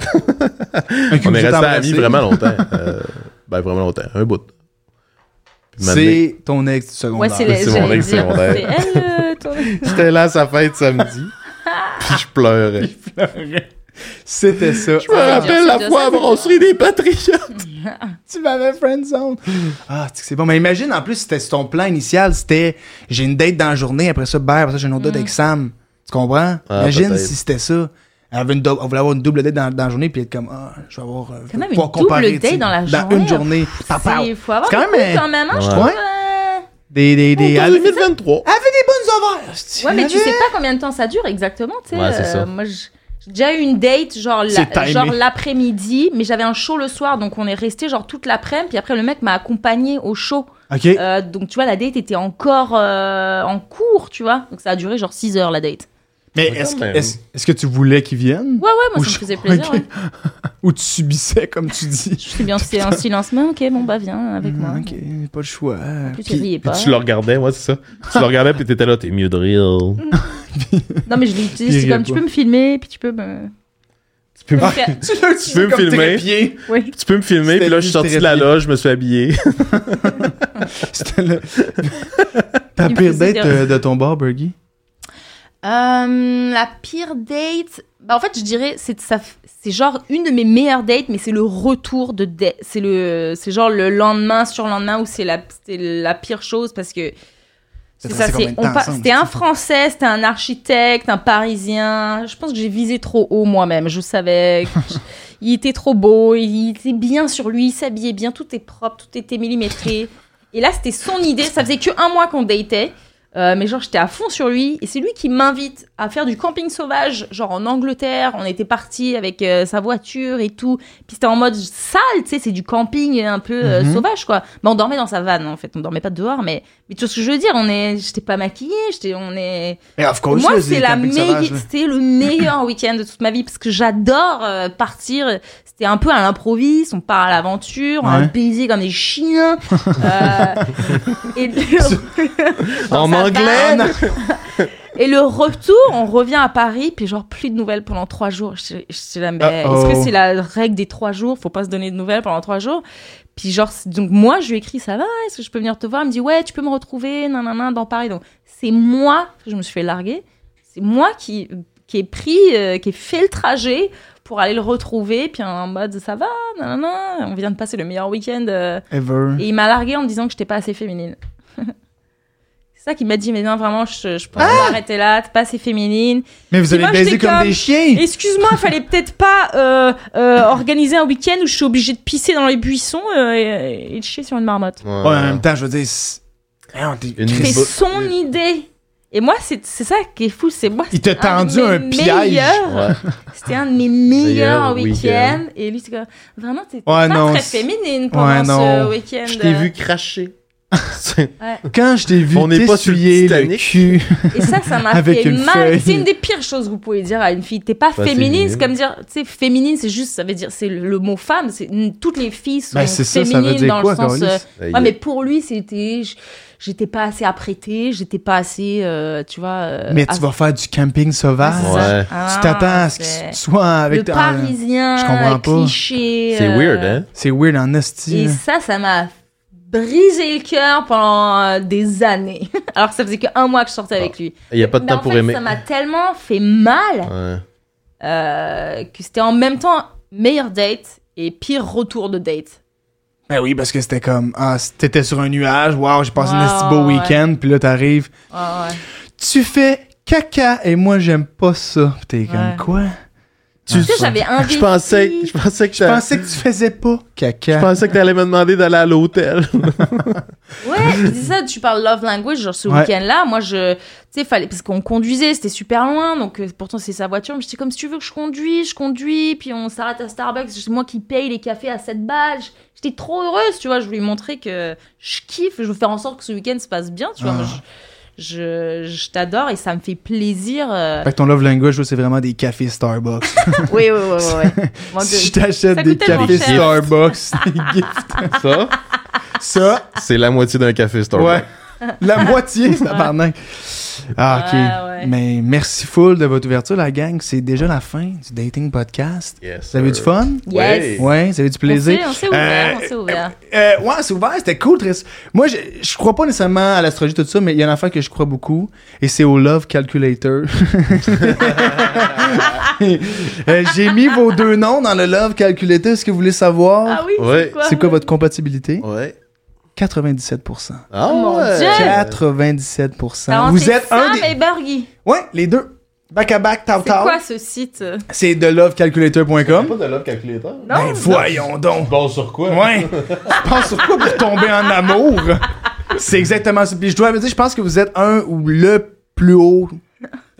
on est resté amis vraiment longtemps. Euh, ben, vraiment longtemps. Un bout. Puis maintenant,
C'est ton ex secondaire.
Ouais, c'est les-
C'est mon
j'allais
ex
dire,
secondaire.
c'est elle, euh, ton-
J'étais là à sa fête samedi. puis je pleurais.
C'était ça.
Je me rappelle la fois à brasserie des Patriotes.
tu m'avais friendzone. Ah, c'est que c'est bon. Mais imagine, en plus, c'était ton plan initial, c'était j'ai une date dans la journée, après ça, ben, après ça, j'ai une autre
Mm.
date avec Sam. Tu comprends?
Ah,
imagine
peut-être.
si c'était ça. Elle avait une dou- on voulait avoir une double date dans, dans la journée, puis être comme, ah, je vais avoir. euh,
Quand même
pouvoir
une double
comparer,
date
tu sais,
dans la
une
journée.
journée. T'en
C'est-
parles.
faut avoir
C'est quand
des
même,
couilles quand même, hein, je
Ouais.
trouve.
Ouais.
euh,
Des, des, des.
En
Elle avait
2023.
des bonnes ovaires.
Ouais, mais tu sais pas combien de temps ça dure exactement, tu sais.
Ouais, c'est
euh,
ça.
moi, j- j'ai déjà eu une date, genre, la-
C'est timé.
genre l'après-midi, mais j'avais un show le soir, donc on est resté genre toute l'après-midi, puis après le mec m'a accompagné au show.
Ok.
Euh, donc tu vois, la date était encore euh, en cours, tu vois. Donc ça a duré genre 6 heures la date.
mais
quand
est-ce
même.
est-ce- est-ce que tu voulais qu'ils viennent?
Ouais, ouais, moi
Ou
ça me
je-
faisait plaisir.
ok.
ouais.
Ou tu subissais, comme tu dis?
Je sais bien, c'est un silence, mais ok, bon, bah viens avec moi.
Mm, Ok, pas le choix.
Plus tu
Puis-
riais
Puis
pas.
tu le regardais, ouais, c'est ça. Tu le regardais, puis t'étais là, t'es mieux de rire.
Non, mais je l'ai utilisé,
Il
c'est
riait
comme tu
pas.
peux me filmer, puis tu peux me.
Tu peux, me-
me faire-
Tu l'as utilisé
veux me
comme
filmer?
trépied.
Oui.
tu peux me filmer, puis là, je suis sorti de la loge, je me suis habillé.
C'était le- Ta
Il me
pire
faisait
date
dire-
euh, de ton bar, Burgie?
Euh, la pire date, bah en fait je dirais c'est ça, f- c'est genre une de mes meilleures dates, mais c'est le retour de date, c'est le, c'est genre le lendemain sur lendemain où c'est la, c'est la pire chose parce que c'est
resté combien
ça, c'est
de
on
temps
pa-
ensemble,
c'était
tu
un
sais?
Français, c'était un architecte, un Parisien. Je pense que j'ai visé trop haut moi-même. Je savais, que je- il était trop beau, il était bien sur lui, il s'habillait bien, tout est propre, tout était millimétré. Et là, c'était son idée. Ça faisait que un mois qu'on datait. Euh, mais genre j'étais à fond sur lui et c'est lui qui m'invite à faire du camping sauvage genre en Angleterre on était parti avec euh, sa voiture et tout puis c'était en mode sale tu sais c'est du camping un peu euh,
Mhm.
sauvage quoi mais on dormait dans sa vanne en fait on dormait pas dehors mais mais tu vois ce que je veux dire on est j'étais pas maquillée j'étais on est
Mais of
moi c'est la meille- c'était le meilleur week-end de toute ma vie parce que j'adore euh, partir c'était un peu à l'improviste on part à l'aventure on
Ouais.
a baisé comme des chiens euh, et Dans
en
sa
anglais.
vanne. Et le retour, on revient à Paris, puis genre plus de nouvelles pendant trois jours. Je, je suis là, mais
Uh-oh.
est-ce que c'est la règle des trois jours Faut pas se donner de nouvelles pendant trois jours. Puis genre, c'est- donc moi, je lui écris, ça va Est-ce que je peux venir te voir Elle me dit, ouais, tu peux me retrouver, nanana, dans Paris. Donc c'est moi, je me suis fait larguer. C'est moi qui qui ai pris, euh, qui ai fait le trajet pour aller le retrouver, puis en mode, ça va, nanana, on vient de passer le meilleur week-end. euh,
Ever.
et il m'a largué en me disant que j'étais pas assez féminine. c'est ça qu'il m'a dit, mais non, vraiment, je, je peux
Ah
m'arrêter là, t'es pas assez féminine.
Mais vous
Puis
avez
moi,
baisé
j'étais
comme
comme-
des chiens.
Excuse-moi, fallait peut-être pas euh, euh, organiser un week-end où je suis obligée de pisser dans les buissons euh, et, et de chier sur une marmotte.
Ouais, en même temps, je veux dire. c'est- Merde, t'es-
Une
Christ,
C'est
bo-
son idée. Et moi, c'est c'est ça qui est fou, c'est moi.
Il t'a
c'était de
tendu
mes
un piège.
meilleurs-
Ouais.
C'était un de mes meilleurs
Meilleur week-end.
week-ends. Et lui, c'est comme, vraiment, t'es
Ouais,
pas
non,
très
c'est-
féminine
Ouais,
pendant
non.
ce week-end.
Je t'ai vu cracher. C'est-
Quand je t'ai vu
On n'est pas sur le
t'essuyer le
Titanic.
cul.
Et ça, ça m'a
Avec
fait
une
mal.
feuille. Bah,
C'est une des pires choses que vous pouvez dire à une fille. T'es pas
Pas
féminine, c'est
féminine.
comme dire, tu sais, féminine, c'est juste, ça veut dire, c'est le, le mot femme. C'est toutes les filles sont
Ben, c'est ça,
féminines
ça veut dire
dans
quoi,
le sens.
Caroline? Bah,
euh,
Hey,
ouais, mais pour lui, c'était, j- j'étais pas assez apprêtée, j'étais pas assez, euh, tu vois. euh,
Mais
à-
tu vas faire du camping sauvage.
c'est
Ouais.
ça.
Tu
Ah,
t'attends à ce
c'est-
que tu sois avec
le
ta-
parisien,
je comprends pas.
cliché.
C'est
euh,
weird, hein?
C'est weird en
Et
esti. là.
ça, ça m'a brisé le cœur pendant euh, des années. Alors que ça faisait qu'un mois que je sortais avec lui.
Il n'y a pas de
Mais
temps
Bah, en
pour
fait,
aimer.
Ça m'a tellement fait mal
Ouais.
euh, que c'était en même temps meilleure date et pire retour de date.
Ben oui, parce que c'était comme, ah, t'étais sur un nuage, waouh, j'ai passé un
Ouais,
esti beau
ouais, ouais.
week-end, puis là t'arrives,
Ouais, ouais.
tu fais caca, et moi j'aime pas ça. Puis t'es
Ouais.
comme, quoi?
Tu
Tu sais, j'avais un
Je pensais, je pensais que
Je
t'as-
pensais que tu faisais pas
je
caca.
pensais que t'allais me demander d'aller à l'hôtel.
Ouais, je dis ça, tu parles love language, genre ce
Ouais.
week-end-là, moi je. Tu sais, fallait. Parce qu'on conduisait, c'était super loin, donc euh, pourtant c'est sa voiture, mais j'étais comme si tu veux que je conduis, je conduis, puis on s'arrête à Starbucks, c'est moi qui paye les cafés à 7 balles. J'étais trop heureuse, tu vois, je voulais lui montrer que je kiffe, je veux faire en sorte que ce week-end se passe bien, tu vois.
Ah.
moi, je je, je t'adore et ça me fait plaisir. euh,
Fait que ton love language, c'est vraiment des cafés Starbucks.
Oui, oui, oui, oui. oui. Moi,
si je
que-
t'achète
Ça
des
coûte tellement
cafés
cher.
Starbucks, c'est des gifts.
Ça,
Ça,
c'est la moitié d'un café Starbucks.
ouais. La moitié, ça tabarnak. Ah, ok.
Ouais, ouais.
Mais merci full de votre ouverture, la gang. C'est déjà la fin du Dating Podcast.
Yes,
Vous avez du
sir.
fun?
Yes.
Ouais, ça avait du plaisir.
On s'est on s'est ouvert,
Euh,
on s'est ouvert.
Euh, ouais, c'est ouvert, c'était cool. très- Moi, je, je crois pas nécessairement à l'astrologie, tout ça, mais il y a une affaire que je crois beaucoup, et c'est au Love Calculator. Euh, J'ai mis vos deux noms dans le Love Calculator. Est-ce que vous voulez
Ah
savoir
oui,
Ouais.
c'est quoi
c'est quoi votre compatibilité?
Ouais.
97%.
Ah
Mon
ouais.
Dieu.
Euh,
97%.
T'as
Vous
rentré
êtes
ça,
un des...
mais Burgi.
Ouais, les deux. Back à back, tau
C'est
tau.
quoi ce site euh
C'est de
Comme
lovecalculator.com.
pas de love calculator.
Non,
Ben, voyons donc.
Bon sur quoi?
Ouais. je pense sur quoi pour tomber en amour? C'est exactement ça. Puis je dois vous dire, je pense que vous êtes un ou le plus haut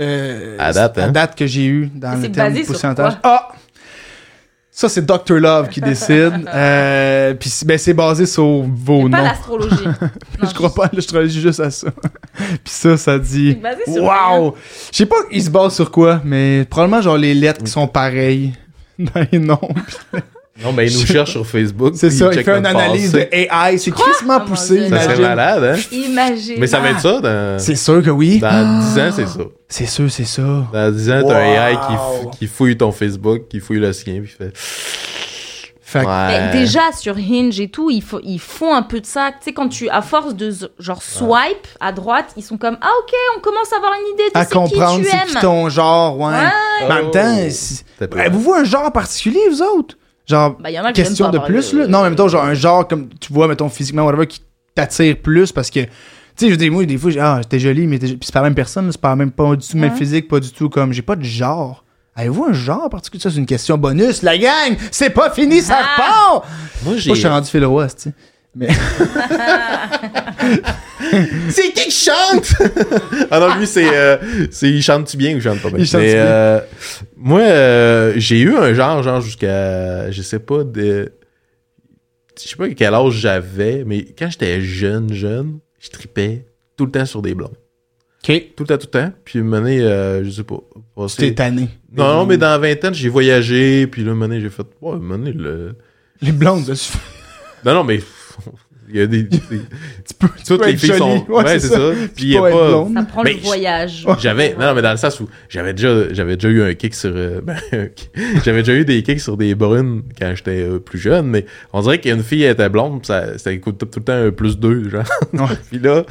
euh,
À date, hein?
que j'ai eu dans
Et
le
c'est
terme
basé
de
sur
pourcentage. Ah! Ça, c'est Dr. Love qui décide. Euh, puis c'est- ben, c'est basé sur vos
pas
noms.
l'astrologie. Non,
Je crois pas, je travaille juste à ça. puis ça, ça dit.
basé sur rien.
Wow! Je sais pas, ils se basent sur quoi, mais probablement genre les lettres qui sont pareilles dans les noms.
Non, mais il nous cherche sur Facebook.
C'est
puis
ça,
il
il
check
fait une
notre
analyse
passé.
de AI. C'est crissement
Oh mon
poussé,
Dieu.
Ça serait
imagine.
malade, hein?
Imagine. Ah.
Mais ça va être ça dans,
C'est Ah. sûr que oui.
dans 10 ans, c'est ça.
C'est sûr, c'est ça.
Dans 10 ans, t'as un AI qui,
Wow.
f- qui fouille ton Facebook, qui fouille le sien, puis fait.
Fait que- ben,
Mais
Ouais.
déjà sur Hinge et tout, ils, fo- ils font un peu de ça. Tu sais, quand tu, à force de z- genre swipe à droite, ils sont comme Ah, ok, on commence à avoir une idée de
à
c'est qui
comprendre
tu
c'est qui
aimes.
ton genre, ouais.
Ouais.
Mais en même
Oh.
temps, si-
T'as pas-
Eh, vous voyez un genre particulier, vous autres? Genre,
Bah, y en a que
question
j'aime
de
pas
plus,
parler.
là? Non, en même temps, genre un genre comme tu vois, mettons, physiquement, whatever, qui t'attire plus parce que. Tu sais, je dis, moi, des fois, j'ai- ah, t'es jolie, mais t'es jo- puis c'est pas la même personne, là, c'est pas même pas du tout le même physique, pas du tout comme, j'ai pas de genre. Avez-vous un genre particulier? Ça, c'est une question bonus, la gang! C'est pas fini, ça
Ah!
repart!
Moi, j'ai.
Moi, je suis rendu Phil Roy, tu Mais.
C'est qui qui chante? ah non, lui, c'est, euh, c'est il chante-tu bien ou il chante pas bien?
Il chante-tu
Mais,
bien?
euh, moi, euh, j'ai eu un genre, genre, jusqu'à, je sais pas, de, je sais pas quel âge j'avais, mais quand j'étais jeune, jeune, je tripais tout le temps sur des blondes.
Ok.
Tout le temps, tout le temps. Puis, une année, euh, je sais pas, passé-
T'es tanné.
Non, non, mais dans la vingtaine, j'ai voyagé, puis là, une année, j'ai fait, ouais, une année, le...
Les blondes, là, tu
Non, non, mais... Il y a des... des-
peux, tu
Toutes
peux
les
être
filles
jolie.
sont... Ouais, c'est ça. Puis il y a
Pas être
pas...
blonde.
Ça prend
Mais
le
je-
voyage.
J'avais non, non, mais dans le sens où j'avais déjà j'avais déjà eu un kick sur euh, ben, un kick. j'avais déjà eu des kicks sur des brunes quand j'étais euh, plus jeune mais on dirait qu'une fille elle était blonde pis ça ça coûte tout, tout le temps un plus deux genre
Ouais.
puis là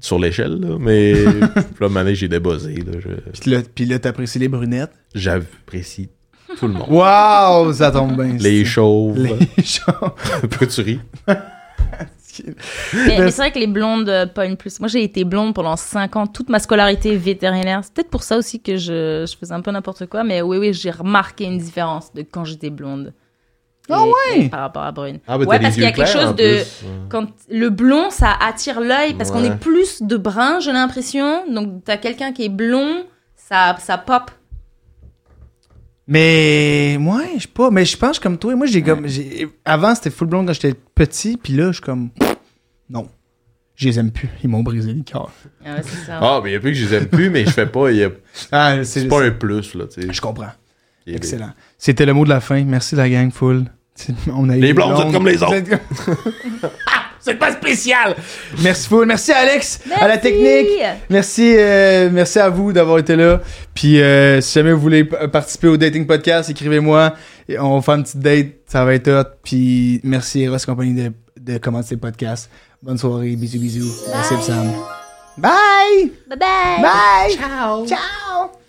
sur l'échelle là mais puis là mané j'ai débossé là je-
Puis là, puis là, t'apprécies les brunettes.
j'apprécie tout le monde
Waouh, ça tombe bien.
les
ça.
chauves
Les gens.
pourquoi tu ris
Mais, mais c'est vrai que les blondes euh, pognent plus. Moi, j'ai été blonde pendant 5 ans, toute ma scolarité vétérinaire. C'est peut-être pour ça aussi que je, je faisais un peu n'importe quoi, mais oui, oui, j'ai remarqué une différence de quand j'étais blonde.
Ah
Et-
ouais?
et Par rapport à brune.
ah ben
ouais,
t'as
parce qu'il
les
y
yeux
a quelque
clairs en
chose de.
plus.
Quand le blond, ça attire l'œil parce qu'on
Ouais.
est plus de brun, j'ai l'impression. Donc, t'as quelqu'un qui est blond, ça, ça pop.
Mais, moi, je sais pas. Mais je pense comme toi. Moi, j'ai comme. j'ai- Avant, c'était full blonde quand j'étais petit. Puis là, je suis comme. Non. Je les aime plus. Ils m'ont brisé le cœur.
Ah ouais, c'est ça.
Ah, mais il y a plus que je les aime plus, mais je fais pas. il y a-
Ah,
C'est pas un plus, là, tu sais.
Je comprends.
Il est-
Excellent. C'était le mot de la fin. Merci la gang full. C'est- On a eu
Les
des
blondes, vous êtes comme les autres.
Vous êtes- C'est pas spécial. Merci full. Merci Alex à la
Merci.
technique. Merci, euh, merci à vous d'avoir été là. Puis euh, si jamais vous voulez p- participer au dating podcast, écrivez-moi. Et On va faire une petite date. Ça va être hot. Puis merci Eros compagnie de, de commencer le podcast. Bonne soirée. Bisous bisous. Merci Sam. Bye.
Bye bye.
Bye. Ciao. Ciao.